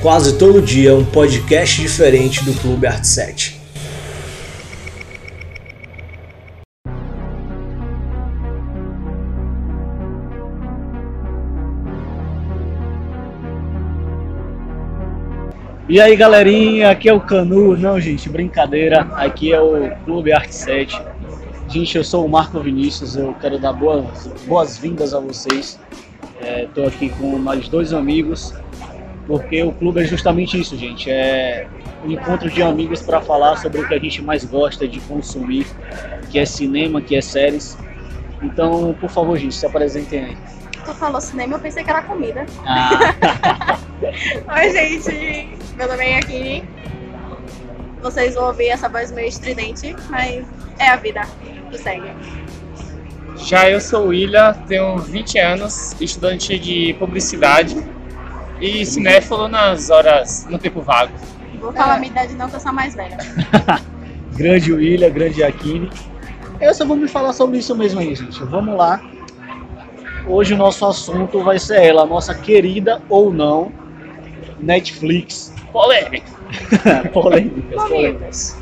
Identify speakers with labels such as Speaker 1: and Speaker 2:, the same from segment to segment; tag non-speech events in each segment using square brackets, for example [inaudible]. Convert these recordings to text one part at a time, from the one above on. Speaker 1: Quase todo dia um podcast diferente do Clube Arte 7.
Speaker 2: E aí galerinha, aqui é o Canu, não gente, brincadeira, aqui é o Clube Arte 7. Gente, eu sou o Marco Vinícius, eu quero dar boas- boas-vindas a vocês. Estou aqui com mais dois amigos, porque o clube é justamente isso, gente. É um encontro de amigos para falar sobre o que a gente mais gosta de consumir, que é cinema, que é séries. Então, por favor, gente, se apresentem aí.
Speaker 3: Tu falou cinema, eu pensei que era comida.
Speaker 2: Ah,
Speaker 3: [laughs] Oi, gente! Meu nome é Yakini. Vocês vão ouvir essa voz meio estridente, mas é a vida que segue.
Speaker 4: Já eu sou o William, tenho 20 anos, estudante de publicidade e cinéfilo nas horas, no tempo vago.
Speaker 3: Vou falar minha idade não, que eu sou a mais velha.
Speaker 2: grande William, grande Aquile. Eu só vou me falar sobre isso mesmo aí, gente. Vamos lá. Hoje o nosso assunto vai ser ela, a nossa querida ou não, [laughs] Netflix.
Speaker 4: Polêmica.
Speaker 2: polêmicas, polêmicas.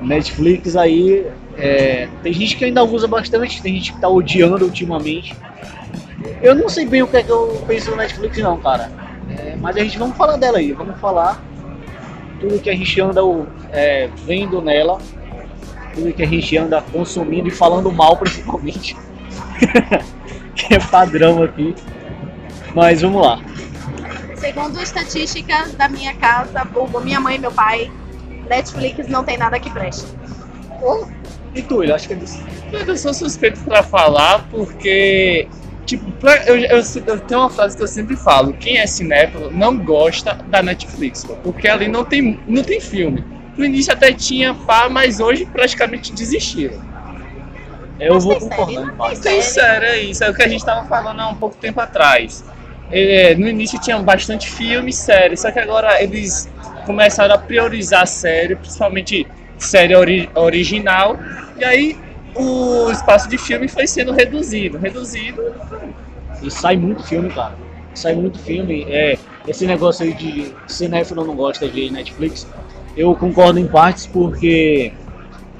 Speaker 2: Netflix aí, é, tem gente que ainda usa bastante, tem gente que tá odiando ultimamente. Eu não sei bem o que é que eu penso no Netflix não, cara. É, mas a gente vamos falar dela aí, vamos falar tudo que a gente anda é, vendo nela, tudo que a gente anda consumindo e falando mal principalmente. [laughs] que é padrão aqui. Mas vamos lá.
Speaker 3: Segundo estatísticas da minha casa, vulgo minha mãe e meu pai, Netflix não tem nada que preste.
Speaker 2: E tu, ele acho que é disso.
Speaker 4: Eu sou suspeito pra falar porque, tipo, pra- eu, eu- eu tenho uma frase que eu sempre falo: quem é cinéfilo não gosta da Netflix, pô, porque ali não tem, não tem filme. No início até tinha pá, mas hoje praticamente desistiram.
Speaker 2: Eu
Speaker 3: Mas
Speaker 2: vou
Speaker 3: tem série,
Speaker 2: concordando,
Speaker 3: não
Speaker 2: Paulo.
Speaker 4: Sim, sério, é isso. É o que a gente tava falando há um pouco tempo atrás. É, no início tinha bastante filme e série, só que agora eles começaram a priorizar série, principalmente série ori- original, e aí o espaço de filme foi sendo reduzido, reduzido.
Speaker 2: E sai muito filme, cara. Sai muito filme. É, esse negócio aí de cinéfilo não gosta de Netflix, eu concordo em partes porque,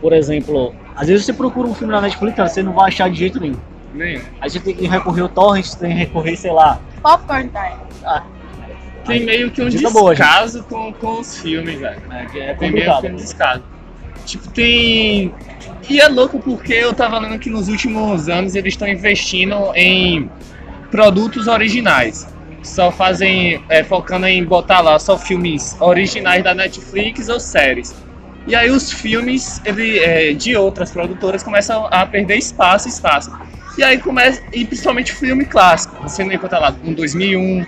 Speaker 2: por exemplo, às vezes você procura um filme na Netflix, cara, você não vai achar de jeito nenhum.
Speaker 4: Né?
Speaker 2: Aí você tem que recorrer ao torrent, tem que recorrer, sei lá.
Speaker 3: Popcorn tá time.
Speaker 4: Tem meio que um
Speaker 2: Dica boa, gente.
Speaker 4: descaso com, com os filmes, velho.
Speaker 2: É, que é
Speaker 4: Tem meio
Speaker 2: complicado.
Speaker 4: filme descaso. Tipo, tem. E é louco porque eu tava lendo que nos últimos anos eles estão investindo em produtos originais. Só fazem. é, focando em botar lá só filmes originais da Netflix ou séries. E aí os filmes ele, é, de outras produtoras começam a perder espaço, espaço. E aí começa. E principalmente filme clássico. Você não encontra lá um 2001.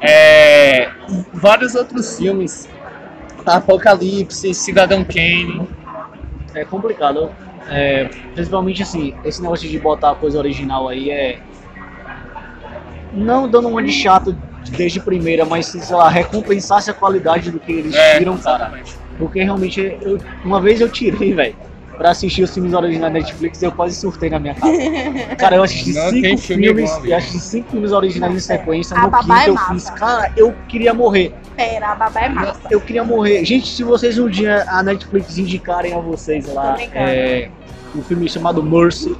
Speaker 4: É, vários outros filmes Apocalipse, Cidadão Kane.
Speaker 2: É complicado. É, principalmente assim, esse negócio de botar a coisa original aí é. Não dando uma de chato desde primeira, mas sei lá, recompensasse a qualidade do que eles
Speaker 4: É. né?
Speaker 2: tiram, cara.
Speaker 4: exatamente.
Speaker 2: Porque realmente, eu- uma vez eu tirei, velho, pra assistir os filmes originais da Netflix e eu quase surtei na minha casa. Cara, eu assisti
Speaker 4: Não tem
Speaker 2: cinco
Speaker 4: filme
Speaker 2: filmes,
Speaker 4: bom ali.
Speaker 2: eu assisti cinco filmes originais em sequência,
Speaker 3: A
Speaker 2: no
Speaker 3: babá
Speaker 2: quinto
Speaker 3: é
Speaker 2: eu
Speaker 3: massa.
Speaker 2: fiz, cara, eu queria morrer,
Speaker 3: Pera, a babá é massa.
Speaker 2: eu queria morrer. Gente, se vocês um dia a Netflix indicarem a vocês lá
Speaker 3: Tô brincando.
Speaker 2: é, um filme chamado Mercy,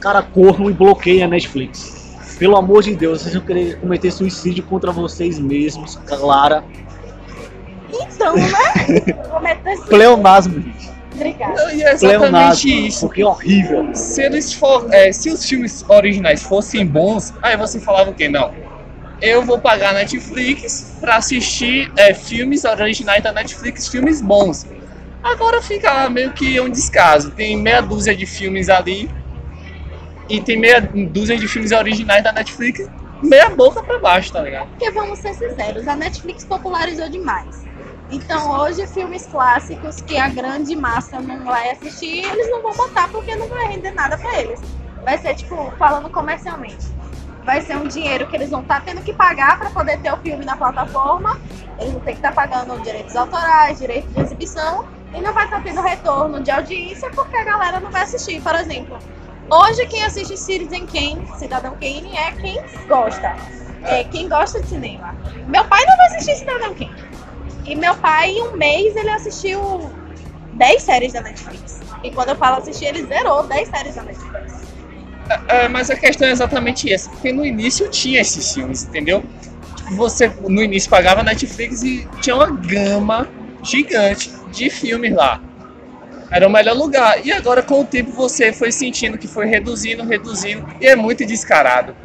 Speaker 2: cara, corram e bloqueiem a Netflix. Pelo amor de Deus, vocês vão querer cometer suicídio contra vocês mesmos, Clara.
Speaker 3: Então, né? Vou meter assim.
Speaker 2: Pleonasmo, gente.
Speaker 3: Obrigada.
Speaker 4: Não, E é
Speaker 2: Pleonasmo.
Speaker 4: exatamente isso.
Speaker 2: Porque é horrível.
Speaker 4: Se, eles for, é, se os filmes originais fossem bons, aí você falava o quê? Não. Eu vou pagar a Netflix pra assistir é, filmes originais da Netflix, filmes bons. Agora fica meio que um descaso. Tem meia dúzia de filmes ali. E tem meia dúzia de filmes originais da Netflix, meia boca pra baixo, tá ligado?
Speaker 3: Porque vamos ser sinceros, a Netflix popularizou demais. Então hoje filmes clássicos que a grande massa não vai assistir, eles não vão botar porque não vai render nada pra eles. Vai ser tipo, falando comercialmente. Vai ser um dinheiro que eles vão estar tendo que pagar pra poder ter o filme na plataforma. Eles vão ter que estar pagando direitos autorais, direitos de tá exibição e não vai estar tendo retorno de audiência porque a galera não vai assistir, por exemplo. Hoje quem assiste Citizen Kane, Cidadão Kane, é quem gosta. É quem gosta de cinema. Meu pai não vai assistir Cidadão Kane. E meu pai, em um mês, ele assistiu 10 séries da Netflix. E quando eu falo assistir, ele zerou 10 séries da Netflix.
Speaker 4: É, mas a questão é exatamente essa, porque no início tinha esses filmes, entendeu? Tipo, Você no início pagava Netflix e tinha uma gama gigante de filmes lá. Era o melhor lugar. E agora com o tempo você foi sentindo que foi reduzindo, reduzindo, e é muito descarado.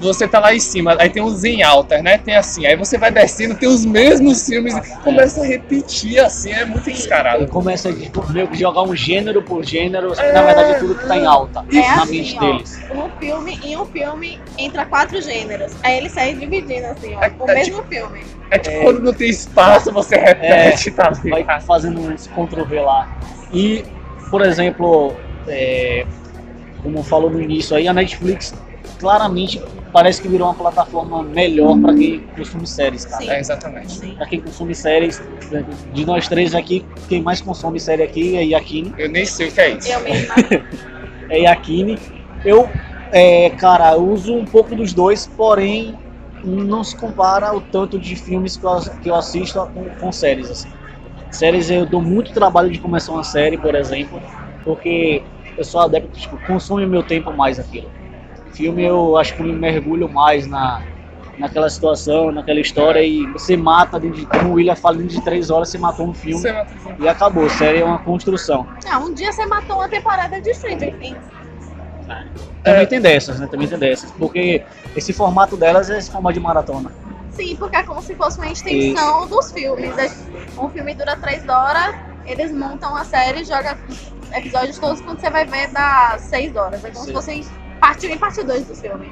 Speaker 4: Você tá lá em cima, aí tem uns em altas, né? Tem assim, aí você vai descendo, tem os mesmos filmes, e começa a repetir assim, é muito descarado.
Speaker 2: Começa a tipo, meio que jogar um gênero por gênero, só que na verdade é tudo que tá em alta
Speaker 3: É
Speaker 2: na
Speaker 3: assim,
Speaker 2: mente
Speaker 3: ó.
Speaker 2: deles.
Speaker 3: Um filme, em um filme, entra quatro gêneros. Aí ele sai dividindo, assim, ó.
Speaker 4: É,
Speaker 3: O
Speaker 4: é
Speaker 3: mesmo filme.
Speaker 4: É tipo quando não tem espaço, você repete, tá
Speaker 2: Vai
Speaker 4: ligado?
Speaker 2: fazendo um se controver lá. E, por exemplo, é, como falou no início aí, a Netflix claramente parece que virou uma plataforma melhor para quem consome séries, cara.
Speaker 3: Sim.
Speaker 4: É, exatamente.
Speaker 3: Sim.
Speaker 2: Pra quem consome séries, de nós três aqui, quem mais consome série aqui é Yakine.
Speaker 4: Eu nem sei o que é isso.
Speaker 3: Eu mesma.
Speaker 2: É Yakine. Eu, é, cara, uso um pouco dos dois, porém não se compara o tanto de filmes que eu, que eu assisto com, com séries. Assim. Séries eu dou muito trabalho de começar uma série, por exemplo, porque eu sou adepto, tipo, consome meu tempo mais aquilo. Filme eu acho que eu me mergulho mais na, naquela situação, naquela história e você mata dentro de. Como o William fala, dentro de três horas você matou um filme
Speaker 4: Você mata o filme.
Speaker 2: e acabou. Série é uma construção.
Speaker 3: Ah, um dia você matou uma temporada de Stranger Things.
Speaker 4: É.
Speaker 2: Também tem dessas, né? Também tem dessas. Porque esse formato delas é esse formato de maratona.
Speaker 3: Sim, porque é como se fosse uma extensão dos filmes. É- Um filme dura três horas, eles montam a série, joga episódios todos, quando você vai ver dá seis horas. É como
Speaker 2: Sim.
Speaker 3: se fossem parte 1 e parte 2 dos filmes.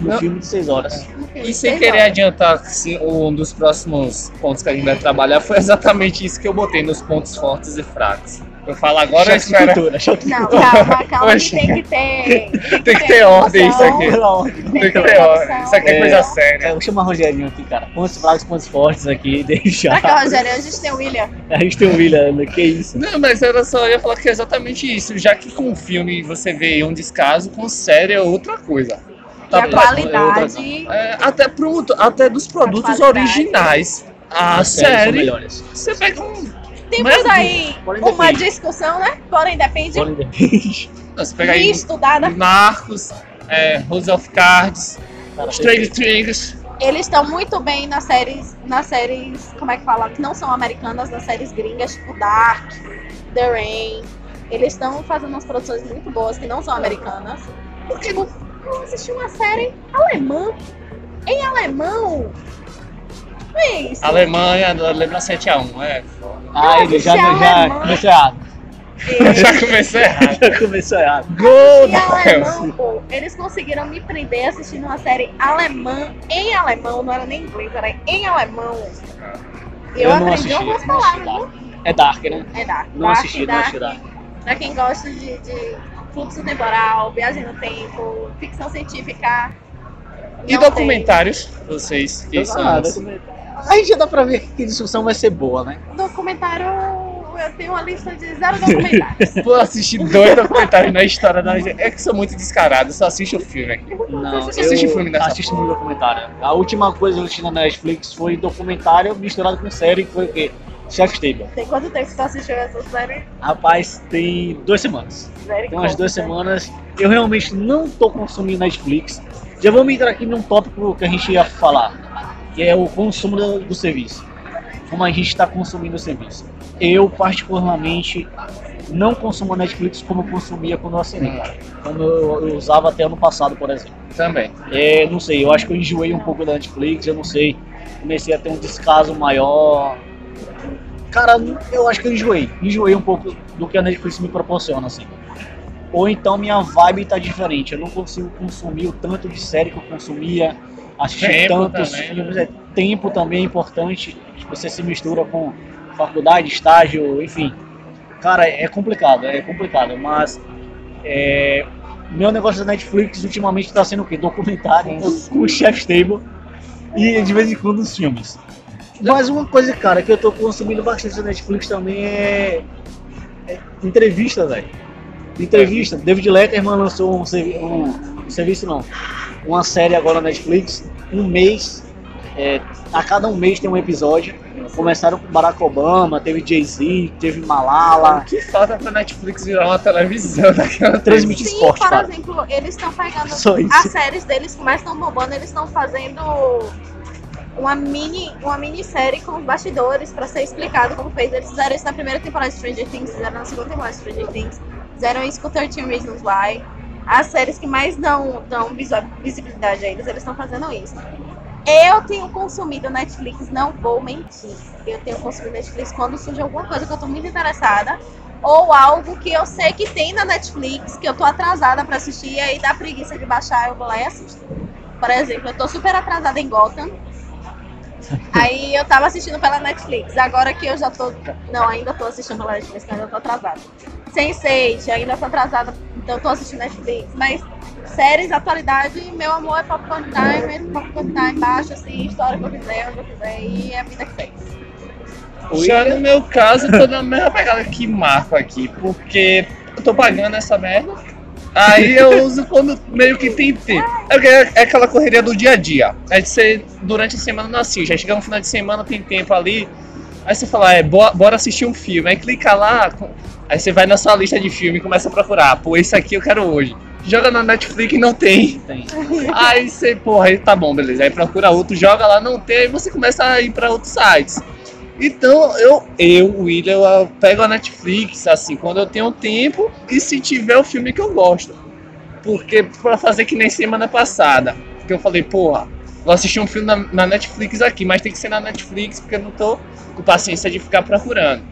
Speaker 2: Um
Speaker 4: Não. É.
Speaker 2: filme de seis horas.
Speaker 3: Um filme
Speaker 4: E sem
Speaker 3: de seis
Speaker 4: querer
Speaker 3: horas.
Speaker 4: adiantar sim, um dos próximos pontos que a gente vai trabalhar foi [laughs] exatamente isso que eu botei nos pontos fortes e fracos. Eu falo agora, é eu
Speaker 2: Choque de
Speaker 4: espero.
Speaker 2: cultura, choque
Speaker 4: [laughs]
Speaker 2: de
Speaker 3: Não,
Speaker 2: cultura.
Speaker 3: calma, calma, que
Speaker 4: Oxe.
Speaker 3: tem que
Speaker 4: [laughs]
Speaker 3: ter.
Speaker 4: Tem que ter ordem isso
Speaker 3: noção,
Speaker 4: aqui.
Speaker 2: Pela ordem.
Speaker 4: Tem [laughs] que ter ordem. Isso aqui é
Speaker 2: É.
Speaker 4: coisa séria.
Speaker 2: É, Vou chamar o Rogerinho aqui, cara. Pontos fracos, pontos fortes aqui, [laughs] deixa.
Speaker 4: Tá
Speaker 3: Será que, Rogério, a gente tem o William?
Speaker 2: A gente tem o William, né? que isso.
Speaker 4: Não, mas era só, eu ia falar que é exatamente isso. Já que com o filme você vê um descaso, com série é outra coisa.
Speaker 3: e
Speaker 4: pra- é
Speaker 3: a
Speaker 4: outra coisa.
Speaker 3: qualidade.
Speaker 4: É, até, pro, até dos produtos
Speaker 3: qualidade.
Speaker 4: originais. A
Speaker 2: As séries são
Speaker 4: série,
Speaker 2: melhores.
Speaker 4: você pega um.
Speaker 3: Temos
Speaker 4: Mas-
Speaker 3: aí
Speaker 2: Porém,
Speaker 3: uma
Speaker 2: depende.
Speaker 3: discussão, né? Porém, depende. né?
Speaker 2: Porém, depende.
Speaker 4: Não, Você pega
Speaker 3: E
Speaker 4: aí um
Speaker 3: estudada.
Speaker 4: Narcos, é, House of Cards,
Speaker 2: Cara,
Speaker 4: Stranger Things.
Speaker 3: Eles estão muito bem nas séries, nas séries, como é que fala? Que não são americanas, nas séries gringas, tipo Dark, The Rain. Eles estão fazendo umas produções muito boas que não são americanas. Eu digo, eu assisti uma série alemã. Em alemão. Não é isso.
Speaker 4: Alemanha, lembra 7x1, é. [laughs]
Speaker 2: Ah, ele já,
Speaker 3: Não,
Speaker 2: já
Speaker 3: é alemão.
Speaker 2: começou errado.
Speaker 4: Já comecei errado.
Speaker 2: Já começou errado.
Speaker 4: Gol! [laughs]
Speaker 3: E alemão, pô, eles conseguiram me prender assistindo uma série alemã em alemão, não era nem inglês, era em alemão. E
Speaker 2: Eu
Speaker 3: eu,
Speaker 2: não
Speaker 3: aprendi
Speaker 2: assisti,
Speaker 3: algumas
Speaker 2: não
Speaker 3: palavras,
Speaker 2: assisti.
Speaker 3: viu?
Speaker 2: É Dark, né?
Speaker 3: É Dark.
Speaker 2: Não
Speaker 3: Dark,
Speaker 2: assisti, não assisti Dark.
Speaker 3: Pra quem gosta de, de fluxo temporal, viagem no tempo, ficção científica.
Speaker 4: E
Speaker 3: não tem.
Speaker 4: documentários, vocês que são.
Speaker 2: Ah, documentário. Aí já dá pra ver que a discussão vai ser boa, né?
Speaker 3: Documentário, eu tenho uma lista de
Speaker 4: [laughs]
Speaker 3: zero documentários.
Speaker 4: Vou assistir dois documentários na história da. É que sou muito descarado, só assisto o filme aqui.
Speaker 2: Não,
Speaker 4: Você assiste filme dessa
Speaker 2: assisto muito documentário. A última coisa que eu assisti na Netflix foi documentário misturado com série, que foi o quê? Chef's Table.
Speaker 3: tem quanto tempo que tu assistiu essa série?
Speaker 2: Rapaz, tem duas semanas.
Speaker 3: Série
Speaker 2: Tem umas
Speaker 3: conta.
Speaker 2: duas semanas. Eu realmente não tô consumindo Netflix. Já vou me entrar aqui num tópico que a gente ia falar, que é o consumo do, do serviço. Como a gente está consumindo o serviço. Eu, particularmente, não consumo Netflix como eu consumia quando eu assinei, cara. Como eu, eu usava até ano passado, por exemplo.
Speaker 4: Também.
Speaker 2: É, não sei, eu acho que eu enjoei um pouco da Netflix, eu não sei. Comecei a ter um descaso maior. Cara, eu acho que eu enjoei. Enjoei um pouco do que a Netflix me proporciona, assim. Ou então minha vibe tá diferente. Eu não consigo consumir o tanto de série que eu consumia, assistir
Speaker 4: Tempo
Speaker 2: tantos
Speaker 4: também, né?
Speaker 2: filmes. É, tempo também é importante. Você se mistura com faculdade, estágio, enfim. Cara, é complicado, é complicado, mas é, meu negócio da Netflix ultimamente tá sendo o quê? Documentário com o Chef's Table e de vez em quando os filmes. Mas uma coisa, cara, que eu tô consumindo bastante na Netflix também é, é entrevista, velho. Entrevista. David Letterman lançou um, servi- um- um serviço, não. Uma série agora na Netflix. Um mês. é, a cada um mês tem um episódio. Começaram com Barack Obama, teve Jay-Z, teve Malala.
Speaker 4: O que falta pra Netflix virar uma televisão [laughs] daquela transmissão?
Speaker 2: Transmite
Speaker 3: Sim, por
Speaker 2: esporte, cara.
Speaker 3: exemplo, eles estão pegando
Speaker 2: Só isso.
Speaker 3: as séries deles, como elas estão bombando, eles estão fazendo uma mini uma minissérie com os bastidores pra ser explicado como fez. Eles fizeram isso na primeira temporada de Stranger Things, fizeram na segunda temporada de Stranger Things, fizeram isso com 13 Reasons Why. As séries que mais dão, dão visu- visibilidade a eles, eles estão fazendo isso. Eu tenho consumido Netflix, não vou mentir. Eu tenho consumido Netflix quando surge alguma coisa que eu tô muito interessada. Ou algo que eu sei que tem na Netflix, que eu tô atrasada pra assistir, e aí dá preguiça de baixar, eu vou lá e assisto. Por exemplo, eu tô super atrasada em Gotham. Aí eu tava assistindo pela Netflix. Agora que eu já tô. Não, ainda tô assistindo pela Netflix, mas ainda tô atrasada. Sense8, ainda tô atrasada, então tô assistindo Netflix. Mas séries, atualidade, meu amor é popcorn time, popcorn time, baixo assim, história que eu quiser, onde eu quiser, e é a vida que fez.
Speaker 4: Já no meu caso, eu tô na mesma pegada que Marco aqui, porque eu tô pagando essa merda. Aí eu uso quando meio que tem tempo. É porque É aquela correria do dia a dia. Aí você, durante a semana, não é assiste. Aí chega no final de semana, tem tempo ali. Aí você fala, é, bo- bora assistir um filme. Aí clica lá, com- aí você vai na sua lista de filme e começa a procurar. Pô, esse aqui eu quero hoje. Joga na Netflix e não tem.
Speaker 2: Tem.
Speaker 4: Aí você, porra, aí tá bom, beleza. Aí procura outro, joga lá, não tem, aí você começa a ir pra outros sites. Então, eu, eu, William, eu pego a Netflix, assim, quando eu tenho tempo e se tiver o filme que eu gosto. Porque, pra fazer que nem semana passada, que eu falei, porra, vou assistir um filme na, na Netflix aqui, mas tem que ser na Netflix, porque eu não tô com paciência de ficar procurando.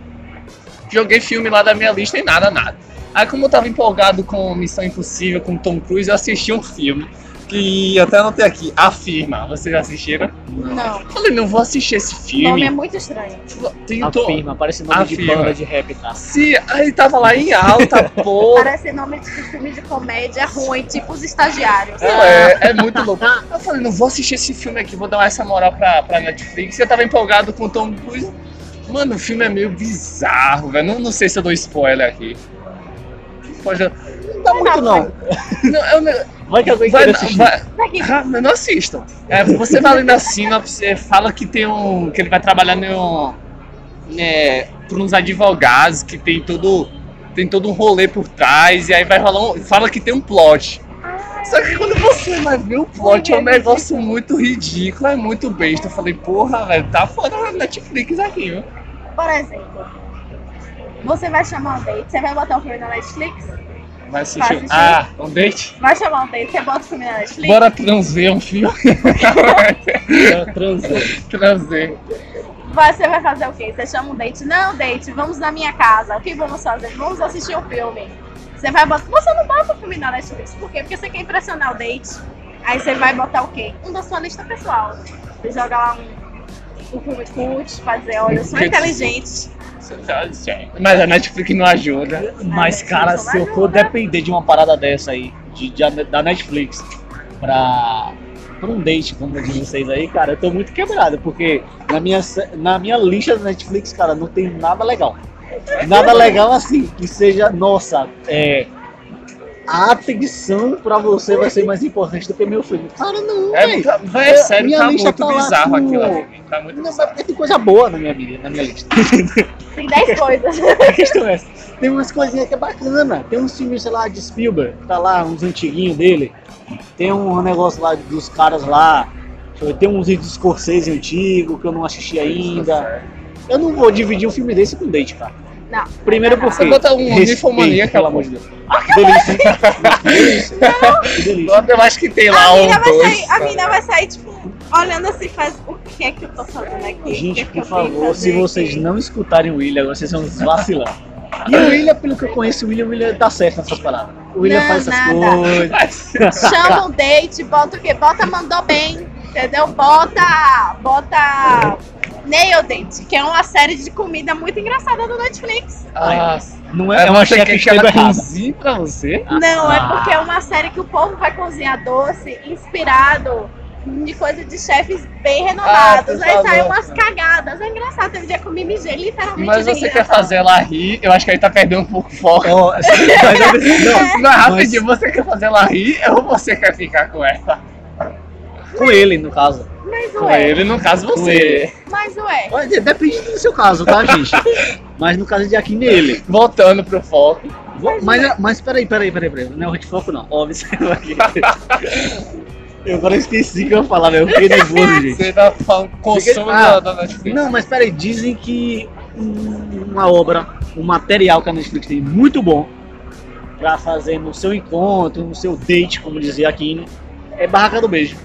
Speaker 4: Joguei filme lá da minha lista e nada, nada. Aí, como eu tava empolgado com Missão Impossível, com Tom Cruise, eu assisti um filme que até anotei aqui, afirma. Vocês já assistiram?
Speaker 3: Não,
Speaker 4: Eu Falei, não vou assistir esse
Speaker 3: o nome é
Speaker 4: filme.
Speaker 3: muito estranho.
Speaker 4: Tem o Tom.
Speaker 2: Então, Afirma, parece nome de
Speaker 4: Afirma.
Speaker 2: banda de rap, tá?
Speaker 4: Se aí tava lá em [laughs] alta, porra.
Speaker 3: Parece nome de filme de comédia ruim, tipo os estagiários.
Speaker 4: É, é muito louco. Eu falei, não vou assistir esse filme aqui, vou dar essa moral pra, pra Netflix. Eu tava empolgado com o Tom Cruise. Mano, o filme é meio bizarro, velho. Não, não sei se eu dou spoiler aqui. Pode.
Speaker 2: Não dá muito, não.
Speaker 4: Não, eu, não-
Speaker 2: Vai que alguém
Speaker 4: vai,
Speaker 2: queira assistir.
Speaker 4: vai,
Speaker 3: Daqui.
Speaker 4: Ah, mas não assistam. É, você vai lendo a sinopse, é, fala que tem um. que ele vai trabalhar no, né, por uns advogados, que tem todo. tem todo um rolê por trás, e aí vai rolar um. Fala que tem um plot. Só que quando você vai ver o plot, é um negócio muito ridículo, é muito besta. Eu falei, porra, velho, tá fora da Netflix aqui, viu?
Speaker 3: Por exemplo, você vai chamar um date, você vai botar o filme na Netflix?
Speaker 4: Vai assistir.
Speaker 3: Vai assistir.
Speaker 4: Ah, um date?
Speaker 3: Vai chamar um date, você bota o filme na Netflix?
Speaker 4: Bora transver um filme. [laughs]
Speaker 2: Vai. Transa.
Speaker 4: transver.
Speaker 3: Você vai fazer o quê? Você chama um date? Não, date, vamos na minha casa. O que vamos fazer? Vamos assistir um filme. Você vai botar. Você não bota o filme na Netflix. Por quê? Porque você quer impressionar o date. Aí você vai botar o quê? Um da sua lista pessoal. Você joga lá um, um filme cult, fazer, olha, eu sou inteligente.
Speaker 4: Mas a Netflix não ajuda.
Speaker 2: Mas, cara, se eu for depender de uma parada dessa aí, de, de- da Netflix, pra, pra um date, como eu de vocês aí, cara, eu tô muito quebrado, porque na minha, se- na minha lista da Netflix, cara, não tem nada legal. Nada legal assim, que seja, nossa, é. A atenção pra você vai ser mais importante do que meu filho. Cara, não,
Speaker 4: É,
Speaker 2: véi.
Speaker 4: tá- véi,
Speaker 2: É,
Speaker 4: é sério,
Speaker 2: minha
Speaker 4: tá
Speaker 2: lista
Speaker 4: muito
Speaker 2: tá lá
Speaker 4: bizarro
Speaker 2: com-
Speaker 4: aquilo ali. Tá muito
Speaker 2: Não,
Speaker 4: bizarro.
Speaker 2: mas tem coisa boa na minha, vida- na minha lista.
Speaker 3: Tem 10 coisas.
Speaker 2: A questão é essa. Tem umas coisinhas que é bacana. Tem uns filmes, sei lá, de Spielberg, que tá lá, uns antiguinhos dele. Tem um negócio lá dos caras lá. Deixa eu ver, Tem uns de Scorsese antigo que eu não assisti ainda. Eu não vou dividir um filme desse com date, cara.
Speaker 3: Não.
Speaker 2: Primeiro por
Speaker 4: Você
Speaker 2: quê?
Speaker 4: bota um
Speaker 2: Respeito,
Speaker 4: ninfomaníaco,
Speaker 2: pelo amor de Deus. Que delícia. hein? Ah, Que delícia. [laughs] Que delícia.
Speaker 4: Eu acho que tem lá
Speaker 3: A
Speaker 4: um,
Speaker 3: mina, vai
Speaker 4: dois.
Speaker 3: sair, a mina vai sair, tipo, olhando assim, faz o que é que eu tô fazendo aqui?
Speaker 2: Gente,
Speaker 3: O que é que eu
Speaker 2: por
Speaker 3: vim
Speaker 2: favor,
Speaker 3: fazer
Speaker 2: se vocês
Speaker 3: aqui?"
Speaker 2: não escutarem o William, vocês vão vacilar. E o William, pelo que eu conheço, o William, o William dá certo nessas paradas. O William
Speaker 3: Não,
Speaker 2: faz essas
Speaker 3: nada.
Speaker 2: coisas.
Speaker 3: [laughs]
Speaker 4: [laughs]
Speaker 3: Chama um date, bota o quê? Bota mandou bem, entendeu? Bota. Bota. Nail Date, que é uma série de comida muito engraçada do Netflix.
Speaker 4: Ah,
Speaker 2: Não é,
Speaker 4: é
Speaker 2: é uma
Speaker 4: você
Speaker 2: chefe
Speaker 4: quer que ela
Speaker 2: escrita errada.
Speaker 4: cozinhe pra você?
Speaker 3: Não, é
Speaker 2: Ah.
Speaker 3: porque é uma série que o povo vai cozinhar doce inspirado de coisa de chefes bem renomados.
Speaker 4: Ah, por
Speaker 3: aí saem
Speaker 4: favor.
Speaker 3: umas cagadas. É engraçado, teve dia que eu me mijei
Speaker 2: é
Speaker 3: literalmente.
Speaker 4: Mas
Speaker 3: de
Speaker 4: você quer
Speaker 3: engraçado.
Speaker 4: fazer ela rir, eu acho que aí tá perdendo um pouco o foco.
Speaker 2: [laughs] Ó, essa- mas eu decidi- não,
Speaker 4: Não é rapidinho, você quer fazer ela rir ou você quer ficar com ela?
Speaker 2: [laughs] com ele, no caso.
Speaker 3: Mas
Speaker 4: Com
Speaker 3: ué,
Speaker 4: ele, no caso, você.
Speaker 3: mas ué.
Speaker 2: Olha, é, Depende do seu caso, tá, [laughs] gente? Mas no caso de aqui nele.
Speaker 4: Voltando pro foco.
Speaker 2: Vou- Mas, é, mas peraí, peraí, peraí, peraí. Não é o de foco, não. Ó, observa aqui. [laughs] Eu agora esqueci o que eu falava, eu fiquei [laughs] nervoso, gente.
Speaker 4: Você tá falando consumo
Speaker 2: Ah,
Speaker 4: da, da Netflix.
Speaker 2: Não, mas peraí, dizem que um- uma obra, um material que a Netflix tem muito bom pra fazer no seu encontro, no seu date, como dizia aqui, né, é Barraca do Beijo.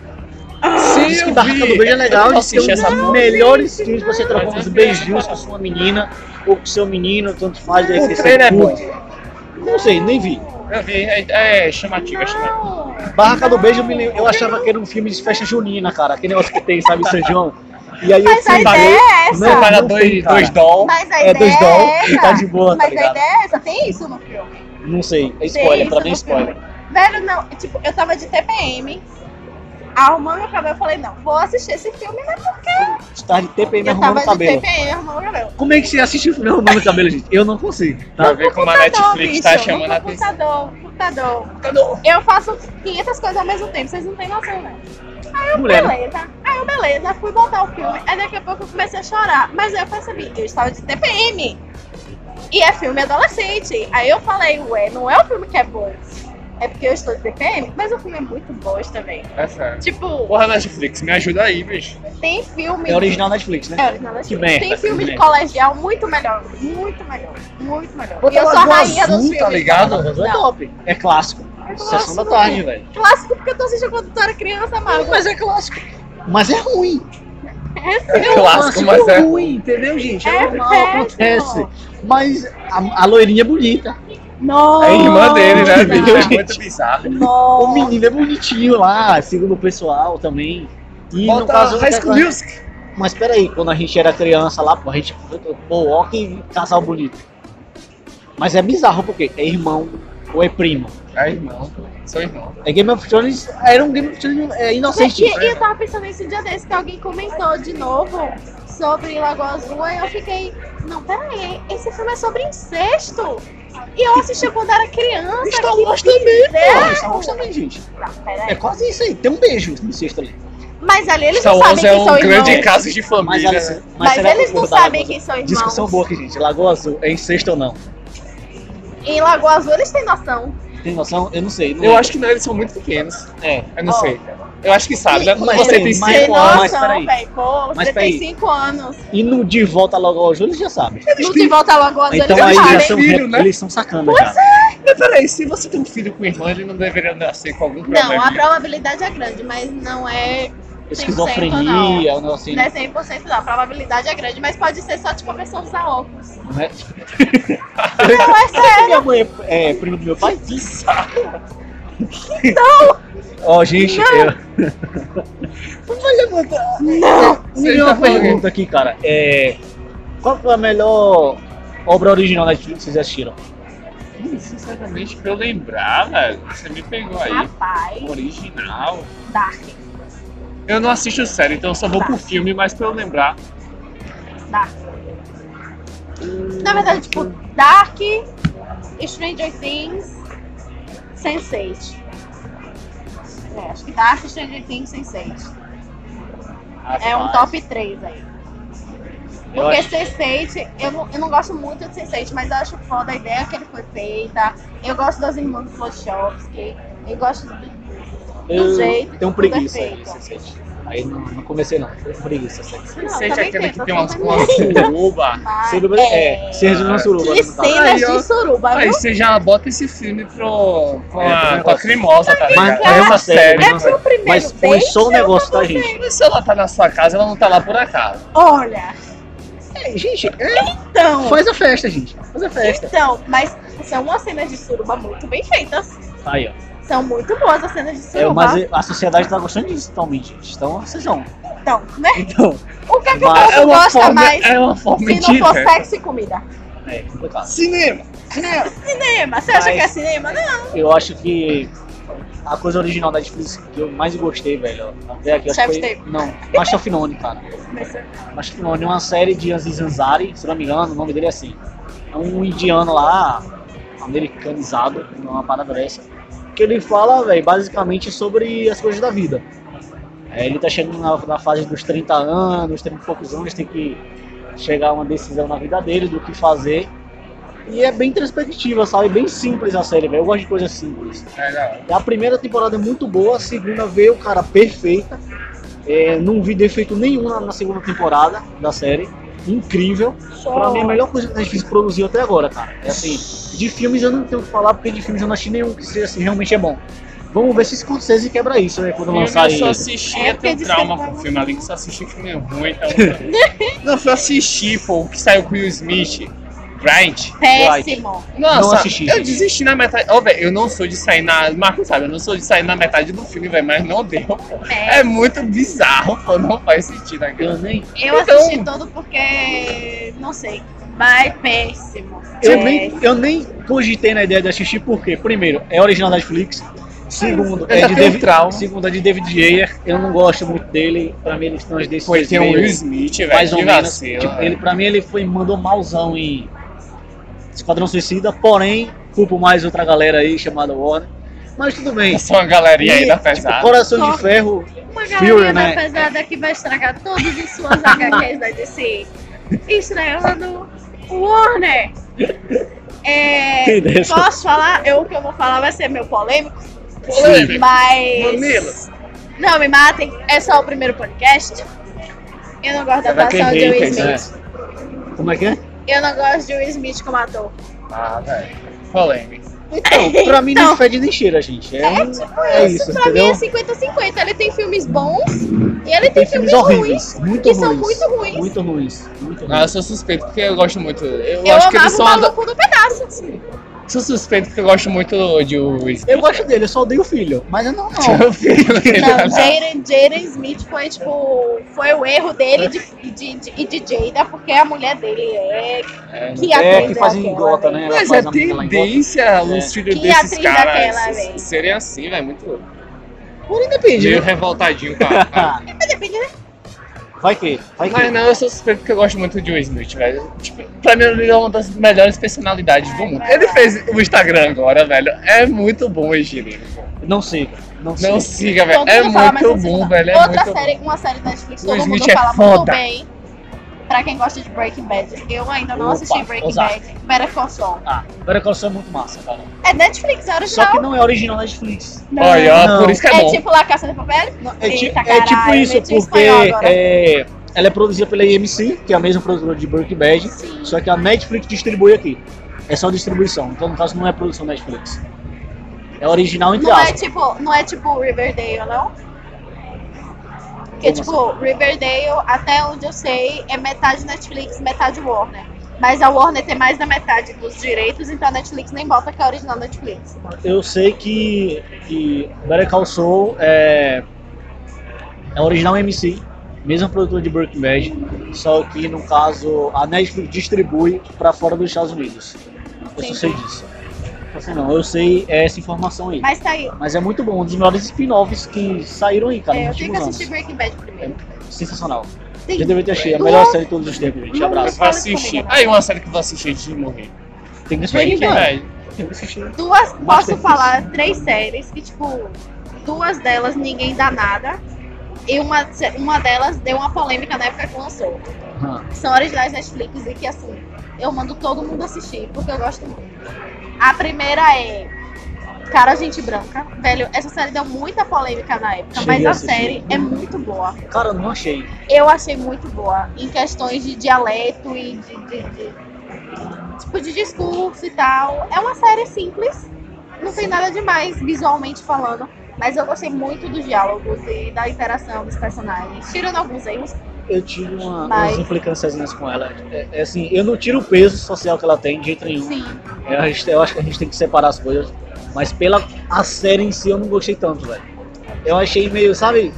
Speaker 4: Sim,
Speaker 2: Diz que
Speaker 4: eu
Speaker 2: Barraca
Speaker 4: vi.
Speaker 2: do Beijo é legal,
Speaker 4: Eu
Speaker 2: diz que é um
Speaker 4: assisti essa
Speaker 2: dos
Speaker 4: porra.
Speaker 2: melhores filmes pra você trocar
Speaker 4: Mas
Speaker 2: uns
Speaker 4: eu vi
Speaker 2: beijinhos
Speaker 4: essa
Speaker 2: com a sua menina ou com seu menino, tanto faz. aí
Speaker 4: O
Speaker 2: você
Speaker 4: trailer é bom.
Speaker 2: curte. Não sei, nem vi.
Speaker 4: Eu vi, é, é chamativa, chamativa.
Speaker 3: Não.
Speaker 2: Barraca do Beijo, eu, me lem- eu achava que era um filme de festa junina, cara. Aquele negócio que tem, sabe, em São João. E aí eu
Speaker 3: Mas a
Speaker 2: fui
Speaker 3: ideia é
Speaker 2: Não,
Speaker 4: Você
Speaker 3: essa.
Speaker 4: paga
Speaker 2: Ah, não tem,
Speaker 4: dois,
Speaker 2: cara.
Speaker 4: dois dólares.
Speaker 3: Mas a
Speaker 2: É
Speaker 3: ideia
Speaker 2: dois dólares
Speaker 3: é
Speaker 2: e tá
Speaker 3: essa.
Speaker 2: de boa, tá
Speaker 3: Mas a
Speaker 2: ligado?
Speaker 3: ideia é essa. Tem isso no filme.
Speaker 2: Não sei, é
Speaker 3: Tem
Speaker 2: spoiler, pra
Speaker 3: isso
Speaker 2: mim é
Speaker 3: no filme.
Speaker 2: spoiler.
Speaker 3: Velho, não. Tipo, eu tava de TPM. Arrumando meu cabelo, eu falei, não, vou assistir esse filme, né?
Speaker 2: Estar de TPM
Speaker 3: Eu
Speaker 2: arrumando
Speaker 3: tava
Speaker 2: o
Speaker 3: de
Speaker 2: cabelo.
Speaker 3: TPM, arrumando meu cabelo.
Speaker 2: Como é que você assiste o filme arrumando o cabelo, gente? Eu não consigo.
Speaker 4: Pra
Speaker 2: Tá?
Speaker 4: ver como a
Speaker 3: Computador,
Speaker 4: Netflix tá
Speaker 3: bicho,
Speaker 4: chamando
Speaker 3: no
Speaker 4: a atenção.
Speaker 3: computador, computador. Eu faço 500 coisas ao mesmo tempo, vocês não têm noção, né?
Speaker 4: né?
Speaker 2: Mulher.
Speaker 3: Beleza. Aí eu, beleza, fui botar o filme. Aí daqui a pouco eu comecei a chorar. Mas aí eu percebi, eu estava de TPM. E é filme adolescente. Aí eu falei, ué, não é o filme que é bom. É porque eu estou de TPM, mas o filme é muito bosta, velho.
Speaker 4: É sério.
Speaker 3: Tipo,
Speaker 4: Porra, Netflix, me ajuda aí, bicho.
Speaker 3: tem filme.
Speaker 2: É original Netflix,
Speaker 3: É
Speaker 2: né?
Speaker 3: original
Speaker 2: Que
Speaker 3: Netflix.
Speaker 2: merda,
Speaker 3: Tem filme
Speaker 2: que
Speaker 3: de
Speaker 2: merda.
Speaker 3: colegial muito melhor. Muito melhor. Muito melhor.
Speaker 4: Bota
Speaker 3: e eu sou a
Speaker 4: Lagoa
Speaker 3: rainha
Speaker 4: Azul,
Speaker 3: dos
Speaker 4: tá
Speaker 3: filmes.
Speaker 4: ligado?
Speaker 2: É
Speaker 3: Não.
Speaker 2: top. É clássico.
Speaker 3: É
Speaker 2: Sessão da
Speaker 3: clássico.
Speaker 2: tarde, velho.
Speaker 3: Clássico porque eu tô assistindo quando eu era criança, Margo.
Speaker 2: Mas é clássico. Mas é ruim.
Speaker 3: um
Speaker 4: É clássico, mas é.
Speaker 2: ruim, entendeu, gente?
Speaker 3: É
Speaker 2: normal,
Speaker 3: péssimo.
Speaker 2: acontece. Mas a, a loirinha é bonita.
Speaker 3: Nossa.
Speaker 4: É irmã dele, né, bicho? É
Speaker 2: Gente.
Speaker 4: muito bizarro.
Speaker 3: Nossa.
Speaker 2: O menino é bonitinho lá, segundo o pessoal também. E no caso.
Speaker 4: High School Music.
Speaker 2: Mas peraí, quando a gente era criança lá, pô, a gente. Pô, ó que casal bonito. Mas é bizarro porque é irmão ou é primo.
Speaker 4: É irmão. Sou irmão.
Speaker 2: É Game of Thrones. Era um Game of Thrones é,
Speaker 3: Gente,
Speaker 2: inocente.
Speaker 3: e, e eu tava pensando nesse dia desse que alguém comentou de novo sobre Lagoa Azul e eu fiquei, não, peraí, esse filme é sobre incesto? E eu assisti quando era criança.
Speaker 2: Star
Speaker 3: que
Speaker 2: Wars também,
Speaker 3: fizeram?
Speaker 2: pô. Star Wars também, gente.
Speaker 3: Não,
Speaker 2: É
Speaker 3: peraí.
Speaker 2: quase isso aí. Tem um beijo no sexto ali.
Speaker 3: Mas ali eles
Speaker 4: Star
Speaker 3: não sabem
Speaker 4: Wars
Speaker 3: quem
Speaker 4: é
Speaker 3: são
Speaker 4: um
Speaker 3: irmãos.
Speaker 4: grande caso de
Speaker 2: Mas,
Speaker 4: família.
Speaker 2: ela-
Speaker 4: né?
Speaker 3: Mas
Speaker 2: será que
Speaker 3: eles
Speaker 2: o povo
Speaker 3: não
Speaker 2: da Lagoa
Speaker 3: sabem
Speaker 2: Azul-
Speaker 3: quem são irmãos.
Speaker 2: Discussão boa aqui, gente. Lagoa Azul é incesto ou não?
Speaker 3: Em Lagoa Azul eles têm noção.
Speaker 2: Tem noção? Eu não sei. não é.
Speaker 4: Eu
Speaker 2: lembro.
Speaker 4: acho que não, eles são muito pequenos.
Speaker 2: É.
Speaker 4: Eu não
Speaker 3: Ó.
Speaker 4: sei. Eu acho que sabe, né? Quando
Speaker 2: Mas
Speaker 4: você
Speaker 2: tem-
Speaker 4: tem
Speaker 2: mas-
Speaker 3: Tem
Speaker 4: cinco anos.
Speaker 2: mas
Speaker 3: noção,
Speaker 2: peraí.
Speaker 3: velho. Pô,
Speaker 2: Mas
Speaker 3: você
Speaker 2: peraí.
Speaker 3: tem 5 anos.
Speaker 2: E no de volta logo ao Júlio já sabe.
Speaker 3: Não te volta a Lagoa Azul,
Speaker 2: Então
Speaker 3: eles não
Speaker 2: aí já
Speaker 3: sabem. é.
Speaker 2: são,
Speaker 4: filho, né?
Speaker 2: eles são sacanas já.
Speaker 4: Mas peraí, se você tem um filho com irmã, ele não deveria nascer com algum
Speaker 3: Não,
Speaker 4: problema.
Speaker 3: a probabilidade é grande, mas não é
Speaker 2: Esquizofrenia, um negócio assim.
Speaker 3: Não é 100% não, a probabilidade é grande, mas pode ser só tipo a pessoa usar óculos.
Speaker 2: Não é?
Speaker 3: Não, é sério.
Speaker 2: Minha mãe é, é prima do meu pai?
Speaker 3: Então.
Speaker 2: Não! Ó, gente, eu. Vai levantar. Não!
Speaker 4: Você
Speaker 2: Me deu
Speaker 4: tá
Speaker 2: uma pergunta aqui, cara. É, qual foi a melhor obra original da Netflix que vocês assistiram?
Speaker 4: Hum, Sinceramente, pra eu lembrar, velho, você me pegou aí.
Speaker 3: Rapaz,
Speaker 4: Original.
Speaker 3: Dark,
Speaker 4: Eu não assisto série, então eu só
Speaker 3: Tá.
Speaker 4: vou pro filme, mas pra eu lembrar.
Speaker 3: Dark. Na verdade, tipo, Dark, Stranger Things, Sense8. É, acho que Dark, Stranger Things, Sense8. É um top 3 aí.
Speaker 2: Eu
Speaker 3: Porque é
Speaker 2: acho-
Speaker 3: Sense8, eu não, eu não gosto muito de Sense8, mas eu acho foda a ideia é que ele foi feita. Eu gosto das irmãs Wachowski. Eu gosto do...
Speaker 2: eu
Speaker 3: jeito,
Speaker 2: tenho um preguiça.
Speaker 3: perfeito.
Speaker 2: aí, Sete. Aí não, não comecei, não. Tenho um preguiça. Sete.
Speaker 3: Não,
Speaker 4: Seja
Speaker 3: também
Speaker 4: aquele
Speaker 3: tem,
Speaker 4: que
Speaker 3: tô
Speaker 4: tem umas
Speaker 3: falando
Speaker 4: umas suruba.
Speaker 3: Mas-
Speaker 2: Suruba- é, você resumiu na suruba.
Speaker 3: Que
Speaker 2: no caso.
Speaker 3: cenas
Speaker 4: Aí, ó.
Speaker 3: de suruba,
Speaker 4: Aí
Speaker 3: viu?
Speaker 4: você já bota esse filme pro, pro,
Speaker 2: É, pro
Speaker 4: a,
Speaker 2: negócio.
Speaker 4: pra cremosa, tá
Speaker 2: Mas
Speaker 4: ligado?
Speaker 2: é uma série,
Speaker 3: É
Speaker 2: mas-
Speaker 3: pro primeiro
Speaker 2: Mas põe
Speaker 3: date,
Speaker 2: só o negócio, tá, gente?
Speaker 4: Mas se ela tá na sua casa, ela não tá lá por acaso.
Speaker 3: Olha,
Speaker 2: É, gente, é,
Speaker 3: então,
Speaker 2: faz a festa, gente. Faz a festa.
Speaker 3: então, mas são umas cenas de suruba muito bem feitas.
Speaker 2: Aí, ó.
Speaker 3: São muito boas as cenas de
Speaker 2: É,
Speaker 3: suruba.
Speaker 2: mas a sociedade tá gostando disso atualmente, gente. Então, sejam.
Speaker 3: Então, né?
Speaker 2: [laughs] Então,
Speaker 3: O que é que o
Speaker 2: Mas-
Speaker 3: povo gosta
Speaker 4: forma,
Speaker 3: mais
Speaker 4: é uma forma
Speaker 3: se não for
Speaker 4: de-
Speaker 3: sexo e comida?
Speaker 2: é complicado.
Speaker 4: Cinema.
Speaker 3: Cinema, você acha
Speaker 2: Mas-
Speaker 3: que é cinema? Não,
Speaker 2: Eu acho que a coisa original da Netflix que eu mais gostei, velho. ó, Até aqui, acho que
Speaker 3: Chef's
Speaker 2: foi...
Speaker 3: Table.
Speaker 2: Não, Master of None, é cara.
Speaker 3: Começou-
Speaker 2: Master of None é uma série de Aziz Ansari, se não me engano, o nome dele é assim. É um indiano lá, americanizado, uma parada dessa. Que ele fala, velho, basicamente sobre as coisas da vida. É, ele tá chegando na, na fase dos 30 anos, 30 e poucos anos, tem que chegar a uma decisão na vida dele do que fazer. E é bem introspectiva, sabe? Bem simples a série, velho. Eu gosto de coisas simples.
Speaker 4: É, não.
Speaker 2: A primeira temporada é muito boa, a segunda veio, cara, perfeita. É, não vi defeito nenhum na, na segunda temporada da série. Incrível. Pra mim, é a melhor coisa que a Netflix produziu até agora, cara. É assim, de filmes eu não tenho o que falar, porque de filmes eu não achei nenhum que seja assim, realmente é bom. Vamos ver se Scorsese quebra isso, né, quando lançar
Speaker 4: Eu assim.
Speaker 2: aí.
Speaker 4: só assisti,
Speaker 3: É,
Speaker 4: eu
Speaker 3: porque
Speaker 4: tenho
Speaker 3: diz que
Speaker 4: trauma
Speaker 3: ele tava-
Speaker 4: com o filme ali, que só assisti filme ruim, então...
Speaker 3: [laughs]
Speaker 4: não, fui assistir, pô, o que saiu com o Will Smith, Bryant.
Speaker 3: Péssimo.
Speaker 4: Nossa,
Speaker 2: Não assisti,
Speaker 4: eu
Speaker 2: gente.
Speaker 4: desisti na metade. Ô, velho, eu não sou de sair na. Marco sabe, eu não sou de sair na metade do filme, velho, mas não deu. pô.
Speaker 3: Péssimo.
Speaker 4: É muito bizarro, pô, não faz sentido né, aquilo.
Speaker 2: Eu nem.
Speaker 3: Eu
Speaker 4: Então-
Speaker 3: assisti todo porque. não sei. Mas péssimo.
Speaker 2: Eu
Speaker 3: É,
Speaker 2: nem, eu nem cogitei na ideia de assistir, porque, primeiro, é original da Netflix. Segundo,
Speaker 4: já
Speaker 2: é de
Speaker 4: tenho
Speaker 2: David,
Speaker 4: tá trauma.
Speaker 2: segundo, é de David Ayer. Eu não gosto muito dele. Pra mim, eles estão as
Speaker 4: Foi
Speaker 2: decisões
Speaker 4: tem um o
Speaker 2: meio-
Speaker 4: Will Smith, velho.
Speaker 2: mais ou
Speaker 4: que
Speaker 2: menos.
Speaker 4: vacilo,
Speaker 2: Tipo,
Speaker 4: velho.
Speaker 2: ele, pra mim, ele foi, mandou malzão em Esquadrão Suicida, porém, culpo mais outra galera aí chamada Warner. Mas tudo bem.
Speaker 4: Só uma galerinha aí da
Speaker 2: tipo,
Speaker 4: pesada.
Speaker 2: Coração de
Speaker 3: Só-
Speaker 2: Ferro.
Speaker 3: Uma
Speaker 2: Fury,
Speaker 3: galera
Speaker 2: né?
Speaker 3: pesada que vai estragar todas as
Speaker 2: [laughs]
Speaker 3: suas HQs da DC. Estreando assim, o Warner. É,
Speaker 2: Tem dessa.
Speaker 3: posso falar? Eu, o que eu vou falar vai ser meu polêmico,
Speaker 4: Polêmico.
Speaker 3: mas.
Speaker 4: Mamilos.
Speaker 3: Não, me matem. É só o primeiro podcast. Eu não gosto
Speaker 4: Você
Speaker 3: da
Speaker 2: é
Speaker 4: vai
Speaker 3: atuação de
Speaker 4: perder,
Speaker 3: Will
Speaker 4: quer
Speaker 3: Smith.
Speaker 4: dizer.
Speaker 2: né? Como é que
Speaker 3: [laughs]
Speaker 2: é?
Speaker 3: Eu não gosto de Will Smith como ator.
Speaker 4: Ah, velho. Polêmico.
Speaker 2: Então, pra mim
Speaker 3: Então.
Speaker 2: nem fede nem cheira, gente. É,
Speaker 3: É
Speaker 2: um-
Speaker 3: tipo
Speaker 2: é
Speaker 3: isso,
Speaker 2: isso,
Speaker 3: pra mim é
Speaker 2: entendeu?
Speaker 3: 50-50. Ele tem filmes bons e ele tem,
Speaker 2: Tem filmes horríveis, muito
Speaker 3: é
Speaker 2: ruins,
Speaker 3: que são muito ruins.
Speaker 2: Muito ruins. Muito
Speaker 4: Ah, eu
Speaker 2: ruins.
Speaker 4: sou suspeito porque eu gosto muito. Eu,
Speaker 3: Eu
Speaker 4: acho que
Speaker 3: amava
Speaker 4: eles
Speaker 3: o
Speaker 4: são. ado-
Speaker 3: maluco do pedaço.
Speaker 4: Sou suspeito porque eu gosto muito de Will Smith.
Speaker 2: Eu gosto dele, eu só odeio o filho. Mas eu não, não.
Speaker 4: Seu filho, ele
Speaker 3: Não,
Speaker 4: tá-
Speaker 3: Jaden, Jaden Smith foi tipo. Foi o erro dele de, e de, de, e de Jada, porque a mulher dele é.
Speaker 4: É.
Speaker 3: Que atriz
Speaker 2: É, que faz
Speaker 3: é
Speaker 2: em
Speaker 3: aquela,
Speaker 2: gota,
Speaker 3: velho?
Speaker 2: né? Ela
Speaker 4: Mas é
Speaker 2: faz a menina lá em Gota.
Speaker 4: tendência os
Speaker 2: É.
Speaker 4: filhos
Speaker 3: Que
Speaker 4: desses
Speaker 3: atriz
Speaker 4: caras
Speaker 3: daquela, véi?
Speaker 4: serem assim, velho. Muito
Speaker 2: Por independe,
Speaker 4: meio
Speaker 2: né?
Speaker 4: revoltadinho com a- [laughs] a-
Speaker 3: Mas depende, né?
Speaker 2: Vai que, vai que.
Speaker 4: Mas não, eu sou suspeito porque eu gosto muito de Will Smith, velho. Tipo, pra mim ele é uma das melhores personalidades do mundo. Ele fez o Instagram agora, velho. É muito bom, Angelina.
Speaker 2: Não sei, cara. Não sei.
Speaker 4: Não siga, velho.
Speaker 3: Todo
Speaker 4: É
Speaker 3: mundo fala, mas
Speaker 4: muito
Speaker 3: eu sei
Speaker 4: bom,
Speaker 3: lá.
Speaker 4: velho. É
Speaker 3: Outra
Speaker 4: muito bom.
Speaker 3: série, uma série da Netflix,
Speaker 4: Will
Speaker 3: todo mundo
Speaker 4: Smith é
Speaker 3: fala muito
Speaker 4: foda.
Speaker 3: bem. Pra quem gosta de Breaking Bad, eu ainda não
Speaker 2: Opa,
Speaker 3: assisti Breaking
Speaker 2: ousado.
Speaker 3: Bad. Better Call Saul.
Speaker 2: Ah, Better Call Saul é muito massa, cara.
Speaker 3: É Netflix, é original.
Speaker 2: Só que não é original Netflix.
Speaker 3: Não.
Speaker 4: Olha, ó,
Speaker 2: Não.
Speaker 4: por isso que é,
Speaker 3: É
Speaker 4: bom.
Speaker 3: tipo lá Caça de Papel?
Speaker 2: É, ti-
Speaker 3: Eita,
Speaker 2: é tipo
Speaker 3: caralho,
Speaker 2: isso,
Speaker 3: meti
Speaker 2: porque
Speaker 3: espanhol agora.
Speaker 2: é, ela é produzida pela AMC, que é a mesma produtora de Breaking Bad,
Speaker 3: Sim.
Speaker 2: só que a Netflix distribui aqui. É só distribuição, então no caso não é produção Netflix. É original entre
Speaker 3: Não é
Speaker 2: aspas.
Speaker 3: tipo, não é tipo Riverdale, não? Porque,
Speaker 2: Como assim?
Speaker 3: tipo, Riverdale, até onde eu sei, é metade Netflix, metade Warner. Mas a Warner tem mais da metade dos direitos, então a Netflix nem bota que é a original Netflix.
Speaker 2: Eu sei que, que Better Call Saul é, é original MC, mesma produtora de Breaking Bad, só que no caso a Netflix distribui para fora dos Estados Unidos. Eu só
Speaker 3: Entendi.
Speaker 2: sei disso. Eu sei não, eu sei essa informação aí.
Speaker 3: Mas tá aí.
Speaker 2: Mas é muito bom, um dos melhores spin-offs que saíram aí, cara,
Speaker 3: É,
Speaker 2: nos
Speaker 3: eu tenho que
Speaker 2: últimos anos.
Speaker 3: assistir Breaking Bad primeiro.
Speaker 2: É, Sensacional.
Speaker 3: Tem-
Speaker 2: Já deve ter achei, a melhor série de todos os tempos, gente. Abraço.
Speaker 4: Vai assistir. Aí uma série que eu vou assistir antes de morrer.
Speaker 2: Tem que
Speaker 4: Breaking
Speaker 2: assistir, cara.
Speaker 4: Bad.
Speaker 2: Tem que assistir.
Speaker 3: Duas,
Speaker 2: Mas
Speaker 3: posso
Speaker 2: tem-
Speaker 3: falar três séries que, tipo, duas delas ninguém dá nada. E uma, uma delas deu uma polêmica na época que lançou.
Speaker 2: Aham.
Speaker 3: que são originais Netflix e que assim, eu mando todo mundo assistir, porque eu gosto muito. A primeira é Cara Gente Branca. Velho, essa série deu muita polêmica na época,
Speaker 2: Cheguei
Speaker 3: mas
Speaker 2: a
Speaker 3: a
Speaker 2: assistir.
Speaker 3: série é muito boa.
Speaker 2: Cara, eu não achei.
Speaker 3: Eu achei muito boa em questões de dialeto e de, de- de- tipo de discurso e tal. É uma série simples, não tem nada demais visualmente falando. Mas eu gostei muito dos diálogos e da interação dos personagens, tirando alguns erros.
Speaker 2: eu tive uma,
Speaker 3: Mas-
Speaker 2: umas implicâncias com ela. É, é assim, eu não tiro o peso social que ela tem de jeito nenhum.
Speaker 3: Sim,
Speaker 2: É, a gente- eu acho que a gente tem que separar as coisas. Mas pela a série em si eu não gostei tanto, velho. Eu achei meio, sabe,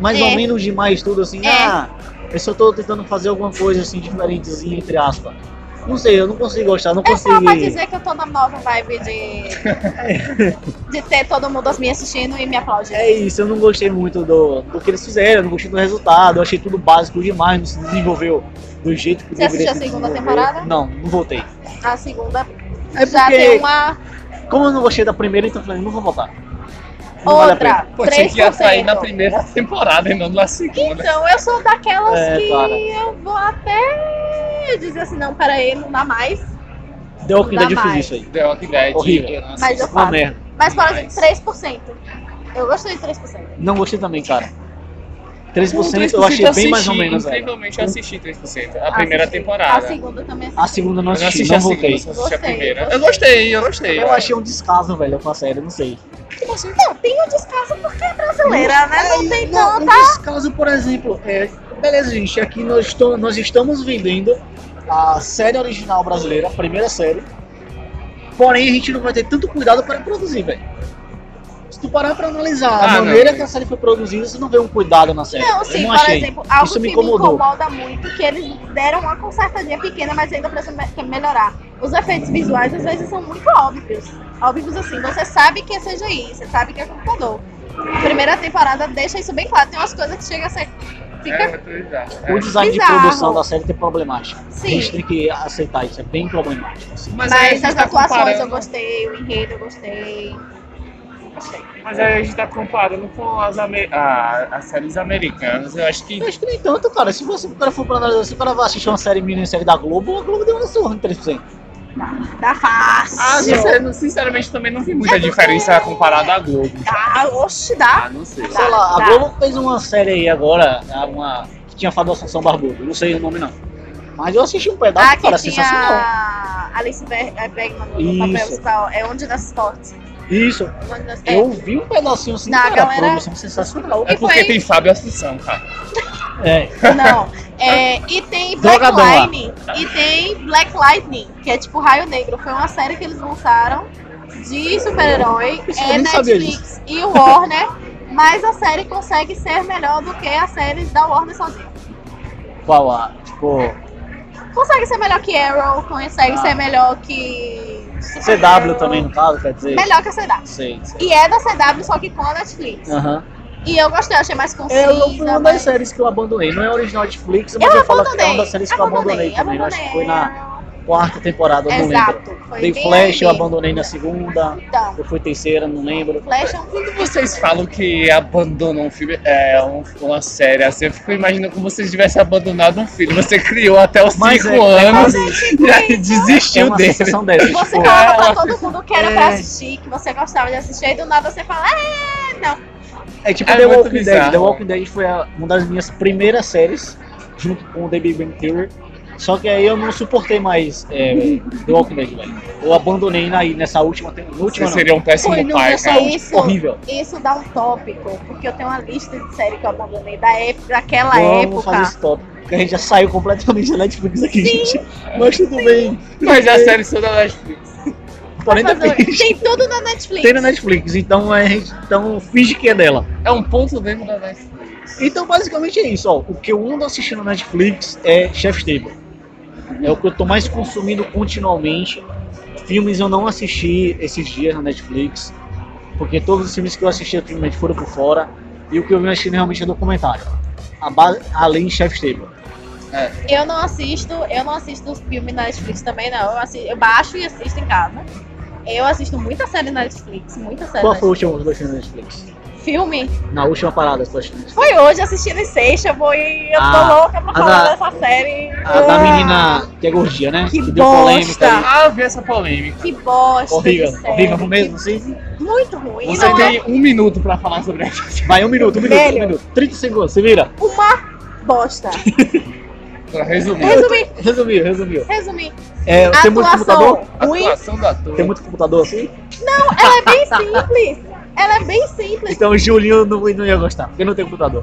Speaker 2: mais
Speaker 3: É.
Speaker 2: ou menos demais tudo assim.
Speaker 3: É.
Speaker 2: Ah, eu só tô tentando fazer alguma coisa assim diferentezinha, entre aspas. Não sei, eu não consigo gostar, não
Speaker 3: É só pra
Speaker 2: consegui.
Speaker 3: dizer que eu tô na nova vibe
Speaker 2: [laughs]
Speaker 3: de. de ter todo mundo me assistindo e me aplaudindo.
Speaker 2: É isso, eu não gostei muito do, do que eles fizeram, eu não gostei do resultado, eu achei tudo básico demais, não se desenvolveu do jeito que
Speaker 3: Você assistiu
Speaker 2: deveria
Speaker 3: a
Speaker 2: se
Speaker 3: segunda
Speaker 2: desenvolver.
Speaker 3: temporada?
Speaker 2: Não, não voltei.
Speaker 3: A segunda
Speaker 2: É
Speaker 3: já
Speaker 2: porque-
Speaker 3: tem uma
Speaker 2: Como eu não gostei da primeira, então eu falei, não vou voltar. Não vale a
Speaker 3: outra.
Speaker 2: pena.
Speaker 4: Pô, tinha
Speaker 3: 3%.
Speaker 4: que ia sair na primeira temporada e não na segunda.
Speaker 3: Então eu sou daquelas
Speaker 2: É,
Speaker 3: que
Speaker 2: Clara.
Speaker 3: eu vou até dizer assim, não, peraí, não dá mais.
Speaker 2: The Walking
Speaker 3: Não dá
Speaker 2: Dead eu fiz
Speaker 3: mais.
Speaker 2: isso aí.
Speaker 4: The Walking Dead.
Speaker 2: Horrível.
Speaker 4: eu não assisti.
Speaker 3: Mas eu
Speaker 2: Uma
Speaker 3: faço.
Speaker 2: merda.
Speaker 3: Mas por exemplo,
Speaker 4: Mas-
Speaker 3: 3%. Eu gostei de 3%.
Speaker 2: Não gostei também, cara. 3%
Speaker 4: Com
Speaker 2: eu achei bem mais ou
Speaker 4: assisti,
Speaker 2: menos. velho.
Speaker 4: Incrivelmente eu assisti 3%. A primeira
Speaker 3: Assisti.
Speaker 4: temporada.
Speaker 3: A segunda também assisti.
Speaker 2: A segunda eu não
Speaker 4: eu não
Speaker 2: assisti,
Speaker 4: assisti
Speaker 2: não,
Speaker 4: a segunda,
Speaker 2: voltei.
Speaker 4: só assisti a
Speaker 3: Gostei,
Speaker 4: primeira.
Speaker 3: gostei.
Speaker 4: Eu gostei, eu gostei.
Speaker 2: Eu achei um descaso, velho, com a série, não sei.
Speaker 3: Não, tem o descaso porque é brasileira, né? Não tem
Speaker 2: Não,
Speaker 3: tanta.
Speaker 2: um descaso, por exemplo, é, beleza, gente, aqui nós, to- nós estamos vendendo a série original brasileira, a primeira série. Porém, a gente não vai ter tanto cuidado para produzir, velho. Se tu parar pra analisar a
Speaker 4: Ah, não,
Speaker 2: maneira
Speaker 4: velho.
Speaker 2: que a série foi produzida, você não vê um cuidado na série.
Speaker 3: Não,
Speaker 2: Eu
Speaker 3: sim,
Speaker 2: não
Speaker 3: por
Speaker 2: achei.
Speaker 3: exemplo, algo
Speaker 2: Isso me
Speaker 3: que me
Speaker 2: incomodou.
Speaker 3: incomoda muito, que eles deram uma consertadinha pequena, mas ainda precisa me- melhorar. Os efeitos visuais às vezes são muito óbvios. Óbvios assim, você sabe que é CGI, você sabe que é computador. A primeira temporada deixa isso bem claro. Tem umas coisas que chega a ser. Fica
Speaker 4: É, muito bizarro.
Speaker 2: O
Speaker 4: É.
Speaker 2: design
Speaker 3: bizarro.
Speaker 2: de produção da série tem problemático. A gente
Speaker 3: sim.
Speaker 2: tem que aceitar isso, é bem problemático. assim.
Speaker 4: Mas, aí a
Speaker 3: Mas
Speaker 4: gente
Speaker 3: as
Speaker 4: tá
Speaker 3: atuações eu
Speaker 4: comparando-
Speaker 3: gostei, o enredo eu gostei.
Speaker 4: Mas aí a gente tá comparando com as, ame- a- as séries americanas. Eu acho que
Speaker 2: Eu acho que nem tanto, cara. Se você o cara for pra analisar, se o cara vai assistir uma série minissérie da Globo, a Globo deu uma surra em 3%.
Speaker 3: Da
Speaker 4: Ah,
Speaker 3: fácil.
Speaker 4: sincer- sinceramente também não vi muita diferença comparada à Globo.
Speaker 3: Dá, oxe, dá.
Speaker 4: Ah, não sei.
Speaker 2: Sei lá,
Speaker 3: Tá.
Speaker 2: a Globo fez uma série aí agora, uma que tinha falado da Assunção Barbudo, não sei o nome não. Mas eu assisti um pedaço,
Speaker 3: Ah, que
Speaker 2: cara,
Speaker 3: tinha
Speaker 2: sensacional.
Speaker 3: a Alice Be- eh, Bergman
Speaker 2: Isso.
Speaker 3: no papel principal. É onde das esporte.
Speaker 2: Isso,
Speaker 3: Onde das... é.
Speaker 2: eu vi um pedacinho assim,
Speaker 3: Não, a
Speaker 2: cara,
Speaker 3: galera-
Speaker 2: produção sensacional.
Speaker 4: É
Speaker 3: E
Speaker 4: porque
Speaker 3: foi-
Speaker 4: tem Fábio Assunção, cara.
Speaker 2: É,
Speaker 3: Não. É, e tem Black
Speaker 2: Drogadão lá.
Speaker 3: Lightning. E tem Black Lightning, que é tipo Raio Negro. Foi uma série que eles lançaram de super-herói.
Speaker 2: Isso, eu
Speaker 3: É
Speaker 2: nem sabia
Speaker 3: Netflix e Warner. Mas a série consegue ser melhor do que as séries da Warner sozinha.
Speaker 2: qual a, tipo,
Speaker 3: Consegue ser melhor que Arrow, consegue
Speaker 2: Ah.
Speaker 3: ser melhor que. Supergirl,
Speaker 2: CW também né? no caso, quer dizer,
Speaker 3: Melhor que a CW.
Speaker 2: sei, sei.
Speaker 3: E é da CW, só que com a Netflix.
Speaker 2: Aham.
Speaker 3: E eu gostei, achei mais concisa.
Speaker 2: É Ah. eu- foi uma das
Speaker 3: mais-
Speaker 2: séries que eu abandonei, não é original de Flix, mas eu, falo que é uma das séries que eu abandonei, também. Eu Acho que foi na quarta temporada, eu não lembro.
Speaker 3: é. Exato. Foi
Speaker 2: Dei
Speaker 3: bem
Speaker 2: Flash, eu
Speaker 3: ali.
Speaker 2: abandonei na segunda.
Speaker 3: Então,
Speaker 2: Eu fui terceira, não lembro. [laughs]
Speaker 3: Flash é um
Speaker 4: Quando vocês falam que abandonam um filme, é um- uma série assim, eu fico imaginando como vocês tivessem abandonado um filho. Você criou até os
Speaker 2: Mas
Speaker 4: 5
Speaker 2: é- é
Speaker 4: anos
Speaker 2: quase-
Speaker 4: [laughs] e aí
Speaker 2: É
Speaker 4: desistiu
Speaker 2: uma
Speaker 4: dele.
Speaker 2: sensação dessa.
Speaker 3: Você
Speaker 2: tipo,
Speaker 3: falava pra
Speaker 4: ela-
Speaker 3: todo mundo que era
Speaker 2: É.
Speaker 3: pra assistir, que você gostava de assistir, e do nada você fala, é, não.
Speaker 2: é tipo
Speaker 4: É
Speaker 2: The
Speaker 4: muito
Speaker 2: Walking Dead.
Speaker 4: bizarro.
Speaker 2: The Walking Dead foi a- uma das minhas primeiras séries, junto com The Big Bang Theory. Só que aí eu não suportei mais é, The Walking Dead, velho. Eu abandonei na, nessa última. tem- Na última
Speaker 4: Você
Speaker 2: não.
Speaker 4: seria um péssimo
Speaker 2: Foi, não,
Speaker 4: pai,
Speaker 2: essa
Speaker 4: cara.
Speaker 2: última
Speaker 3: Isso.
Speaker 2: horrível.
Speaker 3: Isso dá um tópico, porque eu tenho uma lista de série que eu abandonei da época, daquela
Speaker 2: Vamos fazer
Speaker 3: época.
Speaker 2: stop. Porque a gente já saiu completamente da Netflix aqui, gente. Mas tudo bem.
Speaker 4: Mas a série toda da Netflix.
Speaker 2: Porém, ainda
Speaker 3: Mas
Speaker 2: tem,
Speaker 3: Tem tudo na Netflix.
Speaker 2: tem na Netflix, então a gente então finge que é dela.
Speaker 4: É um ponto dentro da Netflix.
Speaker 2: Então, basicamente é isso. Ó. O que eu ando assistindo na Netflix é Chef's Table. É o que eu tô mais consumindo continuamente. Filmes eu não assisti esses dias na Netflix, porque todos os filmes que eu assisti atualmente foram por fora. E o que eu vim assistindo realmente é documentário. A base, além de Chef's Table.
Speaker 3: Eu não assisto, eu não assisto filme na Netflix também, não. Eu, assi- eu baixo e assisto em casa. Eu assisto muita série na Netflix, muita série.
Speaker 2: Qual
Speaker 3: na
Speaker 2: foi o último que você assistiu na Netflix?
Speaker 3: Netflix. Filme?
Speaker 2: Na última parada que você assistiu na Netflix?
Speaker 3: Foi hoje, assistindo em sexta, eu vou e eu
Speaker 2: Ah,
Speaker 3: tô louca pra
Speaker 2: a
Speaker 3: falar
Speaker 2: da-
Speaker 3: dessa série.
Speaker 2: A da
Speaker 3: Ah,
Speaker 2: menina que é gordinha, né?
Speaker 3: Que
Speaker 2: deu polêmica.
Speaker 3: bosta.
Speaker 2: aí.
Speaker 4: Ah, eu vi essa polêmica.
Speaker 3: Que bosta.
Speaker 2: Horrível,
Speaker 3: de série,
Speaker 2: horrível mesmo.
Speaker 3: que-
Speaker 2: Assim.
Speaker 3: Muito ruim.
Speaker 4: Você
Speaker 3: não é
Speaker 4: tem um minuto pra falar sobre essa
Speaker 2: Vai, um minuto, um minuto,
Speaker 3: Velho.
Speaker 2: um minuto. 30 segundos, se vira.
Speaker 3: bosta.
Speaker 4: Pra resumir.
Speaker 3: Resumir,
Speaker 2: Resumiu, resumiu.
Speaker 3: resumir.
Speaker 2: [laughs] É, tem muito
Speaker 3: Atuação
Speaker 2: computador?
Speaker 4: A
Speaker 3: ruim.
Speaker 4: atuação do ator.
Speaker 2: Tem muito computador assim?
Speaker 3: Ela é bem simples. Ela é bem simples.
Speaker 2: Então o Julinho não, não ia gostar, porque não tem computador.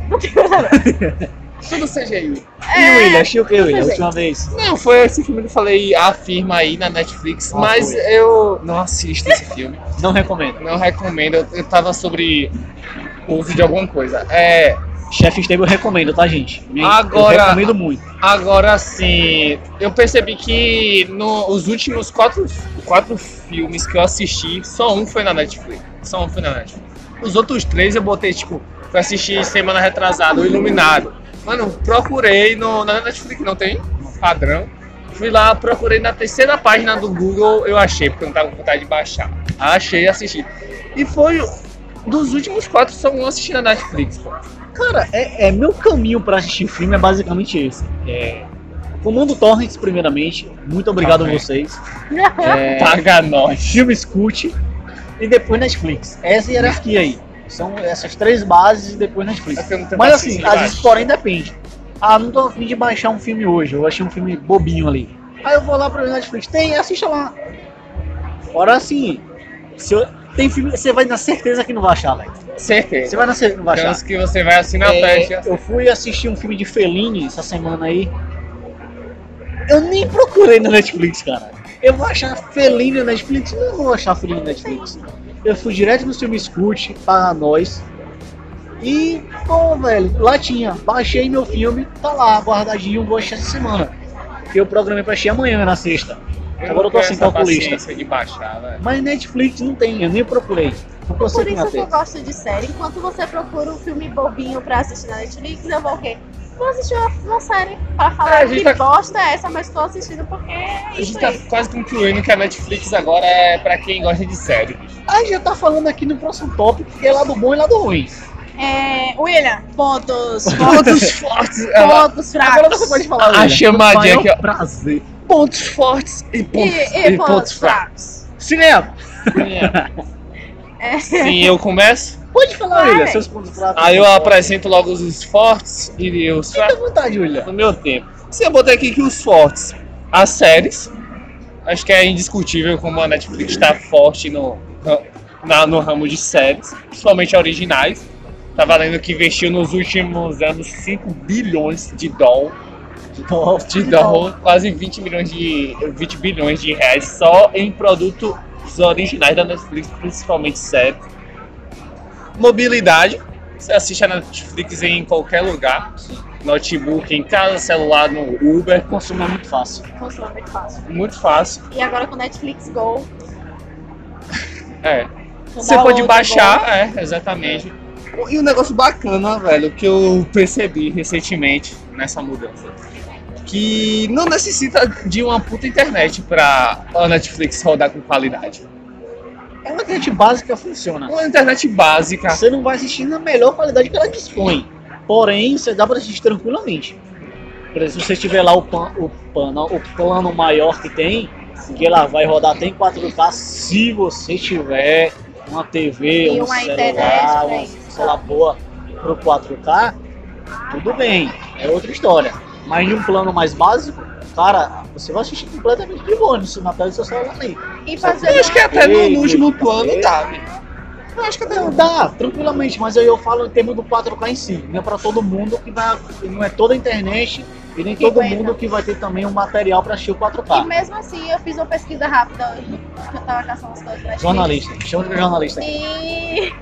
Speaker 4: Tudo CGI.
Speaker 2: E o William? Achei o que, William? A
Speaker 3: gente.
Speaker 2: última vez.
Speaker 4: Não, foi esse filme que eu falei, afirma aí na Netflix,
Speaker 2: Ah,
Speaker 4: mas
Speaker 2: foi.
Speaker 4: eu não assisto esse filme.
Speaker 2: Não recomendo.
Speaker 4: Não recomendo. Eu, eu tava sobre uso de alguma coisa. É.
Speaker 2: Chef's Table eu recomendo, tá, gente? Me-
Speaker 4: Agora-
Speaker 2: Eu recomendo muito.
Speaker 4: Agora sim, eu percebi que nos últimos quatro, quatro filmes que eu assisti, só um foi na Netflix. Só um foi na Netflix. Os outros três eu botei, tipo, pra assistir semana retrasada, o Iluminado. Mano, procurei no, na Netflix, não tem padrão. Fui lá, procurei na terceira página do Google, eu achei, porque eu não tava com vontade de baixar. Achei e assisti. E foi. Dos últimos quatro, só um eu assisti na Netflix, pô.
Speaker 2: Cara, é, é meu caminho pra assistir filme é basicamente esse.
Speaker 4: É.
Speaker 2: Comando Torrents, primeiramente. Muito obrigado
Speaker 4: Tá
Speaker 2: a
Speaker 4: bem.
Speaker 2: vocês. É,
Speaker 4: Paga nós.
Speaker 2: Filme Scoot e depois Netflix. Essa hierarquia aí. São essas três bases e depois Netflix.
Speaker 4: É porque eu não tenho
Speaker 2: Mas assim,
Speaker 4: paciência de
Speaker 2: às vezes, porém, depende. Ah, não tô afim de baixar um filme hoje, eu achei um filme bobinho ali. Aí eu vou lá pra Netflix, tem, assista lá. Ora assim, se eu- tem filme, você vai na certeza que não vai achar, velho. Você
Speaker 4: Certeza.
Speaker 2: vai na certeza que não vai achar.
Speaker 4: Chance que você vai assinar a
Speaker 2: É,
Speaker 4: festa.
Speaker 2: eu fui assistir um filme de Fellini essa semana aí. Eu nem procurei na Netflix, cara. Eu vou achar Fellini na Netflix? Não vou achar Fellini na Netflix. Eu fui direto no filme Scoot, para nós. E, pô, velho, lá tinha. Baixei meu filme, tá lá, guardadinho, vou achar essa semana. Eu programei pra assistir amanhã, na sexta. Agora eu tô
Speaker 4: não tenho
Speaker 2: sem
Speaker 4: essa
Speaker 2: calculista.
Speaker 4: paciência de baixar, velho.
Speaker 2: Mas Netflix não tem, eu nem procurei. Não
Speaker 3: Por
Speaker 2: consigo
Speaker 3: isso que
Speaker 2: manter.
Speaker 3: eu gosto de série. Enquanto você procura um filme bobinho pra assistir na Netflix, eu vou o quê? Vou assistir uma, uma série pra
Speaker 4: É,
Speaker 3: falar
Speaker 4: a gente
Speaker 3: que
Speaker 4: tá-
Speaker 3: bosta é essa, mas tô assistindo porque é
Speaker 4: A
Speaker 3: isso
Speaker 4: gente tá
Speaker 3: aí.
Speaker 4: quase concluindo que a Netflix agora é pra quem gosta de série. bicho.
Speaker 2: Ah, já tá falando aqui no próximo tópico que é lado bom e lado ruim.
Speaker 3: É, William,
Speaker 4: [laughs]
Speaker 3: pontos,
Speaker 2: [laughs]
Speaker 4: Pontos fortes. é ela-
Speaker 3: pontos
Speaker 2: Tá, Agora
Speaker 3: fracos.
Speaker 2: você pode falar.
Speaker 4: A
Speaker 2: William.
Speaker 4: chamadinha
Speaker 2: Maior
Speaker 4: aqui, ó.
Speaker 2: prazer.
Speaker 4: Pontos fortes e pontos,
Speaker 3: E, e pontos fracos.
Speaker 2: Cinema.
Speaker 3: É.
Speaker 4: [laughs] Sim, eu começo.
Speaker 2: Pode falar,
Speaker 3: Vai.
Speaker 2: William. Seus pontos fracos.
Speaker 4: Aí eu
Speaker 2: Seus
Speaker 4: apresento logo os fortes e os
Speaker 2: pontos- Fica
Speaker 4: fracos
Speaker 2: à vontade, William.
Speaker 4: no meu tempo. Se eu botar aqui que os fortes, as séries, acho que é indiscutível como a Netflix tá forte no, na- no ramo de séries, principalmente originais. Tá valendo que investiu nos últimos anos 5 bilhões de dólar, de dólar, quase 20 milhões de 20 bilhões de reais só em produtos originais da Netflix, principalmente séries. Mobilidade, você assiste a Netflix em qualquer lugar, notebook em casa, celular no Uber,
Speaker 2: Consumo é muito fácil.
Speaker 3: Funciona muito fácil.
Speaker 4: muito fácil.
Speaker 3: E agora com Netflix Go.
Speaker 4: É,
Speaker 3: com
Speaker 4: Você pode
Speaker 3: download
Speaker 4: baixar, é, exatamente. E um negócio bacana, velho, que eu percebi recentemente nessa mudança. Que não necessita de uma puta internet pra a Netflix rodar com qualidade.
Speaker 2: É uma internet básica funciona.
Speaker 4: Uma internet básica.
Speaker 2: Você não vai assistir na melhor qualidade que ela dispõe. Porém, você dá pra assistir tranquilamente. Por exemplo, se você tiver lá o, pan, o, pan, o plano maior que tem, que ela vai rodar até em 4K se você
Speaker 4: é,
Speaker 2: tiver uma TV,
Speaker 3: E
Speaker 2: um
Speaker 3: uma
Speaker 2: celular,
Speaker 3: internet pra
Speaker 2: uma
Speaker 3: isso.
Speaker 2: celular boa pro 4K, tudo bem, é outra história. Mas de um plano mais básico, cara, você vai assistir completamente de ônibus na tela do seu celular ali.
Speaker 3: Go E
Speaker 4: Eu
Speaker 3: fazer.
Speaker 4: acho que é até no, no último plano tá, velho.
Speaker 2: Eu acho que até dá, tranquilamente, mas aí eu falo em termos do 4K em si. Não é pra todo mundo que vai. Não é toda a internet e nem
Speaker 3: Que
Speaker 2: todo
Speaker 3: aguenta.
Speaker 2: mundo que vai ter também um material pra assistir o
Speaker 3: E
Speaker 2: 4K.
Speaker 3: mesmo assim, eu fiz uma pesquisa rápida. porque Eu tava caçando as coisas pra
Speaker 2: Jornalista, chama de jornalista. aqui.
Speaker 3: E.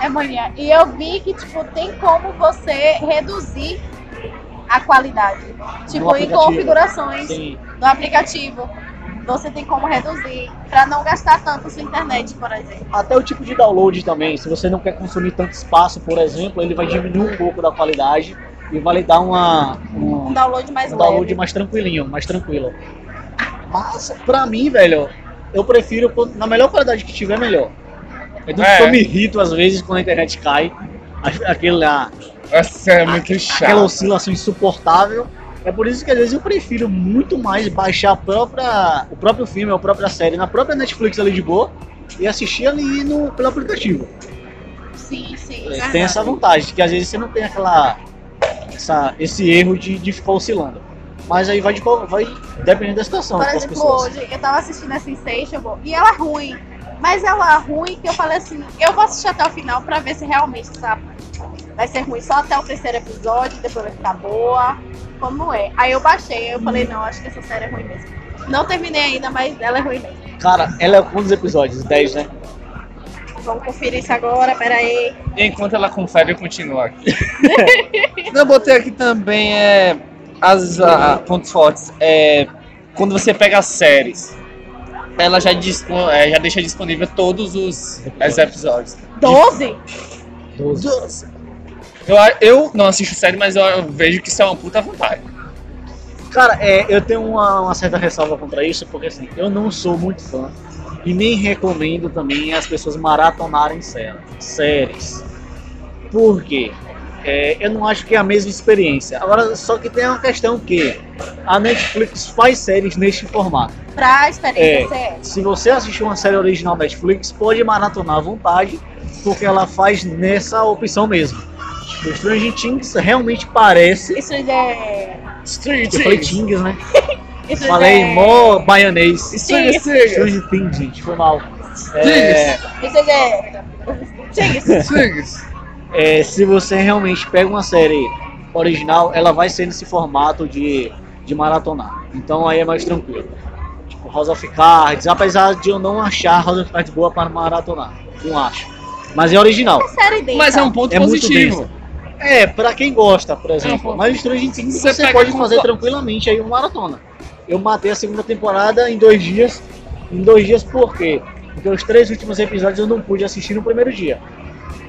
Speaker 3: É mania. E eu vi que, tipo, tem como você reduzir a qualidade. Tipo, em
Speaker 2: aplicativo.
Speaker 3: configurações
Speaker 2: Tem-
Speaker 3: do aplicativo. Você tem como reduzir. Pra não gastar tanto sua internet, por exemplo.
Speaker 2: Até o tipo de download também, se você não quer consumir tanto espaço, por exemplo, ele vai diminuir um pouco da qualidade e vai lhe dar uma, um-
Speaker 3: Um download mais
Speaker 2: um
Speaker 3: leve.
Speaker 2: download mais tranquilinho, mais tranquilo. Mas, pra mim, velho, eu prefiro quando- na melhor qualidade que tiver, melhor. É do
Speaker 4: É.
Speaker 2: que eu me irrito às vezes quando a internet cai, a- aquele, a,
Speaker 4: Nossa, é muito
Speaker 2: aquela
Speaker 4: chato.
Speaker 2: oscilação insuportável. É por isso que às vezes eu prefiro muito mais baixar a própria, o próprio filme, a própria série na própria Netflix ali de boa e assistir ali no, pelo aplicativo.
Speaker 3: Sim, sim.
Speaker 2: É,
Speaker 3: verdade.
Speaker 2: tem essa vantagem, que às vezes você não tem aquela essa, esse erro de, de ficar oscilando. Mas aí vai, de, qual- vai dependendo da situação
Speaker 3: Por
Speaker 2: das
Speaker 3: exemplo,
Speaker 2: pessoas.
Speaker 3: hoje eu tava assistindo a Sensational e ela é ruim. Mas ela é ruim que eu falei assim, eu vou assistir até o final pra ver se realmente sabe. Vai ser ruim só até o terceiro episódio, depois vai ficar boa. Como é? Aí eu baixei, eu falei, não, acho que essa série é ruim mesmo. Não terminei ainda, mas ela é ruim mesmo.
Speaker 2: Cara, ela é quantos episódios? 10, né?
Speaker 3: Vamos conferir isso agora, peraí.
Speaker 4: Enquanto ela confere, eu continuo aqui. [laughs] Não, eu botei aqui também é, as a- pontos fortes. É, quando você pega as séries, ela já, dispo- é, já deixa disponível todos os as episódios.
Speaker 3: 12?
Speaker 2: 12.
Speaker 4: Eu, eu não assisto série, mas eu vejo que isso é uma puta vantagem.
Speaker 2: Cara, é, eu tenho uma, uma certa ressalva contra isso, porque assim, eu não sou muito fã e nem recomendo também as pessoas maratonarem sé- séries. Por quê? É, eu não acho que é a mesma experiência. Agora, só que tem uma questão que a Netflix faz séries neste formato.
Speaker 3: Pra experiência
Speaker 2: É.
Speaker 3: séria.
Speaker 2: Se você assistir uma série original Netflix, pode maratonar à vontade, porque ela faz nessa opção mesmo. O Stranger Things realmente parece...
Speaker 3: Isso é.
Speaker 4: Street.
Speaker 2: Eu falei Things, né?
Speaker 3: Isso
Speaker 2: Falei
Speaker 3: é...
Speaker 2: mó baianês.
Speaker 3: Sim.
Speaker 2: Stranger Things, gente, foi mal. É,
Speaker 3: Isso é. Sim, isso.
Speaker 2: é, se você realmente pega uma série original, ela vai ser nesse formato de, de maratonar. Então aí é mais tranquilo. Tipo, House of Cards, apesar de eu não achar House of Cards boa para maratonar. Não acho. Mas é original.
Speaker 3: É série dele.
Speaker 4: Mas é um ponto
Speaker 2: É muito
Speaker 4: positivo.
Speaker 2: É, pra quem gosta, por exemplo.
Speaker 4: pô.
Speaker 2: Mas Stranger Things
Speaker 4: Você
Speaker 2: você,
Speaker 4: pega
Speaker 2: pode
Speaker 4: com
Speaker 2: fazer
Speaker 4: qual-
Speaker 2: tranquilamente aí uma maratona. Eu matei a segunda temporada em dois dias. Em dois dias por quê? Porque os três últimos episódios eu não pude assistir no primeiro dia.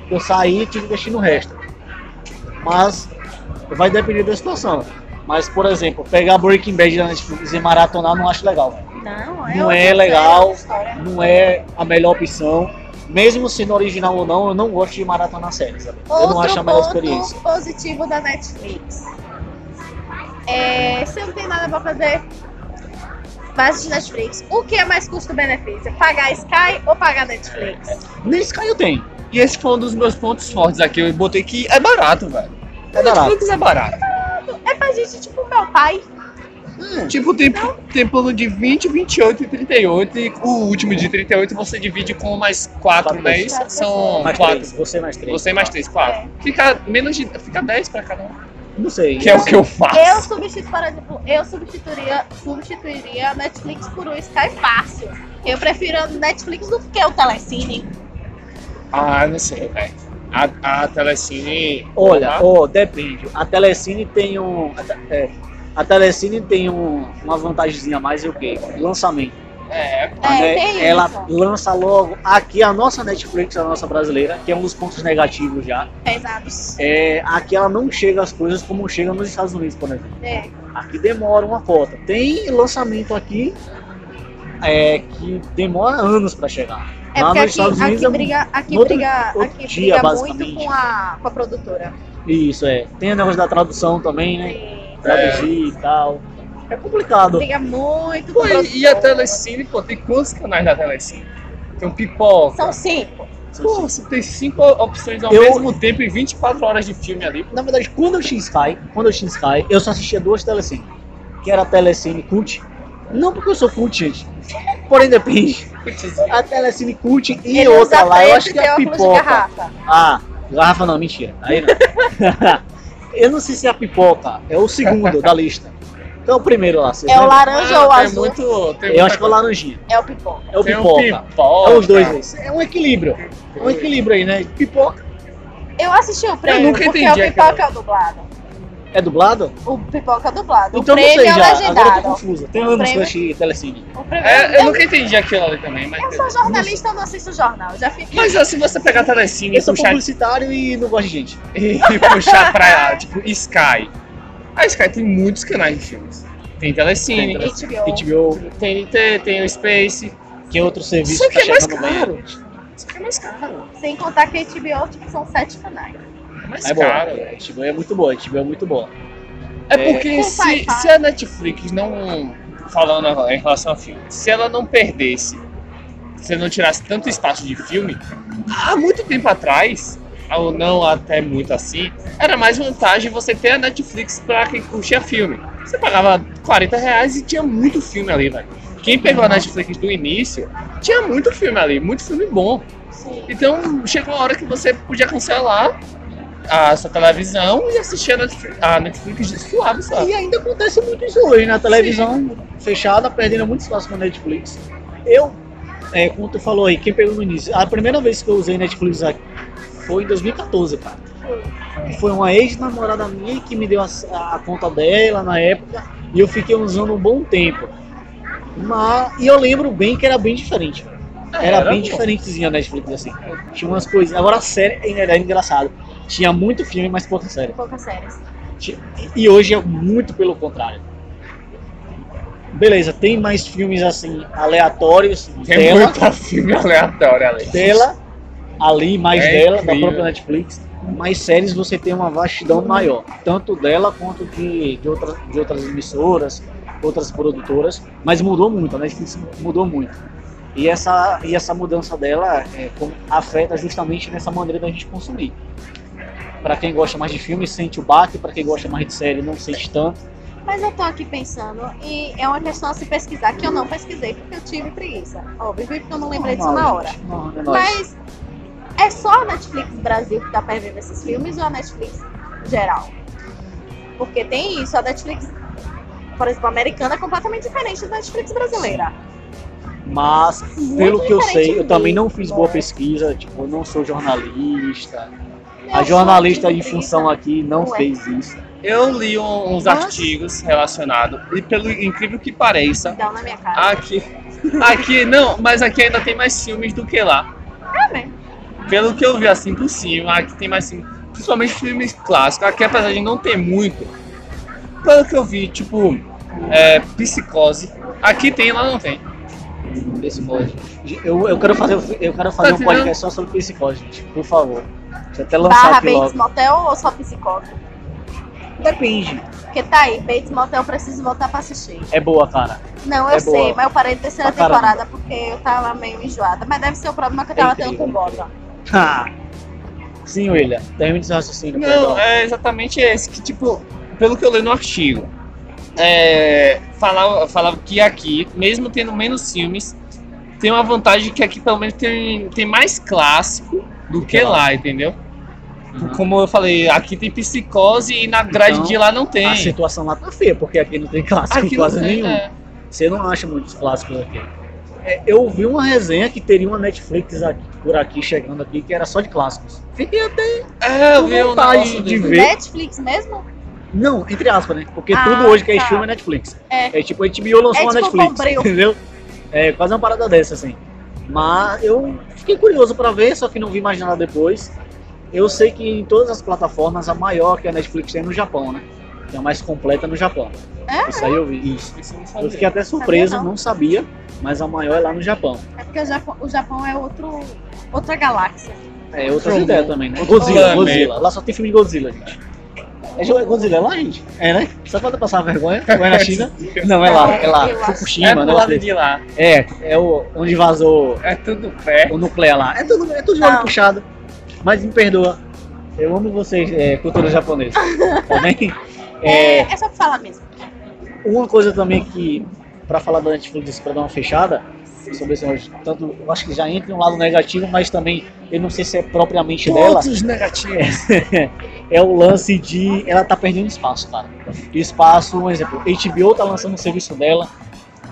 Speaker 2: Eu saí e tive que assistir no resto. Mas vai depender da situação. Mas, por exemplo, pegar Breaking Bad da Netflix e maratonar não acho legal.
Speaker 3: Não, é,
Speaker 2: Não
Speaker 3: outra
Speaker 2: é
Speaker 3: série,
Speaker 2: legal.
Speaker 3: outra história.
Speaker 2: Não é a melhor opção. Mesmo sendo original ou não, eu não gosto de maratonar séries. sabe? Eu não
Speaker 3: Outro
Speaker 2: acho a melhor
Speaker 3: ponto
Speaker 2: experiência.
Speaker 3: positivo da Netflix. É, você não tem nada pra fazer, vai assistir Netflix. O que é mais custo-benefício? Pagar Sky ou pagar Netflix?
Speaker 2: Nem Sky eu tenho.
Speaker 4: E esse foi um dos meus pontos fortes aqui. Eu botei que é barato, velho.
Speaker 2: É barato.
Speaker 4: Netflix é barato.
Speaker 3: É pra gente, tipo, meu pai.
Speaker 4: Tipo, tem, tem plano de 20, 28 e 38. E o último de 38 você divide com mais 4,
Speaker 2: Quatro
Speaker 4: né?
Speaker 2: pessoas.
Speaker 4: Isso são
Speaker 2: Mais
Speaker 4: 4.
Speaker 2: três, você mais três.
Speaker 4: Você mais 3, 4. Fica menos de. Fica 10 pra cada um.
Speaker 2: Não sei.
Speaker 4: Que é o que eu faço.
Speaker 3: Eu substituo, por exemplo, eu substituiria, substituiria a Netflix por um Sky fácil. Eu prefiro a Netflix do que o Telecine.
Speaker 4: Ah, não sei, velho. A, a Telecine.
Speaker 2: Olha, ó, depende. A Telecine tem um. a te- é, a Telecine tem um- uma vantagemzinha a mais e o quê? Lançamento.
Speaker 4: É,
Speaker 3: É,
Speaker 2: né?
Speaker 3: tem
Speaker 2: Ela
Speaker 3: isso.
Speaker 2: lança logo aqui a nossa Netflix, a nossa brasileira, que é um dos pontos negativos já.
Speaker 3: Pesados.
Speaker 2: É, aqui ela não chega as coisas como chega nos Estados Unidos, por exemplo.
Speaker 3: É.
Speaker 2: Aqui demora uma cota. Tem lançamento aqui é, que demora anos pra chegar.
Speaker 3: É
Speaker 2: Lá
Speaker 3: porque
Speaker 2: nos
Speaker 3: aqui,
Speaker 2: Estados Unidos
Speaker 3: aqui
Speaker 2: é
Speaker 3: briga, aqui
Speaker 2: outro-
Speaker 3: briga,
Speaker 2: outro
Speaker 3: aqui
Speaker 2: dia,
Speaker 3: briga muito
Speaker 2: basicamente.
Speaker 3: com a, com a produtora.
Speaker 2: Isso, é. Tem o negócio da tradução também, né?
Speaker 3: Sim.
Speaker 2: Traduzir e tal. É complicado.
Speaker 3: Briga muito com
Speaker 4: Pô,
Speaker 3: a
Speaker 4: e-
Speaker 3: produtora.
Speaker 4: e a Telecine, pô, tem quantos canais da Telecine? Tem um pipoca.
Speaker 3: São cinco.
Speaker 4: Pô, você tem cinco opções ao
Speaker 2: Eu-
Speaker 4: mesmo tempo e 24 horas de filme ali.
Speaker 2: Na verdade, quando eu tinha Sky, quando eu tinha Sky, eu só assistia duas telecine. Que era a telecine cult. Não porque eu sou cult, gente. Porém, depende.
Speaker 4: Putz,
Speaker 2: A telecine cult e
Speaker 3: Ele
Speaker 2: outra
Speaker 3: usa
Speaker 2: lá, eu
Speaker 3: preto
Speaker 2: acho
Speaker 3: e
Speaker 2: que
Speaker 3: tem
Speaker 2: é a
Speaker 3: óculos de
Speaker 2: pipoca.
Speaker 3: garrafa.
Speaker 2: Ah, garrafa não, mentira. Aí [laughs] não. eu não sei se é a pipoca, é o segundo da lista. Então, o primeiro lá, vocês
Speaker 3: É o
Speaker 2: lembram?
Speaker 3: laranja ou
Speaker 4: tem
Speaker 3: azul,
Speaker 4: Muito, tem
Speaker 2: Eu acho que é o laranjinha.
Speaker 3: é o pipoca.
Speaker 2: É o
Speaker 4: Tem um
Speaker 2: pipoca.
Speaker 4: pipoca.
Speaker 2: É os dois aí. É um equilíbrio. É um equilíbrio aí, né? Pipoca.
Speaker 3: Eu assisti o prêmio
Speaker 4: nunca
Speaker 3: porque
Speaker 4: entendi
Speaker 3: o pipoca é o dublado.
Speaker 2: É dublado?
Speaker 3: O pipoca é o dublado.
Speaker 2: Então
Speaker 3: o
Speaker 2: não
Speaker 3: prêmio
Speaker 2: sei
Speaker 3: é o
Speaker 2: já. Agora eu tô
Speaker 3: legendado.
Speaker 2: confusa. Tem um anos que eu
Speaker 3: prêmio-
Speaker 2: achei telecine.
Speaker 3: O prêmio
Speaker 4: É, eu
Speaker 3: eu,
Speaker 4: nunca entendi aquilo ali também, mas.
Speaker 3: eu sou jornalista, eu não assisto jornal. Eu já fiquei.
Speaker 4: Mas ó, se você pegar a Telecine e
Speaker 2: Eu sou
Speaker 4: puxar,
Speaker 2: publicitário e não gosto de gente.
Speaker 4: [laughs] e puxar pra, tipo, Sky. A Sky tem muitos canais de filmes. Tem Telecine,
Speaker 2: Tem
Speaker 3: HBO.
Speaker 2: HBO,
Speaker 4: tem TNT, tem o Space.
Speaker 2: que é outro serviço
Speaker 4: Só
Speaker 2: que tá
Speaker 4: que é mais
Speaker 2: chegando bem.
Speaker 4: Isso aqui é mais caro.
Speaker 3: Sem contar que HBO tipo, são sete canais.
Speaker 4: É mais
Speaker 2: É bom.
Speaker 4: caro.
Speaker 2: HBO é muito boa, HBO é muito boa.
Speaker 4: É porque
Speaker 3: Com
Speaker 4: se,
Speaker 3: sci-fi.
Speaker 4: se a Netflix não. Falando em relação a filme, se ela não perdesse, se não tirasse tanto espaço de filme, há muito tempo atrás, ou não até muito assim, era mais vantagem você ter a Netflix pra quem curtia filme. Você pagava 40 reais e tinha muito filme ali, velho. Quem pegou a Netflix do início, tinha muito filme ali, muito filme bom.
Speaker 3: Sim.
Speaker 4: Então chegou a hora que você podia cancelar a sua televisão e assistir a Netflix, a Netflix de suave, sabe?
Speaker 2: E ainda acontece muito isso hoje, né? A televisão fechada, perdendo muito espaço com a Netflix. Eu é, como tu falou aí, quem pegou no início, a primeira vez que eu usei Netflix aqui foi em 2014, cara. E Foi uma ex-namorada minha que me deu a, a conta dela na época e eu fiquei usando um bom tempo. Mas, e eu lembro bem que era bem diferente. Era, bem
Speaker 4: bom.
Speaker 2: diferentezinha a Netflix, assim. Tinha umas coisas. Agora a série era engraçado. Tinha muito filme, mas pouca série.
Speaker 3: Poucas séries.
Speaker 2: Ti- E hoje é muito pelo contrário. Beleza, tem mais filmes assim, aleatórios
Speaker 4: Tem
Speaker 2: dela,
Speaker 4: É muito filme aleatório ali.
Speaker 2: dela, ali, mais
Speaker 4: É
Speaker 2: dela, da
Speaker 4: incrível.
Speaker 2: própria Netflix. Mais séries você tem uma vastidão maior, tanto dela quanto de, de, outras, de outras emissoras, outras produtoras, mas mudou muito, a Netflix mudou muito. E essa, e essa mudança dela é, com- afeta justamente nessa maneira da gente consumir. Para quem gosta mais de filme, sente o baque, para quem gosta mais de série, não sente tanto.
Speaker 3: Mas eu tô aqui pensando, e é uma questão a se pesquisar, que eu não pesquisei porque eu tive preguiça. Óbvio, porque eu não lembrei disso na hora.
Speaker 2: Não, é nóis.
Speaker 3: Mas é só a Netflix Brasil que tá perdendo esses filmes ou a Netflix geral? Porque tem isso, a Netflix, por exemplo, americana é completamente diferente da Netflix brasileira.
Speaker 2: Mas,
Speaker 3: é Muito
Speaker 2: pelo que eu sei,
Speaker 3: diferente
Speaker 2: eu também não fiz
Speaker 3: mesmo.
Speaker 2: boa pesquisa, tipo, eu não sou jornalista.
Speaker 3: Eu
Speaker 2: A
Speaker 3: só
Speaker 2: jornalista
Speaker 3: tive
Speaker 2: em
Speaker 3: preguiça.
Speaker 2: função aqui não
Speaker 3: Ué.
Speaker 2: fez isso.
Speaker 4: Eu li um- uns
Speaker 3: Nossa.
Speaker 4: artigos relacionados, e pelo incrível que pareça,
Speaker 3: Dá um na minha cara.
Speaker 4: aqui. Aqui, não, mas aqui ainda tem mais filmes do que lá.
Speaker 3: Ah, né?
Speaker 4: Pelo que eu vi assim por cima, aqui tem mais filmes, principalmente filmes clássicos. Aqui, apesar de não ter muito, pelo que eu vi, tipo, é, Psicose. Aqui tem, lá não tem.
Speaker 2: Psicose. Eu, eu quero fazer, eu quero fazer um
Speaker 4: Tá tirando?
Speaker 2: podcast só sobre psicose, gente, por favor. Deixa eu até lançar
Speaker 3: Barra
Speaker 2: aqui
Speaker 3: Bates
Speaker 2: logo.
Speaker 3: Motel ou só psicólogo?
Speaker 2: Depende.
Speaker 3: Porque tá aí, Bates Motel eu preciso voltar pra assistir.
Speaker 2: É boa, cara.
Speaker 3: Não, eu
Speaker 2: É
Speaker 3: sei,
Speaker 2: boa.
Speaker 3: mas eu parei na terceira
Speaker 2: Pra caramba.
Speaker 3: temporada porque eu tava meio enjoada. Mas deve ser o problema que eu tava
Speaker 2: É
Speaker 3: tendo
Speaker 2: incrível,
Speaker 3: com o Bosa.
Speaker 2: Ha! Sim, William. Termina seu raciocínio.
Speaker 4: Não,
Speaker 2: perdão.
Speaker 4: é exatamente esse que, tipo, pelo que eu leio no artigo, é, falava, falava que aqui, mesmo tendo menos filmes, tem uma vantagem que aqui pelo menos tem, tem mais clássico do que lá, entendeu?
Speaker 2: Uhum.
Speaker 4: Como eu falei, aqui tem psicose e na grade
Speaker 2: Então,
Speaker 4: de lá não tem.
Speaker 2: A situação lá tá feia, porque aqui não tem clássico
Speaker 4: Aqui não
Speaker 2: quase
Speaker 4: tem,
Speaker 2: nenhum.
Speaker 4: é.
Speaker 2: Você não acha muitos clássicos aqui. É, eu ouvi uma resenha que teria uma Netflix aqui- por aqui, chegando aqui, que era só de clássicos. Fiquei até.
Speaker 4: É, eu
Speaker 2: Com
Speaker 4: vi um
Speaker 2: vontade
Speaker 4: negócio
Speaker 2: de
Speaker 4: desse.
Speaker 2: ver. Vê?
Speaker 3: Netflix mesmo?
Speaker 2: Não, entre aspas, né? Porque
Speaker 3: Ah,
Speaker 2: tudo hoje que é
Speaker 3: tá.
Speaker 2: filme é Netflix.
Speaker 3: É.
Speaker 2: É tipo, a HBO lançou
Speaker 3: É
Speaker 2: uma
Speaker 3: tipo
Speaker 2: Netflix. [laughs]
Speaker 3: Bombril.
Speaker 2: Entendeu? É quase uma parada dessa, assim. Mas eu fiquei curioso pra ver, só que não vi mais nada depois. Eu sei que em todas as plataformas, a maior que a Netflix tem é no Japão, né? Que é a mais completa no Japão.
Speaker 3: É?
Speaker 2: Isso aí eu vi. Isso.
Speaker 4: Isso eu não sabia.
Speaker 2: Eu fiquei até surpreso,
Speaker 3: Sabia não.
Speaker 2: não sabia, mas a maior é lá no Japão.
Speaker 3: É porque o Japão, o Japão é outro, outra galáxia.
Speaker 2: É, outras
Speaker 4: Outro
Speaker 2: ideias
Speaker 4: mundo.
Speaker 2: também, né?
Speaker 4: Outro
Speaker 2: Godzilla,
Speaker 4: plano.
Speaker 2: Godzilla. Lá só tem filme de Godzilla, gente. É jo- é Godzilla é lá, gente? É, né? Só falta passar vergonha. Ou [laughs] é na China? Não, é lá, é lá.
Speaker 3: Eu acho.
Speaker 4: É
Speaker 2: Fukushima,
Speaker 4: do
Speaker 2: né?
Speaker 4: lado de lá.
Speaker 2: É, é o, onde vazou
Speaker 4: É tudo pé.
Speaker 2: o nuclear lá. É tudo, é tudo de olho
Speaker 3: Não.
Speaker 2: puxado. Mas me perdoa. Eu amo vocês, é, cultura
Speaker 3: [laughs]
Speaker 2: japonesa. Tá bem?
Speaker 3: É,
Speaker 2: É,
Speaker 3: é só pra falar mesmo.
Speaker 2: uma coisa também que, pra falar da Netflix, assim, pra dar uma fechada, sobre esse negócio, tanto, eu acho que já entra em um lado negativo, mas também, eu não sei se é propriamente dela,
Speaker 4: negativos.
Speaker 2: é o lance de ela tá perdendo espaço, cara. Espaço, um exemplo, HBO tá lançando o serviço dela,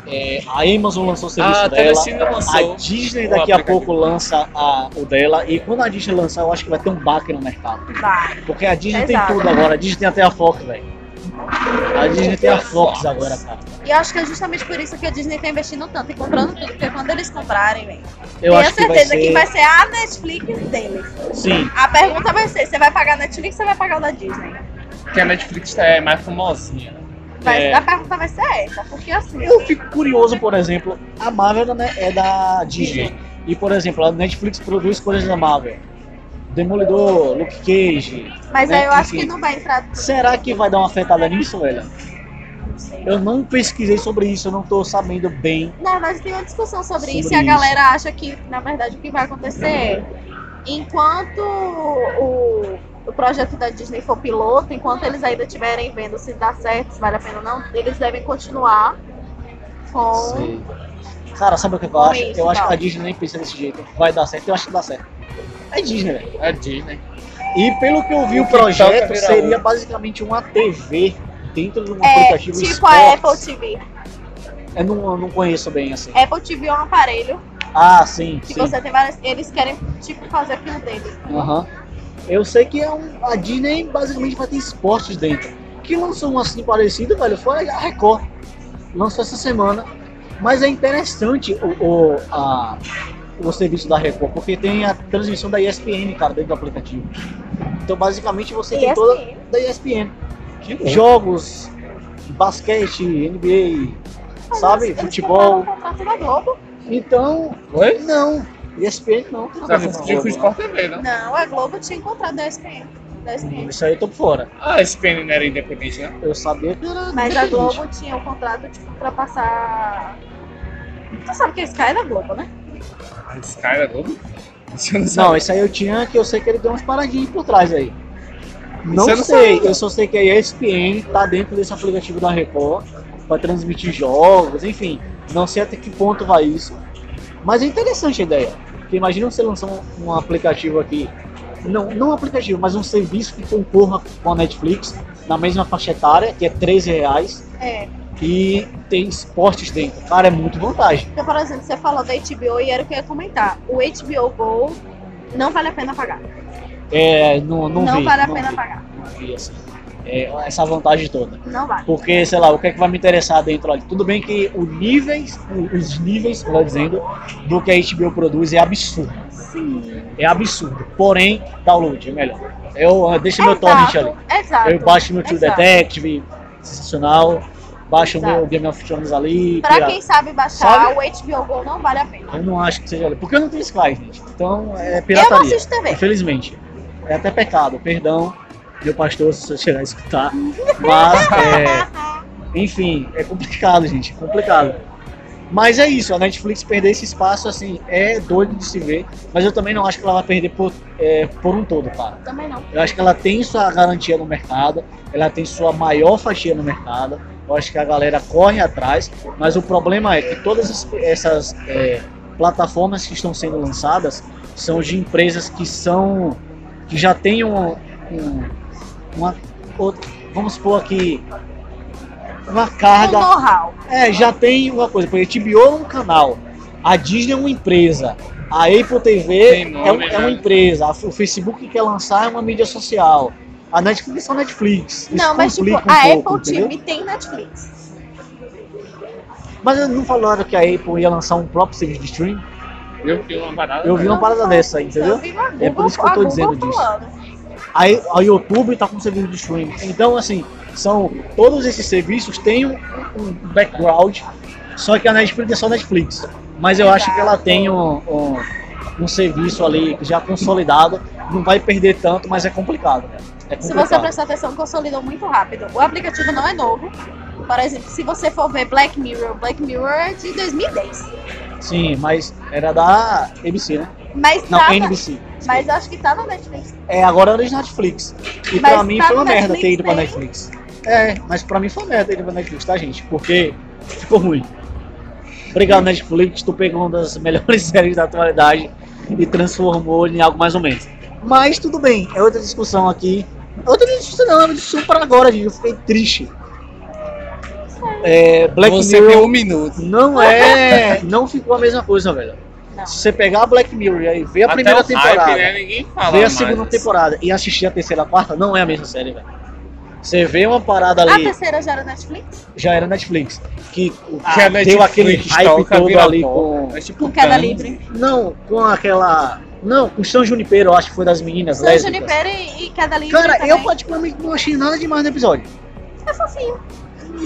Speaker 2: é, a Amazon lançou o serviço
Speaker 4: Ah, a
Speaker 2: dela,
Speaker 4: Telecine lançou.
Speaker 2: a Disney
Speaker 4: o
Speaker 2: daqui a
Speaker 4: aplicativo.
Speaker 2: pouco lança a- o dela, e quando a Disney lançar, eu acho que vai ter um baque no mercado.
Speaker 3: Vai.
Speaker 2: Porque a Disney
Speaker 3: Exato.
Speaker 2: tem tudo agora, a Disney tem até a Fox, velho. A Disney tem a Fox agora, cara.
Speaker 3: E eu acho que é justamente por isso que a Disney tá investindo tanto e comprando tudo, porque quando eles comprarem, velho,
Speaker 2: Eu
Speaker 3: tenho
Speaker 2: acho que vai
Speaker 3: certeza
Speaker 2: ser...
Speaker 3: que vai ser a Netflix deles.
Speaker 2: Sim,
Speaker 3: A pergunta vai ser: você vai pagar a Netflix ou você vai pagar o da Disney?
Speaker 4: Porque a Netflix é mais famosinha.
Speaker 3: Vai-
Speaker 2: É.
Speaker 3: A pergunta vai ser essa, porque assim.
Speaker 2: eu fico curioso, por exemplo, a Marvel é da Ne- é da Disney. E, por exemplo, a Netflix produz coisas da Marvel. Demolidor, Luke Cage.
Speaker 3: Mas
Speaker 2: né?
Speaker 3: aí eu acho
Speaker 2: Enfim.
Speaker 3: que não vai entrar.
Speaker 2: Será que vai dar uma afetada nisso, velho?
Speaker 3: Não sei.
Speaker 2: Eu não pesquisei sobre isso, eu não tô sabendo bem.
Speaker 3: Na verdade, tem uma discussão sobre,
Speaker 2: Sobre
Speaker 3: isso e a
Speaker 2: isso.
Speaker 3: galera acha que, na verdade, o que vai acontecer é. Enquanto o, o projeto da Disney for piloto, enquanto eles ainda estiverem vendo se dá certo, se vale a pena ou não, eles devem continuar com.
Speaker 2: Sei. Cara, sabe o que eu acho?
Speaker 3: isso,
Speaker 2: Eu acho que a
Speaker 3: fala.
Speaker 2: Disney nem pensa desse jeito. Vai dar certo, eu acho que dá certo. É Disney, velho.
Speaker 4: A Disney.
Speaker 2: E pelo que eu vi, o,
Speaker 4: O que um- toca
Speaker 2: projeto
Speaker 4: vira
Speaker 2: seria
Speaker 4: ouro.
Speaker 2: basicamente uma TV dentro de um
Speaker 3: É,
Speaker 2: aplicativo
Speaker 3: tipo
Speaker 2: esportes.
Speaker 3: a Apple TV.
Speaker 2: Eu não, eu não conheço bem assim.
Speaker 3: Apple TV é um aparelho
Speaker 2: Ah, sim,
Speaker 3: Que
Speaker 2: sim.
Speaker 3: você tem várias. Eles querem, tipo, fazer aquilo deles.
Speaker 2: Aham. Eu sei que é um, a Disney basicamente vai ter esportes dentro. Que lançou um assim parecido, velho, foi a Record. Lançou essa semana. Mas é interessante o, o, a- o serviço da Record, porque tem a transmissão da ESPN, cara, dentro do aplicativo. Então, basicamente, você tem toda
Speaker 3: ESPN.
Speaker 2: da ESPN.
Speaker 4: Que
Speaker 2: Jogos, basquete, NBA,
Speaker 3: Mas
Speaker 2: sabe?
Speaker 3: eles- eles
Speaker 2: Futebol.
Speaker 3: compraram o contrato da Globo.
Speaker 2: Então,
Speaker 4: Oi?
Speaker 2: não. ESPN não. tem
Speaker 4: Tá
Speaker 2: nada a ver com
Speaker 4: confundindo com o
Speaker 2: futebol.
Speaker 4: Sport né? TV, não?
Speaker 3: Não, a Globo tinha encontrado da SPN. Da SPN.
Speaker 2: Isso aí eu tô fora.
Speaker 4: Ah, esse pênis não era independente, né?
Speaker 2: Eu sabia que era.
Speaker 3: Mas a
Speaker 2: diferente.
Speaker 3: Globo tinha o contrato, tipo, pra passar. Tu sabe que a Sky é da Globo, né?
Speaker 4: Ah, esse cara era Globo? Isso eu não
Speaker 2: Não,
Speaker 4: sabia.
Speaker 2: esse aí eu tinha que eu sei que ele deu umas paradinhas por trás aí. Não
Speaker 4: eu
Speaker 2: sei,
Speaker 4: não sabia.
Speaker 2: eu só sei que a ESPN tá dentro desse aplicativo da Record pra transmitir jogos, enfim. Não sei até que ponto vai isso. Mas é interessante a ideia. Porque imagina você lançar um, um aplicativo aqui. Não, não um aplicativo, mas um serviço que concorra com a Netflix na mesma faixa etária, que é R$ 13 reais,
Speaker 3: É.
Speaker 2: e tem esportes dentro. Cara, é muito vantagem.
Speaker 3: Porque, por exemplo, você falou da HBO e era o que eu ia comentar. O HBO Go não vale a pena pagar.
Speaker 2: É, não, não, vi,
Speaker 3: vale a
Speaker 2: não
Speaker 3: pena
Speaker 2: vi,
Speaker 3: pagar.
Speaker 2: não vi, assim. É, essa vantagem toda.
Speaker 3: Não vale.
Speaker 2: Porque, sei lá, o que é que vai me interessar dentro ali? Tudo bem que o níveis, o- os níveis, melhor dizendo, do que a HBO produz é absurdo.
Speaker 3: Sim.
Speaker 2: É absurdo. Porém, download é melhor. Eu ah, deixo meu torrent ali.
Speaker 3: Exato. Exato.
Speaker 2: Eu baixo meu True
Speaker 3: exato.
Speaker 2: Detective, sensacional. Baixo
Speaker 3: Exato.
Speaker 2: meu Game of Thrones ali.
Speaker 3: Pra
Speaker 2: pirata.
Speaker 3: quem sabe baixar, o HBO Go não vale a pena.
Speaker 2: Eu não acho que seja ali. Porque eu não tenho Sky, gente. Então, é
Speaker 3: Eu não
Speaker 2: pirataria.
Speaker 3: assisto TV.
Speaker 2: Infelizmente. É até pecado. Perdão, meu pastor, se você chegar a escutar. Mas, é... Enfim, é complicado, gente, é complicado. Mas é isso, a Netflix perder esse espaço, assim, é doido de se ver. Mas eu também não acho que ela vai perder por, é, por um todo, cara.
Speaker 3: Também não.
Speaker 2: Eu acho que ela tem sua garantia no mercado, ela tem sua maior fatia no mercado. Eu acho que a galera corre atrás, mas o problema é que todas as- essas é, plataformas que estão sendo lançadas são de empresas que são que já têm um, um- uma outra- vamos supor aqui uma
Speaker 3: O
Speaker 2: carga
Speaker 3: know-how.
Speaker 2: é, já tem uma coisa, porque HBO é um canal, a Disney é uma empresa, a Apple TV
Speaker 4: Tem
Speaker 2: é,
Speaker 4: nome,
Speaker 2: um- é
Speaker 4: né?
Speaker 2: uma empresa, a F- o Facebook que quer lançar é uma mídia social, a Netflix é só Netflix. Isso
Speaker 3: Não, mas tipo,
Speaker 2: complica um
Speaker 3: a
Speaker 2: pouco,
Speaker 3: Apple
Speaker 2: entendeu?
Speaker 3: TV tem Netflix.
Speaker 2: Mas eu não falaram que a Apple ia lançar um próprio serviço de streaming?
Speaker 4: Eu vi uma parada.
Speaker 2: Eu vi um
Speaker 4: velho.
Speaker 2: uma parada dessa aí, entendeu?
Speaker 3: Eu vi uma
Speaker 2: É por isso que eu tô
Speaker 3: Google- a
Speaker 2: dizendo
Speaker 3: Google
Speaker 2: disso.
Speaker 3: falando.
Speaker 2: Aí a YouTube tá com serviço de streaming. Então, assim, são todos esses serviços têm um, um background, só que a Netflix é só Netflix. Mas eu acho que ela tem um, um, um serviço ali já consolidado, não vai perder tanto, mas é complicado. né? É
Speaker 3: Se você
Speaker 2: complicado.
Speaker 3: prestar atenção, consolidou muito rápido. O aplicativo não é novo. Por exemplo, se você for ver Black Mirror, Black Mirror é de 2010.
Speaker 2: Sim, mas era da ABC, né?
Speaker 3: Mas,
Speaker 2: Não,
Speaker 3: tá na-
Speaker 2: NBC.
Speaker 3: mas acho que tá na Netflix.
Speaker 2: É, agora era de Netflix. E
Speaker 3: Mas
Speaker 2: pra mim
Speaker 3: tá
Speaker 2: foi uma
Speaker 3: no
Speaker 2: merda ter ido pra
Speaker 3: Netflix,
Speaker 2: Netflix. É, mas pra mim foi uma merda ter ido pra Netflix, tá, gente? Porque ficou ruim. Obrigado, Netflix. Tu pegou uma das [laughs] melhores séries da atualidade e transformou em algo mais ou menos. Mas tudo bem, é outra discussão aqui. Outra discussão não, é uma discussão pra agora, gente. Eu fiquei triste. É, Black
Speaker 4: Você
Speaker 2: Mirror
Speaker 4: tem um minuto.
Speaker 2: não é. Não ficou a mesma coisa, velho.
Speaker 3: Não.
Speaker 2: Se você pegar a Black Mirror e aí ver a
Speaker 4: Até
Speaker 2: primeira
Speaker 4: o
Speaker 2: temporada
Speaker 4: Hype, né? Ninguém fala
Speaker 2: ver a
Speaker 4: mais.
Speaker 2: segunda temporada e assistir a terceira a quarta não é a mesma série, velho. Você vê uma parada
Speaker 3: A
Speaker 2: ali,
Speaker 3: terceira já era Netflix?
Speaker 2: já era Netflix, que
Speaker 4: Que a
Speaker 2: ah, deu
Speaker 4: Netflix
Speaker 2: aquele hype
Speaker 4: toca,
Speaker 2: todo
Speaker 4: vira
Speaker 2: ali
Speaker 4: pó.
Speaker 2: com.
Speaker 4: É tipo
Speaker 3: Com queda
Speaker 4: Thanos.
Speaker 3: livre.
Speaker 2: Não, com aquela. Não, com São Junipero, eu acho que foi das meninas
Speaker 3: São
Speaker 2: lésbicas.
Speaker 3: Junipero e, e queda livre.
Speaker 2: Cara,
Speaker 3: também.
Speaker 2: eu particularmente não achei nada demais no episódio.
Speaker 3: É fofinho.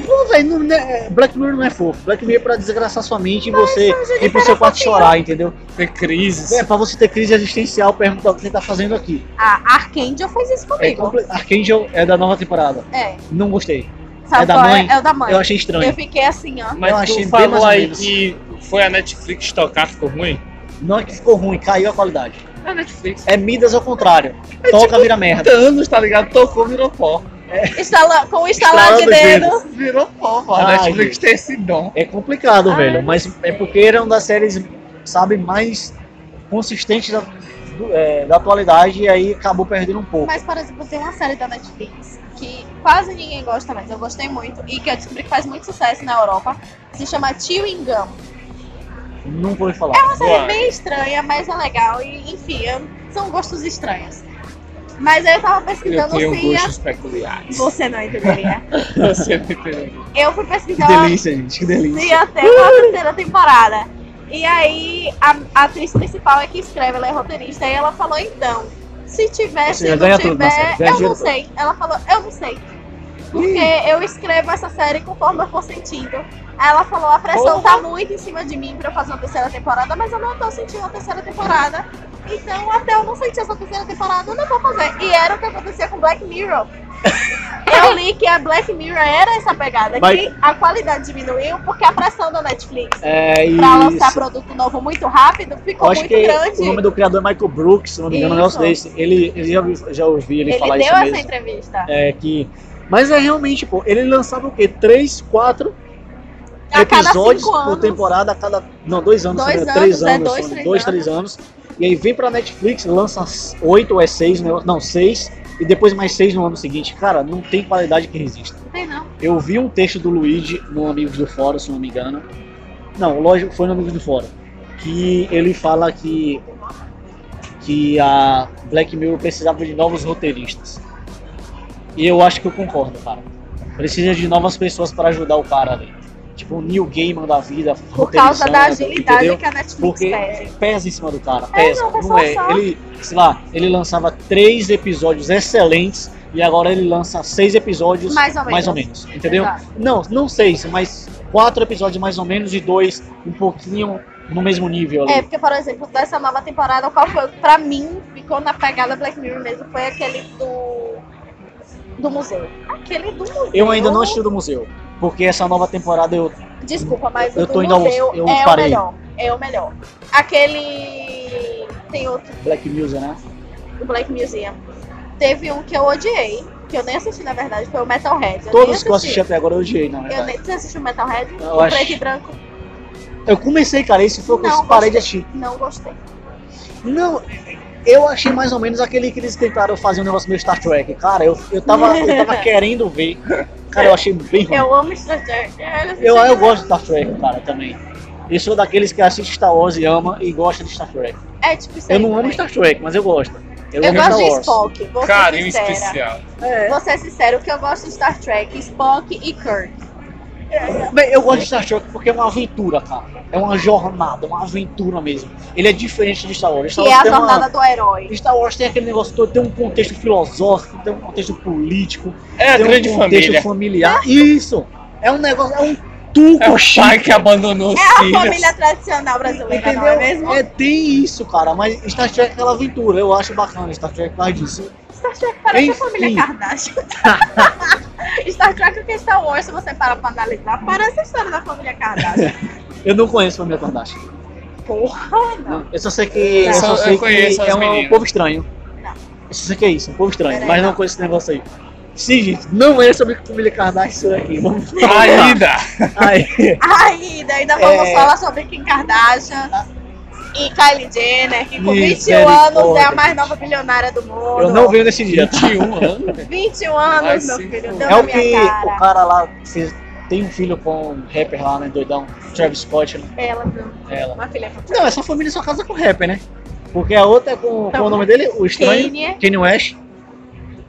Speaker 2: Pô, velho, não- né, Black Mirror não é fofo. Black Mirror é pra desgraçar sua mente e você
Speaker 3: São
Speaker 2: ir pro
Speaker 3: Junipero
Speaker 2: seu
Speaker 3: é
Speaker 2: quarto
Speaker 3: fofinho.
Speaker 2: chorar, entendeu?
Speaker 4: Tem crises.
Speaker 2: É pra você ter crise existencial, perguntar o que você tá fazendo aqui.
Speaker 3: A Arcandia fez isso
Speaker 2: É,
Speaker 3: comigo.
Speaker 2: comple- Archangel é da nova temporada.
Speaker 3: É.
Speaker 2: Não gostei.
Speaker 3: Sabe
Speaker 2: É da
Speaker 3: qual
Speaker 2: mãe?
Speaker 3: É o da mãe.
Speaker 2: Eu achei estranho.
Speaker 3: Eu fiquei assim, ó.
Speaker 4: Mas
Speaker 2: Eu
Speaker 4: tu
Speaker 2: achei bem mais
Speaker 4: falou
Speaker 2: ou
Speaker 4: aí
Speaker 2: menos.
Speaker 4: que foi a Netflix tocar, ficou ruim?
Speaker 2: Não é que ficou ruim, caiu a qualidade.
Speaker 4: A Netflix.
Speaker 2: É Midas ao contrário.
Speaker 4: É
Speaker 2: Toca,
Speaker 4: tipo
Speaker 2: vira merda.
Speaker 4: Thanos, tá ligado? Tocou, virou pó.
Speaker 3: Estala,
Speaker 2: [laughs]
Speaker 3: com o estalar de
Speaker 2: Estalando os
Speaker 3: dedo.
Speaker 4: Virou pó, mano.
Speaker 2: Ai,
Speaker 4: a Netflix
Speaker 2: gente.
Speaker 4: tem esse dom.
Speaker 2: É complicado,
Speaker 3: Ah,
Speaker 2: velho. Mas é porque era uma das séries, sabe, mais consistentes da, do- é, da atualidade e aí acabou perdendo um pouco.
Speaker 3: Mas, por exemplo, tem uma série da Netflix que quase ninguém gosta, mas eu gostei muito e que eu descobri que faz muito sucesso na Europa. Se chama Chewing Gum.
Speaker 2: Não vou falar.
Speaker 3: É uma série bem estranha, mas é legal. E, enfim, eu- são gostos estranhos. Mas eu tava
Speaker 4: Eu
Speaker 3: pesquisando
Speaker 4: tenho um
Speaker 3: se ia...
Speaker 4: gostos peculiares.
Speaker 3: Você
Speaker 4: [laughs]
Speaker 3: não entenderia. é
Speaker 4: Você me entendeu?
Speaker 3: Eu fui
Speaker 2: Que
Speaker 3: pesquisar
Speaker 2: delícia, gente, que delícia.
Speaker 3: se ia ter uma terceira temporada. E aí, a, a atriz principal é que escreve, ela é roteirista, e ela falou, então, se tiver,
Speaker 2: Ou
Speaker 3: se
Speaker 2: seja,
Speaker 3: não
Speaker 2: ganha
Speaker 3: tiver,
Speaker 2: Assim, tudo na série, ganha
Speaker 3: eu não
Speaker 2: dinheiro todo.
Speaker 3: sei. Ela falou, eu não sei. Porque eu escrevo essa série conforme eu for sentindo. Aí Ela falou, a pressão tá muito em cima de mim pra eu fazer uma terceira temporada, mas eu não tô sentindo a terceira temporada. Então, até eu não sentir essa terceira temporada, eu não vou fazer. E era o que acontecia com Black Mirror. Eu li que a Black Mirror era essa pegada,
Speaker 2: Mas-
Speaker 3: que a qualidade diminuiu porque a pressão da Netflix
Speaker 2: É
Speaker 3: pra lançar
Speaker 2: isso.
Speaker 3: produto novo muito rápido ficou
Speaker 2: Eu acho
Speaker 3: muito
Speaker 2: que
Speaker 3: grande.
Speaker 2: o nome do criador é Michael Brooks, se não me engano, um negócio
Speaker 3: Isso.
Speaker 2: desse. Ele, ele já, ouvi- já ouvi ele,
Speaker 3: Ele
Speaker 2: falar
Speaker 3: deu
Speaker 2: isso
Speaker 3: essa
Speaker 2: mesmo.
Speaker 3: entrevista.
Speaker 2: É que. Mas é realmente, pô, ele lançava o quê? Três, quatro
Speaker 3: É A cada
Speaker 2: É, episódios
Speaker 3: cinco
Speaker 2: por
Speaker 3: anos.
Speaker 2: temporada a cada. Não, dois anos,
Speaker 3: Dois
Speaker 2: né?
Speaker 3: anos,
Speaker 2: três
Speaker 3: é,
Speaker 2: anos,
Speaker 3: dois,
Speaker 2: são
Speaker 3: três
Speaker 2: dois, três anos. E aí vem pra Netflix, lança s- oito ou é seis, né? não, seis, e depois mais seis no ano seguinte. Cara, não tem qualidade que resista.
Speaker 3: Não tem não.
Speaker 2: Eu vi um texto do Luigi no Amigos do Fórum, se não me engano. Não, lógico, foi no Amigos do Fórum. Que ele fala que, que a Black Mirror precisava de novos roteiristas. E eu acho que eu concordo, cara. Precisa de novas pessoas para ajudar o cara ali. Tipo o Neil Gaiman da vida.
Speaker 3: Por causa da agilidade
Speaker 2: entendeu?
Speaker 3: que a Netflix
Speaker 2: Porque
Speaker 3: pede.
Speaker 2: pesa em cima do cara,
Speaker 3: É,
Speaker 2: pesa.
Speaker 3: não, o
Speaker 2: não,
Speaker 3: pessoal
Speaker 2: é.
Speaker 3: sabe.
Speaker 2: Ele, sei lá, ele lançava três episódios excelentes e agora ele lança seis episódios
Speaker 3: Mais ou menos.
Speaker 2: mais ou menos, entendeu?
Speaker 3: Exato.
Speaker 2: Não, não seis, mas quatro episódios mais ou menos e dois um pouquinho no mesmo nível ali.
Speaker 3: É, porque, por exemplo, dessa nova temporada, qual foi, pra mim, ficou na pegada Black Mirror mesmo, foi aquele do. do museu. Aquele do museu.
Speaker 2: eu ainda não assisti o do museu, porque essa nova temporada eu
Speaker 3: Desculpa, mas
Speaker 2: Eu
Speaker 3: o do
Speaker 2: tô indo ao-
Speaker 3: museu
Speaker 2: eu
Speaker 3: é
Speaker 2: parei.
Speaker 3: o melhor. É o melhor. Aquele. Tem outro,
Speaker 2: Black Music, né?
Speaker 3: o Black Museum. Teve um que eu odiei, que eu nem assisti na verdade, foi o Metalhead. Eu
Speaker 2: Todos que
Speaker 3: nem
Speaker 2: eu assisti até agora eu odiei, na
Speaker 3: Eu
Speaker 2: verdade.
Speaker 3: nem você assistiu Metalhead,
Speaker 2: Eu
Speaker 3: o
Speaker 2: acho-
Speaker 3: preto e branco,
Speaker 2: Eu comecei, cara, esse foi o que
Speaker 3: Não,
Speaker 2: eu parei de
Speaker 3: gostei.
Speaker 2: assistir.
Speaker 3: não gostei.
Speaker 2: Não, eu achei mais ou menos aquele que eles tentaram fazer um negócio meio Star Trek. Cara, eu, eu, tava, eu tava
Speaker 3: [laughs]
Speaker 2: querendo ver. Cara, eu achei bem ruim.
Speaker 3: Eu amo Star Trek.
Speaker 2: Eu,
Speaker 3: é
Speaker 2: eu gosto de Star Trek, cara, também. Eu sou daqueles que assiste Star Wars e ama e gosta de Star Trek.
Speaker 3: É tipo isso
Speaker 2: Eu
Speaker 3: aí
Speaker 2: não amo
Speaker 3: também.
Speaker 2: Star Trek, mas eu gosto. Eu,
Speaker 3: Eu
Speaker 2: amo
Speaker 3: gosto de
Speaker 2: Star Wars. É.
Speaker 3: Spock, vou ser
Speaker 4: Carinho
Speaker 3: sincera.
Speaker 4: especial.
Speaker 3: Vou ser sincera, o que eu gosto de Star Trek, Spock e Kirk.
Speaker 2: Bem, eu gosto de Star Trek porque é uma aventura, cara. É uma jornada, uma aventura mesmo. Ele é diferente de Star Wars.
Speaker 3: Que
Speaker 2: Star
Speaker 3: é
Speaker 2: Wars
Speaker 3: a
Speaker 2: tem uma-
Speaker 3: jornada do herói.
Speaker 2: Star Wars tem aquele negócio todo, tem um contexto filosófico, tem um contexto político,
Speaker 4: É a
Speaker 2: tem
Speaker 4: grande
Speaker 2: um contexto
Speaker 4: família.
Speaker 2: familiar. Isso! É um negócio, é um tuco
Speaker 4: É o
Speaker 2: chique,
Speaker 4: pai que abandonou os
Speaker 3: É a
Speaker 4: filhos.
Speaker 3: família tradicional brasileira,
Speaker 2: Entendeu?
Speaker 3: não é mesmo?
Speaker 2: É, tem isso, cara, mas Star Trek é aquela aventura, eu acho bacana Star Trek por causa disso.
Speaker 3: Star Trek parece a
Speaker 2: Enfim.
Speaker 3: família
Speaker 2: [laughs]
Speaker 3: Kardashian. Star Trek que é Star Wars, se você para pra analisar, parece a história da família
Speaker 2: [laughs]
Speaker 3: Kardashian.
Speaker 2: Eu não conheço a minha Kardashian.
Speaker 3: Porra, não.
Speaker 2: Eu só sei que, eu
Speaker 4: Eu
Speaker 2: só
Speaker 4: só-
Speaker 2: sei
Speaker 4: eu conheço
Speaker 2: que
Speaker 4: as
Speaker 2: é um
Speaker 4: meninas.
Speaker 2: povo estranho.
Speaker 3: Não.
Speaker 2: Eu só sei que é isso, um povo estranho,
Speaker 3: Peraí,
Speaker 2: mas não
Speaker 3: não.
Speaker 2: conheço esse negócio aí. Sim, gente, não é sobre a família Kardashian isso aqui.
Speaker 3: [laughs]
Speaker 2: Vamos falar.
Speaker 4: Ainda.
Speaker 2: Aí,
Speaker 3: Aí, daí ainda vamos
Speaker 2: É.
Speaker 3: falar sobre Kim Kardashian e Kylie Jenner, que com 21
Speaker 2: Misericórdia.
Speaker 3: anos é a mais nova bilionária do mundo.
Speaker 2: eu não venho nesse dia.
Speaker 4: 21 anos.
Speaker 3: 21 anos,
Speaker 4: Vai
Speaker 3: meu
Speaker 4: se
Speaker 3: filho,
Speaker 4: fuder.
Speaker 3: deu
Speaker 2: É
Speaker 3: na
Speaker 2: o que
Speaker 3: minha cara.
Speaker 2: o cara lá fez, tem um filho com um rapper lá, né, doidão, Travis Scott, né?
Speaker 3: Ela, não.
Speaker 2: Ela.
Speaker 3: Uma filha com
Speaker 2: Não, essa família só casa com rapper, né? Porque a outra é com, qual é o nome dele? O estranho.
Speaker 3: Tá Kanye.
Speaker 2: Kanye West,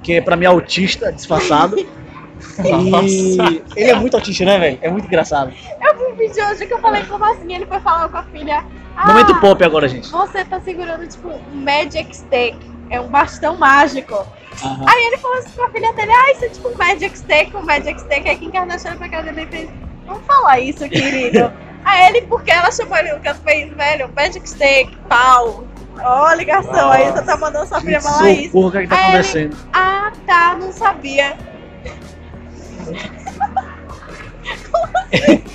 Speaker 2: que é pra mim autista,
Speaker 3: [laughs]
Speaker 2: disfarçado. e
Speaker 4: Nossa.
Speaker 2: ele é muito autista, né, velho? É muito engraçado.
Speaker 3: Eu vi um vídeo hoje que eu falei como assim, ele foi falar com a filha. Ah,
Speaker 2: Momento pop agora, gente.
Speaker 3: Você tá segurando, tipo, um Magic Stick. É um bastão mágico.
Speaker 2: Aham.
Speaker 3: Aí ele falou assim com a filha dele, ah, isso é tipo um Magic Stick, um Magic Stick. Aí Kim Kardashian olhou pra casa dele e fez, vamos falar isso, querido. Aí ele, porque ela chamou ele, o canto fez, velho, um Magic Stick, pau. Ó, a ligação, aí você tá mandando sua filha
Speaker 2: Gente,
Speaker 3: falar isso.
Speaker 2: socorro, o que, é que tá
Speaker 3: Aí ele-
Speaker 2: acontecendo?
Speaker 3: Ah, tá, não sabia.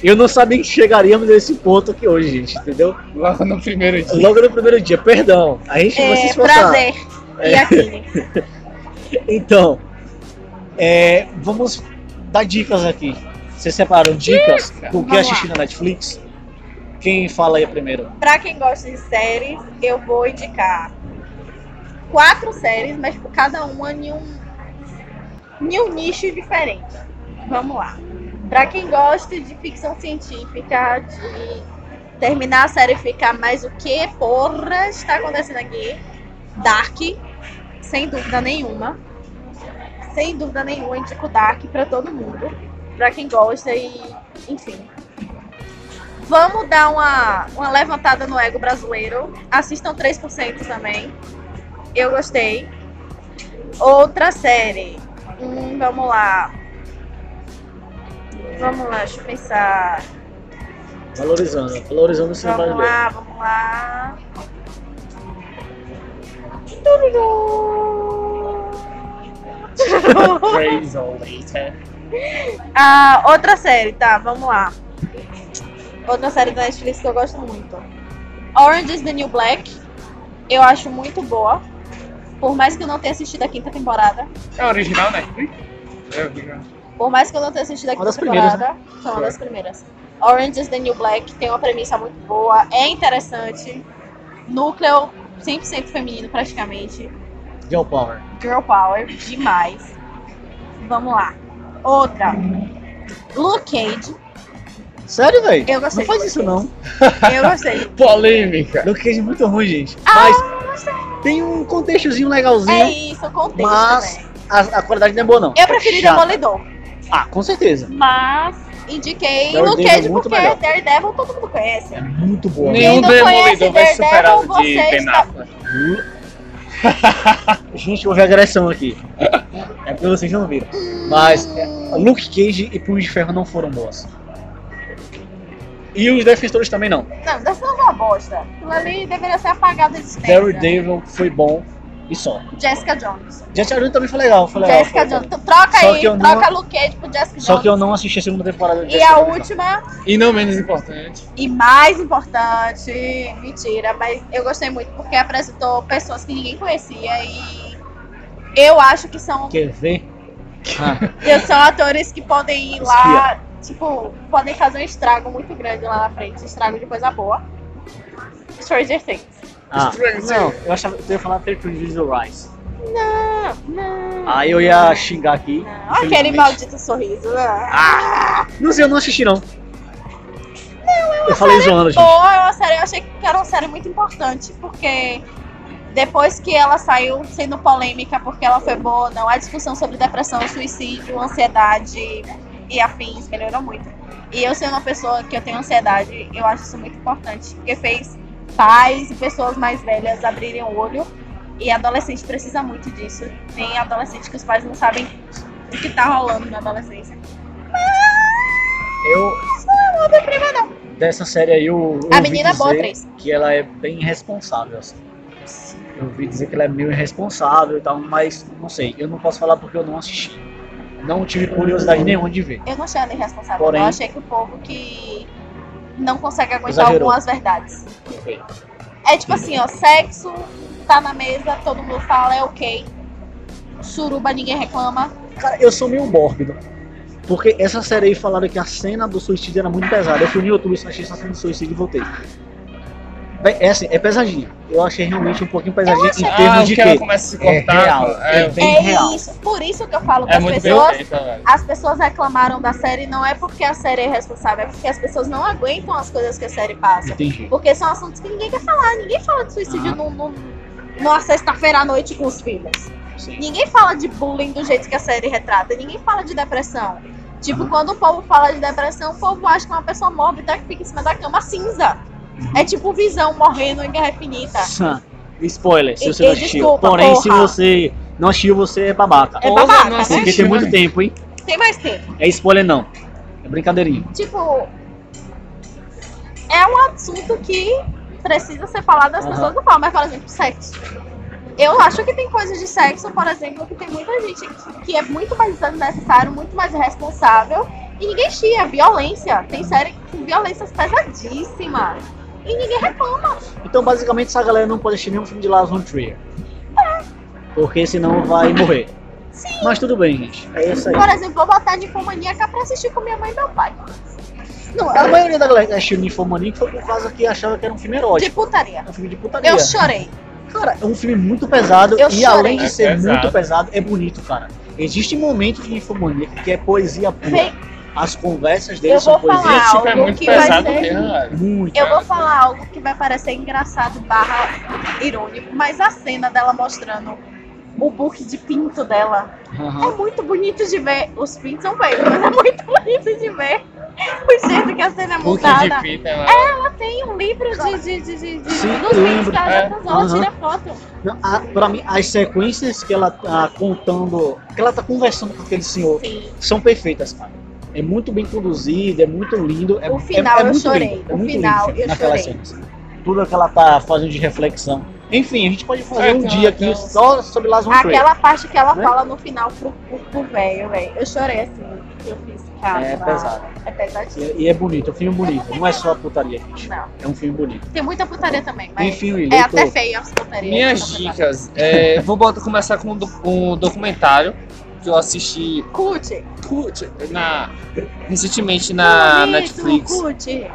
Speaker 2: Eu não sabia que chegaríamos a esse ponto aqui hoje, gente, entendeu?
Speaker 4: Logo no primeiro dia.
Speaker 2: Logo no primeiro dia, perdão. A gente vai se É.
Speaker 3: É,
Speaker 2: esforçar.
Speaker 3: prazer. E a Kim.
Speaker 2: Então, é, vamos dar dicas aqui. Vocês separaram dicas do
Speaker 3: Vamos
Speaker 2: que
Speaker 3: lá.
Speaker 2: assistir na Netflix? Quem fala aí primeiro?
Speaker 3: Pra quem gosta de séries, eu vou indicar quatro séries, mas por cada uma em um, em um nicho diferente. Vamos lá. Pra quem gosta de ficção científica, de terminar a série e ficar, mas o que porra está acontecendo aqui? Dark, sem dúvida nenhuma. Sem dúvida nenhuma, indico Dark pra todo mundo. Pra quem gosta e, enfim. Vamos dar uma, uma levantada no ego brasileiro. Assistam 3% também. Eu gostei. Outra série. Hum, vamos lá. Vamos lá, deixa eu pensar.
Speaker 2: Valorizando, valorizando o cinema
Speaker 3: Vamos
Speaker 2: brasileiro.
Speaker 3: lá, vamos lá.
Speaker 4: Praise all later.
Speaker 3: Ah, outra série, tá, vamos lá. Outra série da Netflix que eu gosto muito. Orange is the New Black. Eu acho muito boa. Por mais que eu não tenha assistido a quinta temporada.
Speaker 4: É original, né? É original.
Speaker 3: Por mais que eu não tenha assistido a
Speaker 2: Uma
Speaker 3: quinta
Speaker 2: das primeiras, né?
Speaker 3: temporada. Foi uma das primeiras. Orange is the New Black tem uma premissa muito boa. É interessante. Núcleo 100% feminino, praticamente.
Speaker 2: Girl Power.
Speaker 3: Girl Power demais. Vamos lá. Outra. Blue Cage.
Speaker 2: Sério, velho?
Speaker 3: Eu gostei
Speaker 2: Não faz
Speaker 3: de
Speaker 2: isso,
Speaker 3: vocês.
Speaker 2: não.
Speaker 3: Eu gostei.
Speaker 4: Polêmica.
Speaker 2: Luke Cage é muito ruim, gente.
Speaker 3: Eu
Speaker 2: Mas
Speaker 3: Ah, gostei.
Speaker 2: tem um contextozinho
Speaker 3: É
Speaker 2: legalzinho.
Speaker 3: isso, o contexto
Speaker 2: Né? Mas-
Speaker 3: também.
Speaker 2: A, a qualidade não é boa, não.
Speaker 3: Eu preferi
Speaker 2: Chato.
Speaker 3: Demolidor.
Speaker 2: Ah, com certeza.
Speaker 3: Mas indiquei
Speaker 2: Daredevil
Speaker 3: Blue
Speaker 2: é
Speaker 3: Cage
Speaker 2: muito
Speaker 3: porque
Speaker 2: melhor.
Speaker 3: Daredevil todo mundo conhece.
Speaker 2: É muito boa.
Speaker 3: Nem-
Speaker 4: Nenhum
Speaker 3: não conhece
Speaker 4: demolidor vai
Speaker 3: Daredevil,
Speaker 4: superar o de
Speaker 3: você
Speaker 4: Ben
Speaker 3: está-
Speaker 4: Affleck.
Speaker 2: [laughs] Gente, houve agressão aqui. É porque vocês não viram. Mas é, Luke Cage e Punho de Ferro não foram boas. E os Defensores também não.
Speaker 3: Não, deve ser uma bosta. Aquilo ali deveria ser apagado da existência.
Speaker 2: Daredevil foi bom e só.
Speaker 3: Jessica Jones.
Speaker 2: Jessica Jones também foi legal. Foi legal
Speaker 3: Jessica
Speaker 2: foi
Speaker 3: Jones.
Speaker 2: legal.
Speaker 3: Então, Troca
Speaker 2: Só
Speaker 3: aí,
Speaker 2: que eu não-
Speaker 3: troca Luke Cage por Jessica
Speaker 2: Só que
Speaker 3: Jones.
Speaker 2: eu não assisti a segunda temporada de
Speaker 3: E
Speaker 2: Jessica
Speaker 3: a
Speaker 2: Jones, não.
Speaker 3: última,
Speaker 4: E não menos importante.
Speaker 3: E mais importante, mentira, mas eu gostei muito porque apresentou pessoas que ninguém conhecia e eu acho que são,
Speaker 2: Quer ver? Ah,
Speaker 3: são atores que podem ir lá, tipo, podem fazer um estrago muito grande lá na frente, estrago de coisa boa. Stranger Things.
Speaker 2: ah.
Speaker 4: Strange.
Speaker 2: Não, eu achava que eu ia falar Third Visual Rise.
Speaker 3: Não, não.
Speaker 2: Aí eu ia xingar aqui.
Speaker 3: não. Aquele
Speaker 2: infelizmente.
Speaker 3: maldito sorriso. né? Não.
Speaker 2: Não sei, eu não assisti não. eu falei zoando, gente.
Speaker 3: Boa, é uma série, eu achei que era uma série muito importante, porque depois que ela saiu sendo polêmica, porque ela foi boa ou não, a discussão sobre depressão, suicídio, ansiedade e afins melhorou muito. E eu sendo uma pessoa que eu tenho ansiedade, eu acho isso muito importante, porque fez pais e pessoas mais velhas abrirem o olho. E adolescente precisa muito disso. Tem adolescente que os pais não sabem o que tá rolando na adolescência.
Speaker 2: Eu. Dessa série aí eu, eu
Speaker 3: A
Speaker 2: ouvi
Speaker 3: menina é boa,
Speaker 2: dizer
Speaker 3: atriz.
Speaker 2: que ela é bem irresponsável, assim. Eu ouvi dizer que ela é meio irresponsável e tal, mas não sei, eu não posso falar porque eu não assisti. Não tive curiosidade nenhuma de ver.
Speaker 3: Eu não achei ela irresponsável,
Speaker 2: Porém-
Speaker 3: eu achei que o povo que não consegue aguentar
Speaker 2: Exagerou.
Speaker 3: algumas verdades. É tipo assim, ó, sexo tá na mesa, todo mundo fala, é ok. Suruba, ninguém reclama.
Speaker 2: Cara, eu sou meio mórbido. Porque essa série aí falaram que a cena do suicídio era muito pesada. Eu fui no YouTube e achei essa cena do suicídio e voltei. Bem, é assim, é pesadinho. Eu achei realmente um pouquinho pesadinho em termos
Speaker 4: Ah, o
Speaker 2: de
Speaker 4: que ela
Speaker 2: quê?
Speaker 4: começa a se
Speaker 2: É
Speaker 4: cortar.
Speaker 2: real,
Speaker 4: é-
Speaker 2: é bem
Speaker 3: é
Speaker 2: real.
Speaker 3: isso. Por isso que eu falo
Speaker 4: é
Speaker 3: que as
Speaker 4: muito
Speaker 3: pessoas.
Speaker 4: bem feita, velho.
Speaker 3: As pessoas reclamaram da série não é porque a série é responsável, é porque as pessoas não aguentam as coisas que a série passa.
Speaker 2: Entendi.
Speaker 3: Porque são assuntos que ninguém quer falar, ninguém fala de suicídio
Speaker 2: Ah.
Speaker 3: num- num- numa sexta-feira à noite com os filhos.
Speaker 2: Sim.
Speaker 3: Ninguém fala de bullying do jeito que a série retrata, ninguém fala de depressão. Tipo, quando o povo fala de depressão, o povo acha que é uma pessoa mórbida que fica em cima da cama cinza. É tipo visão morrendo em guerra infinita.
Speaker 2: Sam, Spoiler, se
Speaker 3: Ei,
Speaker 2: você não
Speaker 3: ei,
Speaker 2: assistiu.
Speaker 3: desculpa,
Speaker 2: Porém, se
Speaker 3: porra.
Speaker 2: você não assistiu, você é babaca.
Speaker 3: É
Speaker 4: Porra,
Speaker 3: babaca,
Speaker 4: não
Speaker 3: né?
Speaker 4: assisti,
Speaker 2: Porque tem muito
Speaker 4: né?
Speaker 2: tempo, hein?
Speaker 3: Tem mais tempo.
Speaker 2: É spoiler não. É brincadeirinha.
Speaker 3: Tipo, é um assunto que precisa ser falado, as
Speaker 2: Aham.
Speaker 3: pessoas não falam, mas por exemplo, sexo. Eu acho que tem coisas de sexo, por exemplo, que tem muita gente que, que é muito mais desnecessário, muito mais irresponsável. E ninguém chia, violência. Tem série com violências pesadíssimas. E ninguém reclama.
Speaker 2: Então, basicamente, essa galera não pode assistir nenhum filme de Lars von Trier. Porque senão [laughs] vai morrer. Mas tudo bem, gente. É isso aí.
Speaker 3: Por exemplo, vou botar de maníaca pra assistir com minha mãe e meu pai.
Speaker 2: Não, a maioria da galera que assistiu Ninfomaniac foi por causa que achava que era um filme
Speaker 3: De
Speaker 2: erótico.
Speaker 3: putaria.
Speaker 2: É um filme de putaria.
Speaker 3: Eu chorei.
Speaker 2: Cara, é um filme muito pesado.
Speaker 3: Eu
Speaker 2: e além
Speaker 3: chorei.
Speaker 2: de
Speaker 4: É
Speaker 2: ser
Speaker 4: pesado.
Speaker 2: muito pesado, é bonito, cara. Existe momentos de Ninfomaniac que é poesia pura.
Speaker 3: Vem,
Speaker 2: As conversas dele
Speaker 3: Eu
Speaker 2: são
Speaker 3: vou
Speaker 2: poesia.
Speaker 3: falar.
Speaker 4: Esse tipo é
Speaker 3: algo
Speaker 4: muito
Speaker 3: que vai
Speaker 4: pesado
Speaker 3: ser-
Speaker 4: mesmo, velho.
Speaker 2: Muito.
Speaker 3: Eu vou falar algo que vai parecer engraçado barra irônico, mas a cena dela mostrando o book de pinto dela é
Speaker 2: Aham.
Speaker 3: muito bonito de ver. Os pintos são feios, mas é muito [laughs] bonito de ver o jeito que a cena é
Speaker 4: Book
Speaker 3: montada.
Speaker 4: de fita, mano.
Speaker 3: Ela tem um livro de, de, de, de, de
Speaker 2: Sim,
Speaker 3: dos pintos
Speaker 2: lembro,
Speaker 3: que ela
Speaker 4: é.
Speaker 3: já casou,
Speaker 2: Aham.
Speaker 3: tira foto.
Speaker 2: Não, a- Pra mim, as sequências que ela tá contando, que ela tá conversando com aquele senhor,
Speaker 3: Sim.
Speaker 2: são perfeitas, cara. É muito bem produzido, é muito lindo. É,
Speaker 3: O final
Speaker 2: é, é
Speaker 3: eu
Speaker 2: muito
Speaker 3: chorei.
Speaker 2: Lindo, é
Speaker 3: O
Speaker 2: muito
Speaker 3: final
Speaker 2: lindo,
Speaker 3: eu
Speaker 2: naquela
Speaker 3: chorei.
Speaker 2: Cena. Tudo que ela tá fazendo de reflexão. Enfim, a gente pode fazer
Speaker 4: É,
Speaker 2: um
Speaker 4: tem
Speaker 2: dia
Speaker 4: uma- tem
Speaker 2: aqui
Speaker 4: uma-
Speaker 2: só sobre Las Vegas.
Speaker 3: Aquela parte que ela
Speaker 2: Né?
Speaker 3: fala no final pro, pro, pro velho, velho. Eu chorei assim. Eu fiz cara.
Speaker 2: É pesado.
Speaker 3: É pesadinho.
Speaker 2: E, e é bonito, é um filme bonito. Não é só putaria, gente.
Speaker 3: Não.
Speaker 2: É um filme bonito.
Speaker 3: Tem muita putaria também, mas.
Speaker 2: Enfim, William.
Speaker 3: É
Speaker 2: eu tô-
Speaker 3: até feio as putarias.
Speaker 4: Minhas
Speaker 3: essa putaria.
Speaker 4: dicas. é, vou botar- começar com um do- um documentário que eu assisti
Speaker 3: Curte.
Speaker 4: Curte, na, recentemente na
Speaker 3: Bonito,
Speaker 4: Ah, Netflix,
Speaker 3: Curte.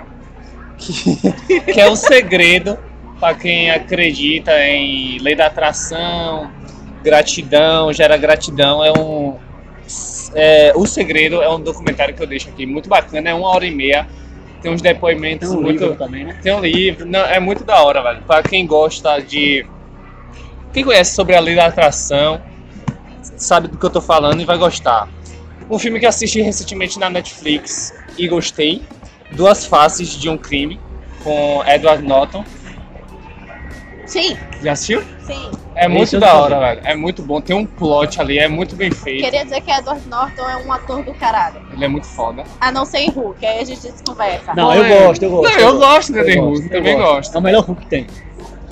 Speaker 4: que é o segredo para quem acredita em lei da atração, gratidão, gera gratidão. É um é, o segredo é um documentário que eu deixo aqui muito bacana, é uma hora e meia, tem uns
Speaker 2: Tem
Speaker 4: depoimentos
Speaker 2: um
Speaker 4: muito
Speaker 2: livro também, né?
Speaker 4: tem um livro, não, é muito da hora, velho. Pra quem gosta de. Quem conhece sobre a lei da atração, sabe do que eu tô falando e vai gostar. Um filme que assisti recentemente na Netflix e gostei: Duas Faces de um Crime, com Edward Norton.
Speaker 3: Sim,
Speaker 4: Já assistiu?
Speaker 3: sim.
Speaker 4: É muito
Speaker 2: eu
Speaker 4: da
Speaker 2: não
Speaker 4: hora, velho. É muito bom. Tem um plot ali, é muito bem feito.
Speaker 3: Queria dizer que Edward Norton é um ator do caralho.
Speaker 4: Ele é muito foda.
Speaker 3: A não ser em Hulk, aí a gente desconversa.
Speaker 2: Não,
Speaker 4: Bom,
Speaker 2: eu
Speaker 4: é.
Speaker 2: gosto, eu gosto.
Speaker 4: Não, eu gosto do
Speaker 2: eu
Speaker 4: Eden
Speaker 2: gosto,
Speaker 4: Hulk,
Speaker 2: eu
Speaker 4: também gosto.
Speaker 2: É o melhor Hulk que tem.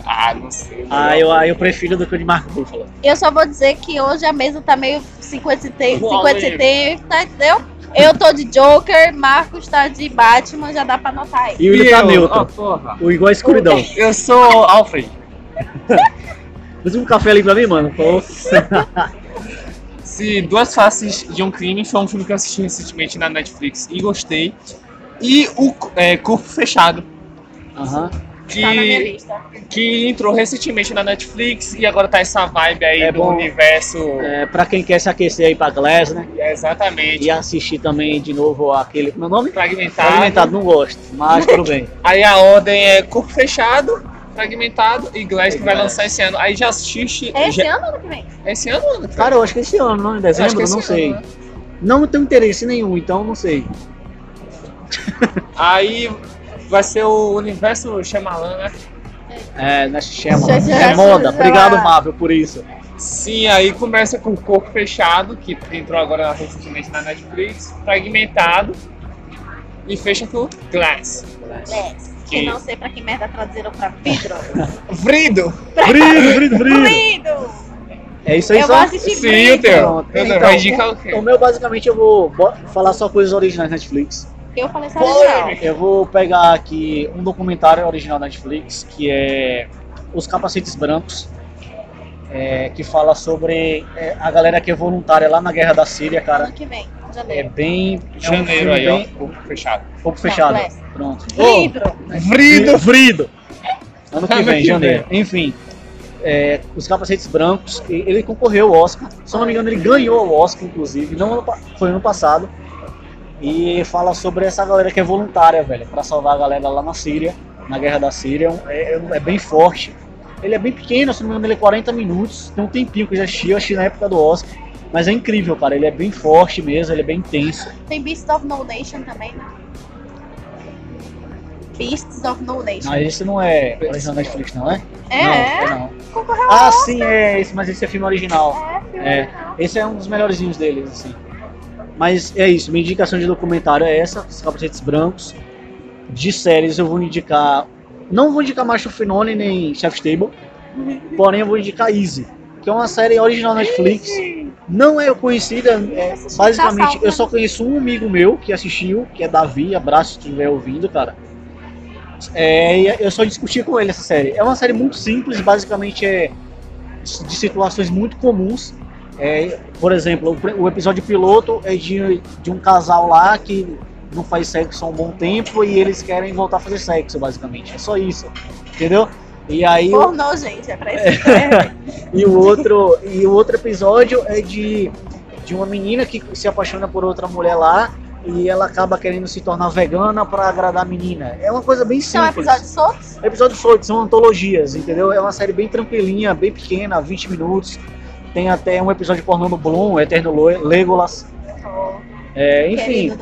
Speaker 4: Ah, não sei.
Speaker 2: Ah, eu, eu prefiro do que o de Marco Ruffalo.
Speaker 3: Eu só vou dizer que hoje a mesa tá meio 50 e 30,
Speaker 4: Vou
Speaker 3: 50 e 30, entendeu? Eu tô de Joker, Marcos tá de Batman, já dá pra anotar aí.
Speaker 2: E o Will tá neutro.
Speaker 4: Ah, porra.
Speaker 2: O igual a escuridão.
Speaker 4: Eu sou Alfred.
Speaker 2: Faz um café ali pra mim, mano. Pô,
Speaker 4: Se Duas Faces de um Crime foi um filme que eu assisti recentemente na Netflix e gostei. E o é, Corpo Fechado,
Speaker 2: Aham.
Speaker 4: que,
Speaker 3: Tá na minha lista.
Speaker 4: que entrou recentemente na Netflix e agora tá essa vibe aí
Speaker 2: É
Speaker 4: do
Speaker 2: bom.
Speaker 4: universo.
Speaker 2: É, pra quem quer se aquecer aí pra Glass, né?
Speaker 4: É, Exatamente.
Speaker 2: E assistir também de novo aquele. Meu nome?
Speaker 4: Fragmentado.
Speaker 2: Fragmentado, não gosto, mas tudo bem.
Speaker 4: Aí a ordem é Corpo Fechado, Fragmentado e Glass que vai
Speaker 2: Glass.
Speaker 4: lançar esse ano. Aí já assiste.
Speaker 3: É esse
Speaker 4: já-
Speaker 3: ano ou ano que vem?
Speaker 4: esse ano, né? ano,
Speaker 2: [laughs] Cara, eu acho que esse ano, não? Em
Speaker 4: Eu acho que
Speaker 2: dezembro?
Speaker 4: esse
Speaker 2: Não
Speaker 4: ano,
Speaker 2: sei.
Speaker 4: né?
Speaker 2: Não tenho interesse nenhum, então não sei.
Speaker 4: Aí vai ser o universo Shyamalan, né?
Speaker 2: É, na chama.
Speaker 3: Gente,
Speaker 2: É
Speaker 3: eu
Speaker 2: moda.
Speaker 3: acho que
Speaker 2: Obrigado,
Speaker 3: ela-
Speaker 2: Marvel, por isso.
Speaker 4: Sim, aí começa com o Corpo Fechado, que entrou agora recentemente na Netflix, Fragmentado, e fecha com Glass.
Speaker 3: Let's.
Speaker 4: Quem?
Speaker 3: É, Que não sei pra que merda traduziram
Speaker 4: [laughs]
Speaker 3: pra vidro.
Speaker 4: Vrido!
Speaker 2: Brilho, brilho, brilho.
Speaker 3: Lindo!
Speaker 2: É isso aí,
Speaker 3: Eu
Speaker 2: só.
Speaker 3: vou assistir
Speaker 4: Sim, o teu.
Speaker 2: Pronto.
Speaker 4: Teu
Speaker 2: Então,
Speaker 4: vai indicar o quê?
Speaker 2: O meu, basicamente, eu vou bo- falar só coisas originais da Netflix.
Speaker 3: Eu falei
Speaker 2: Tá
Speaker 3: sério.
Speaker 4: Polêmica.
Speaker 2: Eu vou pegar aqui um documentário original da Netflix, que é Os Capacetes Brancos, é, que fala sobre é, a galera que é voluntária lá na Guerra da Síria, cara.
Speaker 3: Ano que vem,
Speaker 2: É
Speaker 3: janeiro.
Speaker 2: bem. é um
Speaker 4: Janeiro
Speaker 2: filme
Speaker 4: aí, ó.
Speaker 2: bem- um
Speaker 4: Corpo Fechado.
Speaker 2: Pouco fechado.
Speaker 3: Não, Glass.
Speaker 2: Pronto.
Speaker 4: É
Speaker 3: Vidro!
Speaker 4: Vrido!
Speaker 2: Frido! Ano que
Speaker 4: Ano
Speaker 2: vem,
Speaker 4: que
Speaker 2: janeiro. Enfim, é, os capacetes brancos, e- ele concorreu ao Oscar. Se eu não me engano, ele ganhou o Oscar, inclusive. Não ano pa- foi ano passado. E fala sobre essa galera que é voluntária, velho, pra salvar a galera lá na Síria, na guerra da Síria. É, é- é bem forte. Ele é bem pequeno, se não me engano, ele é 40 minutos. Tem um tempinho que eu já assisti, eu assisti na época do Oscar. Mas é incrível, cara. Ele é bem forte mesmo, ele é bem intenso.
Speaker 3: Tem Beasts of No Nation também, né? Beasts of No Nation.
Speaker 2: Mas esse não é original da Netflix, não é? não,
Speaker 3: é,
Speaker 2: é não.
Speaker 3: concorreu
Speaker 2: Ah, sim, é esse, mas esse é filme original.
Speaker 3: É, filme
Speaker 2: É.
Speaker 3: legal.
Speaker 2: Esse é um dos melhorzinhos deles, assim. Mas é isso, minha indicação de documentário é essa, os capacetes brancos. De séries eu vou indicar. Não vou indicar Macho Finone nem Chef's Table, porém eu vou indicar Easy, que é uma série original da Netflix. Não é conhecida, é,
Speaker 3: Assisti, tá
Speaker 2: basicamente
Speaker 3: salvo,
Speaker 2: eu
Speaker 3: né?
Speaker 2: só conheço um amigo meu que assistiu, que é Davi, abraço se estiver ouvindo, cara. É, e eu só discuti com ele essa série. É uma série muito simples, basicamente é de situações muito comuns. É, por exemplo, o pr- o, episódio piloto é de, de um casal lá que não faz sexo há um bom tempo e eles querem voltar a fazer sexo, basicamente. É só isso, entendeu? E aí o-
Speaker 3: Pornô, gente, é pra isso. que serve.
Speaker 2: e o outro e o outro episódio é de de uma menina que se apaixona por outra mulher lá e ela acaba querendo se tornar vegana pra agradar a menina. É uma coisa bem
Speaker 3: São
Speaker 2: simples.
Speaker 3: episódios soltos?
Speaker 2: Episódios soltos, são antologias, entendeu? É uma série bem tranquilinha, bem pequena, 20 minutos. Tem até um episódio pornô no Bloom, Eterno Lo- Legolas.
Speaker 3: Oh,
Speaker 2: É, enfim,
Speaker 3: querido.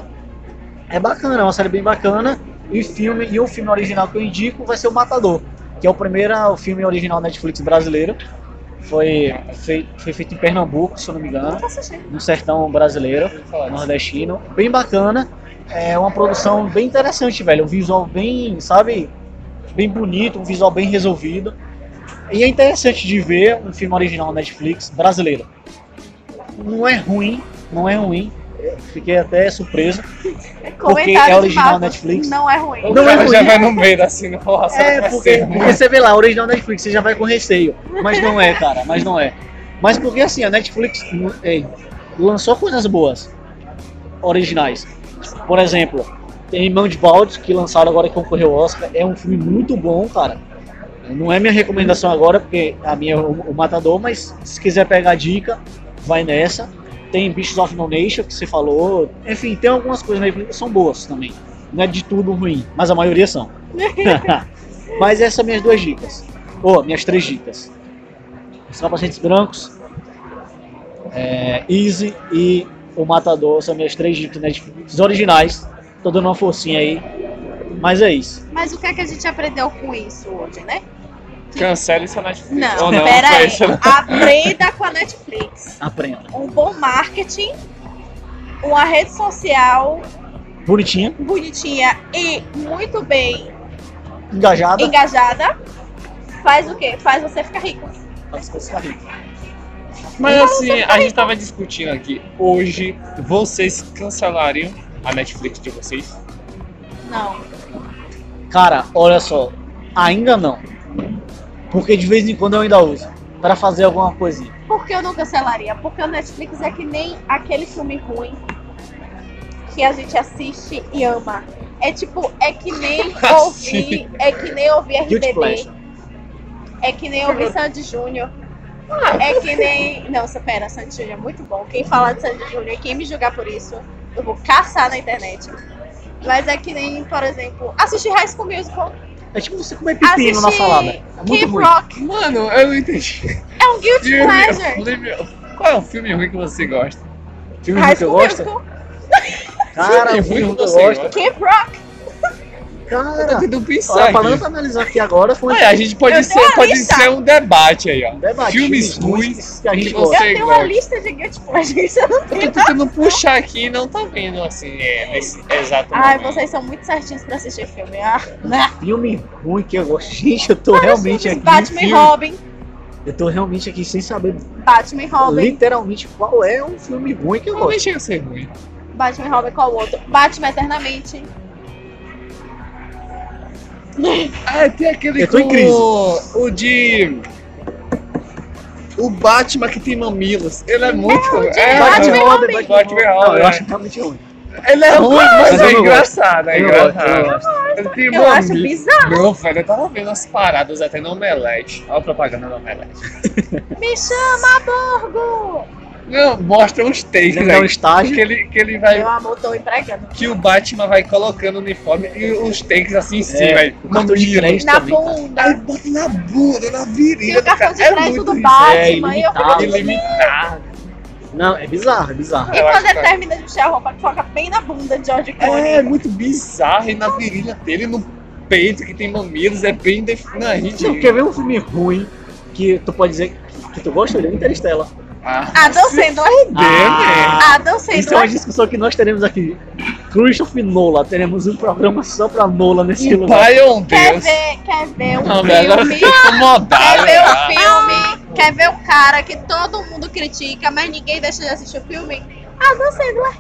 Speaker 2: é bacana, é uma série bem bacana. E filme, e o filme original que eu indico vai ser o Matador, que é o primeiro o filme original Netflix brasileiro. Foi feito, foi feito em Pernambuco, se eu não me engano,
Speaker 3: Nunca assisti.
Speaker 2: no sertão brasileiro, nordestino. Bem bacana. É uma produção bem interessante, velho. Um visual bem, sabe, bem bonito, um visual bem resolvido. E é interessante de ver um filme original Netflix brasileiro. Não é ruim, não é ruim. Eu Fiquei até surpreso.
Speaker 3: Comentário
Speaker 2: é
Speaker 3: de
Speaker 2: original
Speaker 3: Marvel,
Speaker 2: Netflix.
Speaker 3: Não é ruim.
Speaker 2: Não é
Speaker 4: Ela já
Speaker 2: ruim.
Speaker 4: vai no meio da sinopse.
Speaker 2: É, porque, porque você vê lá, original Netflix, você já vai com receio. Mas não é, cara, mas não é. Mas porque assim, a Netflix n- é, lançou coisas boas, originais. Por exemplo, tem Mão de Balde, que lançaram agora que concorreu ao Oscar. É um filme muito bom, cara. Não é minha recomendação agora, porque a minha é o, o Matador, mas se quiser pegar a dica, vai nessa. Tem Beasts of No Nation, que você falou. Enfim, tem algumas coisas na Netflix que são boas também. Não é de tudo ruim, mas a maioria são. [laughs] Mas essas são minhas duas dicas. Ou minhas três dicas. Só pacientes brancos, é, Easy e o Matador são minhas três dicas Netflix originais. Tô dando uma forcinha aí. Mas é isso.
Speaker 3: Mas o que é que a gente aprendeu com isso hoje, né?
Speaker 4: Cancele sua Netflix.
Speaker 3: Não,
Speaker 4: Ou não,
Speaker 3: pera
Speaker 2: [laughs]
Speaker 3: aí.
Speaker 4: fecha.
Speaker 3: Aprenda com a Netflix.
Speaker 2: Aprenda.
Speaker 3: Um bom marketing, uma rede social
Speaker 2: Bonitinha,
Speaker 3: bonitinha e muito bem
Speaker 2: engajada.
Speaker 3: engajada, faz o quê? Faz você ficar rico.
Speaker 2: As coisas tá rindo.
Speaker 4: Mas assim, a gente tava discutindo aqui. Hoje, vocês cancelariam a Netflix de vocês?
Speaker 3: Não.
Speaker 2: Cara, olha só. Ainda não. Porque de vez em quando eu ainda uso. Pra fazer alguma coisinha.
Speaker 3: Por que eu não cancelaria? Porque o Netflix é que nem aquele filme ruim que a gente assiste e ama. É tipo, é
Speaker 2: [laughs]
Speaker 3: que nem ouvir, é que nem ouvir
Speaker 2: Guilty
Speaker 3: RBD,
Speaker 2: Pleasure.
Speaker 3: é que nem ouvir Sandy Júnior.
Speaker 2: Ah.
Speaker 3: É que nem. Não, pera, Sandy Júnior é muito bom. Quem falar de Sandy Júnior e quem me julgar por isso, eu vou caçar na internet. Mas é que nem, por exemplo, assistir High School Musical.
Speaker 2: É tipo você comer pepino na
Speaker 3: assistir
Speaker 2: salada. É muito ruim.
Speaker 3: K-Rock.
Speaker 4: Mano, eu não entendi.
Speaker 3: É um guilty
Speaker 4: Filme-
Speaker 3: pleasure.
Speaker 4: filme- qual é o filme ruim que você gosta?
Speaker 2: Filme
Speaker 3: High
Speaker 2: que eu
Speaker 3: School
Speaker 2: gosto?
Speaker 3: Musical.
Speaker 2: Cara,
Speaker 4: Filme
Speaker 2: filme
Speaker 4: ruim
Speaker 2: que eu
Speaker 4: você
Speaker 2: gosto.
Speaker 4: gosta.
Speaker 3: K-Rock.
Speaker 4: Eu tô
Speaker 2: Cara,
Speaker 4: tentando pensar
Speaker 2: Olha, falando
Speaker 4: aqui.
Speaker 2: pra analisar aqui agora, foi um
Speaker 4: Olha, a gente pode,
Speaker 3: Eu tenho
Speaker 4: ser,
Speaker 3: uma
Speaker 4: pode
Speaker 3: lista.
Speaker 4: ser um debate aí, ó.
Speaker 2: debate.
Speaker 4: Filmes ruins
Speaker 2: que a gente
Speaker 4: que
Speaker 2: gosta.
Speaker 3: Eu
Speaker 4: Sei,
Speaker 3: tenho uma
Speaker 4: Glória.
Speaker 3: lista de guilty pleasures, eu não
Speaker 4: Eu tô
Speaker 3: tenho.
Speaker 4: tentando puxar aqui e não tá vindo assim, é, nesse exato
Speaker 3: [laughs] Ai,
Speaker 4: momento.
Speaker 3: vocês são muito certinhos pra assistir filme. Ah, né?
Speaker 2: Filme ruim que eu gosto. Gente, eu tô realmente aqui.
Speaker 3: Batman e
Speaker 4: filme.
Speaker 3: Robin.
Speaker 2: Eu tô realmente aqui sem saber
Speaker 3: Batman e Robin.
Speaker 2: literalmente qual é um filme ruim que eu
Speaker 4: Não
Speaker 2: gosto.
Speaker 4: deixei ser ruim.
Speaker 3: Batman e Robin, qual o outro? Batman Eternamente.
Speaker 4: Ah, tem aquele
Speaker 2: Eu tô em
Speaker 4: com
Speaker 2: crise.
Speaker 4: O, o de. O Batman que tem mamilos. Ele é muito. É,
Speaker 3: Batman
Speaker 4: é,
Speaker 3: Robin.
Speaker 4: Batman Robin,
Speaker 2: Não, eu
Speaker 4: é.
Speaker 2: acho realmente ruim.
Speaker 4: Ele é ruim, mas
Speaker 2: mas eu
Speaker 4: é
Speaker 2: não
Speaker 4: engraçado. É
Speaker 2: Eu gosto, eu
Speaker 4: engraçado.
Speaker 2: gosto.
Speaker 4: Ele tem
Speaker 3: Eu acho
Speaker 4: mamilos.
Speaker 3: bizarro.
Speaker 4: Meu velho, eu tava vendo as paradas até no Omelete. Olha a propaganda do Omelete.
Speaker 3: Me chama, Borgo!
Speaker 4: Não, mostra uns takes,
Speaker 2: Ele é um
Speaker 4: velho. Que
Speaker 2: estágio.
Speaker 4: ele, que ele vai
Speaker 3: Meu amor, tô empregando.
Speaker 4: que o Batman vai colocando o uniforme e os takes assim em cima,
Speaker 2: É,
Speaker 4: velho.
Speaker 2: o cartão de
Speaker 4: Mamilo.
Speaker 2: crédito
Speaker 3: Na
Speaker 2: também. tá?
Speaker 4: Aí
Speaker 3: bunda.
Speaker 4: bota na bunda, na
Speaker 3: E
Speaker 4: virilha
Speaker 3: o
Speaker 4: do
Speaker 3: cartão
Speaker 4: cara.
Speaker 3: de
Speaker 4: É
Speaker 3: crédito
Speaker 4: muito
Speaker 3: do
Speaker 4: isso.
Speaker 3: Batman. e eu
Speaker 4: Ah,
Speaker 2: ilimitado.
Speaker 3: fico-
Speaker 4: Ilimitado.
Speaker 2: Não, é bizarro, é bizarro.
Speaker 3: E
Speaker 4: Eu
Speaker 3: quando
Speaker 4: acho
Speaker 3: ele
Speaker 4: que-
Speaker 3: termina de vestir a roupa, foca bem na bunda de George
Speaker 4: É,
Speaker 3: Clooney.
Speaker 4: muito bizarro. E na virilha dele, no peito que tem mamilos, é bem definido. Não, é
Speaker 2: Não, quer
Speaker 4: ridículo.
Speaker 2: ver um filme ruim que tu pode dizer que- que tu gosta? Ele é Interestela.
Speaker 4: Ah,
Speaker 3: Adam
Speaker 4: se
Speaker 3: Sandler.
Speaker 4: fuder, velho.
Speaker 3: Adam
Speaker 2: Isso é uma
Speaker 3: Sandler.
Speaker 2: discussão que nós teremos aqui. Christopher Nolan, teremos um programa só pra Nolan nesse
Speaker 4: O
Speaker 2: lugar.
Speaker 4: pai ou um
Speaker 3: Quer
Speaker 4: Deus?
Speaker 3: ver, quer ver um
Speaker 4: Não, velho, agora eu
Speaker 3: filme
Speaker 4: fiquei incomodado. Ah,
Speaker 3: Quer ver o
Speaker 4: cara.
Speaker 3: filme? Quer ver um cara que todo mundo critica, mas ninguém deixa de assistir o filme? Adam Sandler.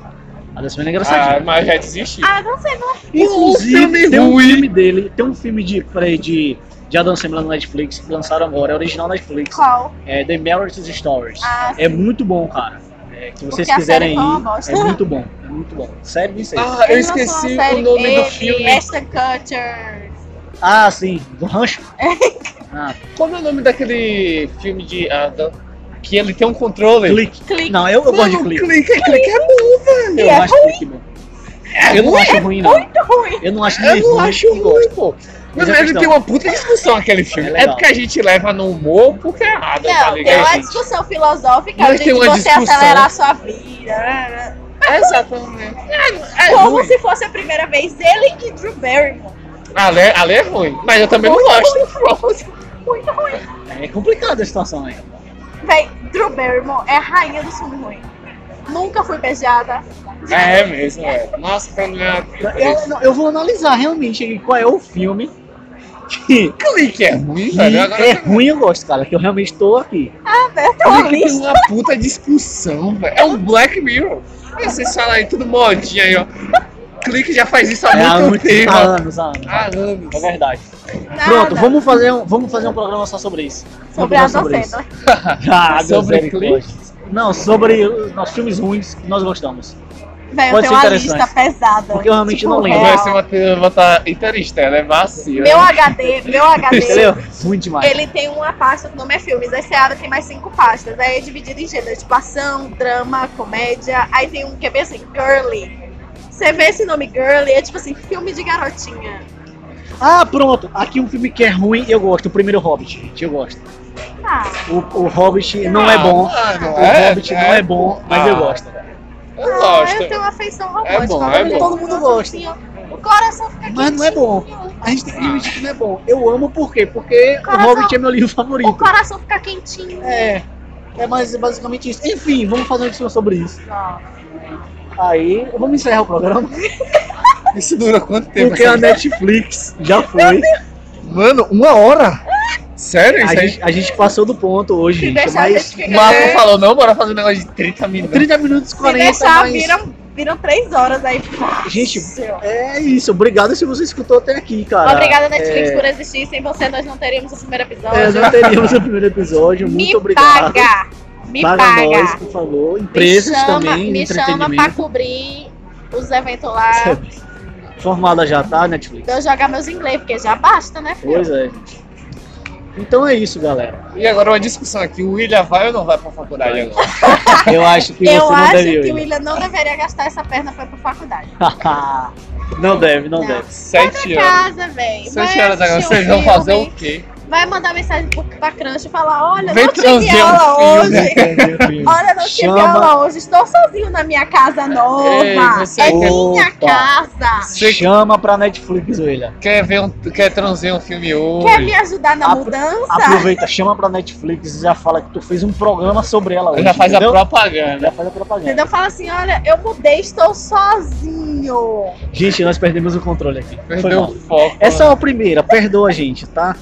Speaker 2: A dessa é
Speaker 4: Ah,
Speaker 2: engraçadinha.
Speaker 4: mas já desisti.
Speaker 3: Adam Sandler.
Speaker 2: Inclusive,
Speaker 4: filme
Speaker 2: tem um
Speaker 4: ruim.
Speaker 2: filme dele, tem um filme de, peraí, de, de Adam Sandler no Netflix, que lançaram agora, é original Netflix,
Speaker 3: Qual?
Speaker 2: é The Marriage Stories.
Speaker 3: Ah,
Speaker 2: É muito bom, cara. É, que vocês
Speaker 3: Porque a
Speaker 2: quiserem
Speaker 3: série é uma
Speaker 2: ir,
Speaker 3: bosta.
Speaker 2: é muito bom, é muito bom. Sério, isso aí.
Speaker 4: Ah, eu
Speaker 3: ele lançou
Speaker 4: esqueci
Speaker 3: uma série,
Speaker 4: o nome
Speaker 3: ele, é-
Speaker 4: do filme.
Speaker 3: Ashton Kutcher.
Speaker 2: Ah, sim, do
Speaker 3: [laughs]
Speaker 2: rancho? Ah,
Speaker 4: Como é o nome daquele filme de Adam? Que ele tem um controle.
Speaker 2: clique.
Speaker 3: Clique.
Speaker 2: Não, eu, eu gosto de clique.
Speaker 4: clique, clique é bom, velho.
Speaker 3: E é
Speaker 2: Eu acho clique bom.
Speaker 4: É,
Speaker 2: Eu não acho ruim, não.
Speaker 3: Muito ruim.
Speaker 2: Eu não acho
Speaker 4: Eu
Speaker 2: nem
Speaker 4: não
Speaker 2: ruim,
Speaker 4: acho
Speaker 2: nem
Speaker 4: ruim,
Speaker 2: gosto.
Speaker 4: pô.
Speaker 2: Mas
Speaker 4: Mas é
Speaker 2: a
Speaker 4: ele
Speaker 2: questão-
Speaker 4: tem uma puta discussão aquele filme.
Speaker 2: É
Speaker 4: É,
Speaker 2: legal.
Speaker 4: porque a gente leva no humor porque é errado, tá
Speaker 3: Não, tem
Speaker 4: ligado?
Speaker 3: uma
Speaker 4: gente?
Speaker 3: discussão filosófica
Speaker 4: Mas
Speaker 3: de
Speaker 4: tem uma
Speaker 3: você
Speaker 4: discussão.
Speaker 3: acelerar sua vida. né, né.
Speaker 4: Exatamente. É, é
Speaker 3: Como
Speaker 4: ruim.
Speaker 3: se fosse a primeira vez ele e Drew Barrymore.
Speaker 4: Ale, Ale é ruim, mas eu também não
Speaker 3: é
Speaker 4: gosto.
Speaker 3: Muito ruim.
Speaker 2: É complicada a situação aí.
Speaker 3: Véi, Drew Barrymore é a rainha do filme ruim. Nunca fui beijada.
Speaker 4: É mesmo, é. Nossa, quando eu...
Speaker 2: Eu, não, eu vou analisar realmente aí qual é o filme que,
Speaker 4: Clique é ruim,
Speaker 2: que
Speaker 4: velho. Agora
Speaker 2: um é ruim eu gosto, cara. Que eu realmente tô aqui.
Speaker 3: Ah, velho,
Speaker 4: [laughs]
Speaker 3: tem uma
Speaker 4: Olha que tem
Speaker 3: lista.
Speaker 4: uma puta discussão, velho. É um Black Mirror. Aí vocês falam aí tudo modinho aí, ó. Clique já faz isso há
Speaker 2: É, há
Speaker 4: Tá muito,
Speaker 2: muito-
Speaker 4: tempo.
Speaker 2: há anos, há anos.
Speaker 4: Há anos.
Speaker 2: É verdade.
Speaker 3: Nada.
Speaker 2: Pronto, vamos fazer, um, vamos fazer um programa só sobre isso. Vamos
Speaker 3: Sobre
Speaker 2: falar
Speaker 3: a
Speaker 2: sobre
Speaker 3: docenda.
Speaker 2: isso. Ah,
Speaker 4: Sobre
Speaker 2: misericórdia. Não, sobre os nossos filmes ruins que nós gostamos.
Speaker 3: Véi, eu
Speaker 2: Pode
Speaker 3: tenho
Speaker 2: ser
Speaker 3: uma
Speaker 2: interessante.
Speaker 3: lista pesada. Tipo,
Speaker 2: Porque eu realmente não lembro.
Speaker 3: real.
Speaker 4: Vai ser uma trilha botar Interestela, é vacilo.
Speaker 3: Meu HD, meu HD,
Speaker 2: [laughs] Entendeu? Ruim demais.
Speaker 3: ele tem uma pasta que o nome é filmes. Aí Seara tem mais cinco pastas. Aí é dividido em gênero, tipo ação, drama, comédia. Aí tem um que é bem assim, girly. Você vê esse nome girly, é tipo assim, filme de garotinha.
Speaker 2: Ah, pronto. Aqui um filme que é ruim, eu gosto. O primeiro Hobbit, gente, eu gosto.
Speaker 3: Ah,
Speaker 2: O, o Hobbit não é bom.
Speaker 4: Ah, mano,
Speaker 2: O Hobbit não é bom, mas eu gosto.
Speaker 4: Eu
Speaker 3: Ah, eu
Speaker 4: gosto.
Speaker 3: tenho uma afeição romântica.
Speaker 4: É bom,
Speaker 3: Agora
Speaker 4: é bom.
Speaker 3: eu
Speaker 2: Todo mundo
Speaker 3: Nossa,
Speaker 2: gosta.
Speaker 3: assim, ó, o coração fica
Speaker 2: Mas não é bom.
Speaker 3: quentinho.
Speaker 2: A gente tem que admitir que não é bom. Eu amo por quê? Porque
Speaker 3: Cara,
Speaker 2: o Hobbit é meu livro favorito.
Speaker 3: O coração fica quentinho.
Speaker 2: É. É mais, basicamente isso. Enfim, vamos fazer uma discussão sobre isso.
Speaker 3: Não.
Speaker 2: Aí, vamos encerrar o programa.
Speaker 4: Isso dura quanto tempo?
Speaker 2: Porque a
Speaker 4: essa-
Speaker 2: Netflix já foi.
Speaker 4: Mano, uma hora? Sério?
Speaker 2: A
Speaker 4: Isso aí?
Speaker 2: gente, a gente passou do ponto hoje,
Speaker 3: Se
Speaker 2: gente.
Speaker 3: deixar, a
Speaker 2: mas
Speaker 3: gente fica-
Speaker 4: O Marco falou, não, bora fazer um negócio de 30 minutos.
Speaker 2: 30 minutos e
Speaker 3: Se
Speaker 2: 40.
Speaker 3: deixar,
Speaker 2: mas-
Speaker 3: viram, viram três horas aí.
Speaker 2: Gente,
Speaker 3: Seu.
Speaker 2: É isso. Obrigado se você escutou até aqui, cara.
Speaker 3: Obrigada, Netflix,
Speaker 2: é-
Speaker 3: por existir. Sem você, nós não teríamos o primeiro
Speaker 2: É,
Speaker 3: episódio.
Speaker 2: não teríamos o primeiro episódio.
Speaker 3: me
Speaker 2: Muito obrigado.
Speaker 3: paga! Me
Speaker 2: Paga
Speaker 3: paga!
Speaker 2: nós, por favor.
Speaker 3: me
Speaker 2: Empresas
Speaker 3: chama,
Speaker 2: também,
Speaker 3: me chama pra
Speaker 2: entretenimento.
Speaker 3: cobrir os eventos
Speaker 2: [laughs]
Speaker 3: lá.
Speaker 2: Formada já tá, Netflix?
Speaker 3: Pra eu jogar meus inglês, porque já basta, né, filho?
Speaker 2: Pois é, gente. Então é isso,
Speaker 3: [laughs]
Speaker 2: galera.
Speaker 4: E agora uma discussão aqui, o William vai ou não vai pra faculdade agora?
Speaker 2: Eu acho que
Speaker 3: eu
Speaker 2: você não
Speaker 3: acho
Speaker 2: deve
Speaker 3: que
Speaker 2: [laughs]
Speaker 3: o
Speaker 2: hoje.
Speaker 3: William não deveria gastar essa perna pra ir pra faculdade.
Speaker 2: não deve, não
Speaker 3: Não.
Speaker 2: deve.
Speaker 3: Vai
Speaker 4: Sete
Speaker 3: pra
Speaker 4: horas.
Speaker 3: casa, velho.
Speaker 4: Sete horas agora, vocês vão fazer o quê?
Speaker 3: um Vai mandar mensagem pro- pra Crunch e falar, olha,
Speaker 4: Vem
Speaker 3: não tive
Speaker 4: trazer um
Speaker 3: aula
Speaker 4: filme.
Speaker 3: hoje. [laughs] Olha, não tive
Speaker 2: Chama-
Speaker 3: aula hoje, estou sozinho na minha casa nova.
Speaker 4: Ei, você
Speaker 3: é
Speaker 4: quer-
Speaker 3: minha
Speaker 2: Opa.
Speaker 3: casa.
Speaker 4: Você
Speaker 2: Chama pra Netflix, William.
Speaker 4: quer ver um, quer transar um filme
Speaker 3: Quer
Speaker 4: hoje?
Speaker 3: me ajudar na
Speaker 2: Apro-
Speaker 3: mudança?
Speaker 2: Aproveita, chama pra Netflix e já fala que tu fez um programa sobre ela hoje.
Speaker 4: Já faz a
Speaker 2: entendeu?
Speaker 4: propaganda.
Speaker 2: Já faz a propaganda.
Speaker 3: Entendeu? Fala assim, olha, eu mudei, estou sozinho.
Speaker 2: Gente, nós perdemos o controle aqui. Foi
Speaker 4: Perdeu
Speaker 2: mal.
Speaker 4: o foco.
Speaker 2: Essa é a primeira, perdoa a gente, tá?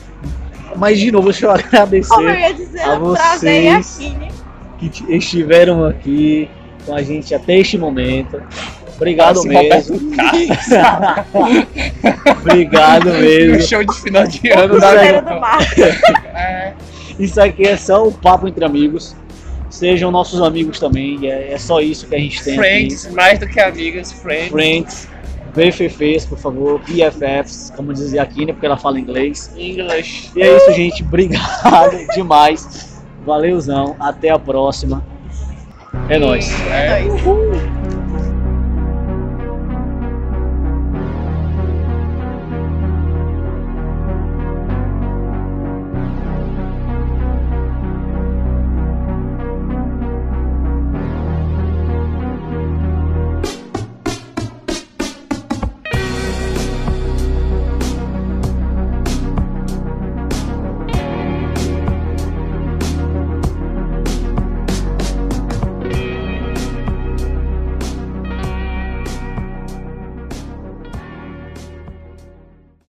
Speaker 2: Mas de novo, deixa eu
Speaker 3: Como eu
Speaker 2: agradecer
Speaker 3: ia dizer, é
Speaker 2: a
Speaker 3: eu trazei a
Speaker 2: vocês.
Speaker 3: Kine.
Speaker 2: que t- estiveram aqui com a gente até este momento. Obrigado
Speaker 4: Parece
Speaker 2: mesmo. [laughs] Obrigado
Speaker 4: E o
Speaker 2: mesmo.
Speaker 4: [laughs] show de final de
Speaker 3: O
Speaker 4: ano da
Speaker 3: Cruzeiro do Mar.
Speaker 4: É,
Speaker 2: Isso aqui é só o papo entre amigos. Sejam nossos amigos também. É, é só isso que a gente tem
Speaker 4: Friends, mais do que amigas, friends.
Speaker 2: aqui. Friends. BFFs, por favor. BFFs, como dizia a Kine, porque ela fala inglês.
Speaker 4: English.
Speaker 2: E é isso, gente. Obrigado [laughs] demais. Valeuzão. Até a próxima. É nóis.
Speaker 4: É.
Speaker 3: Dois.
Speaker 2: Uhul.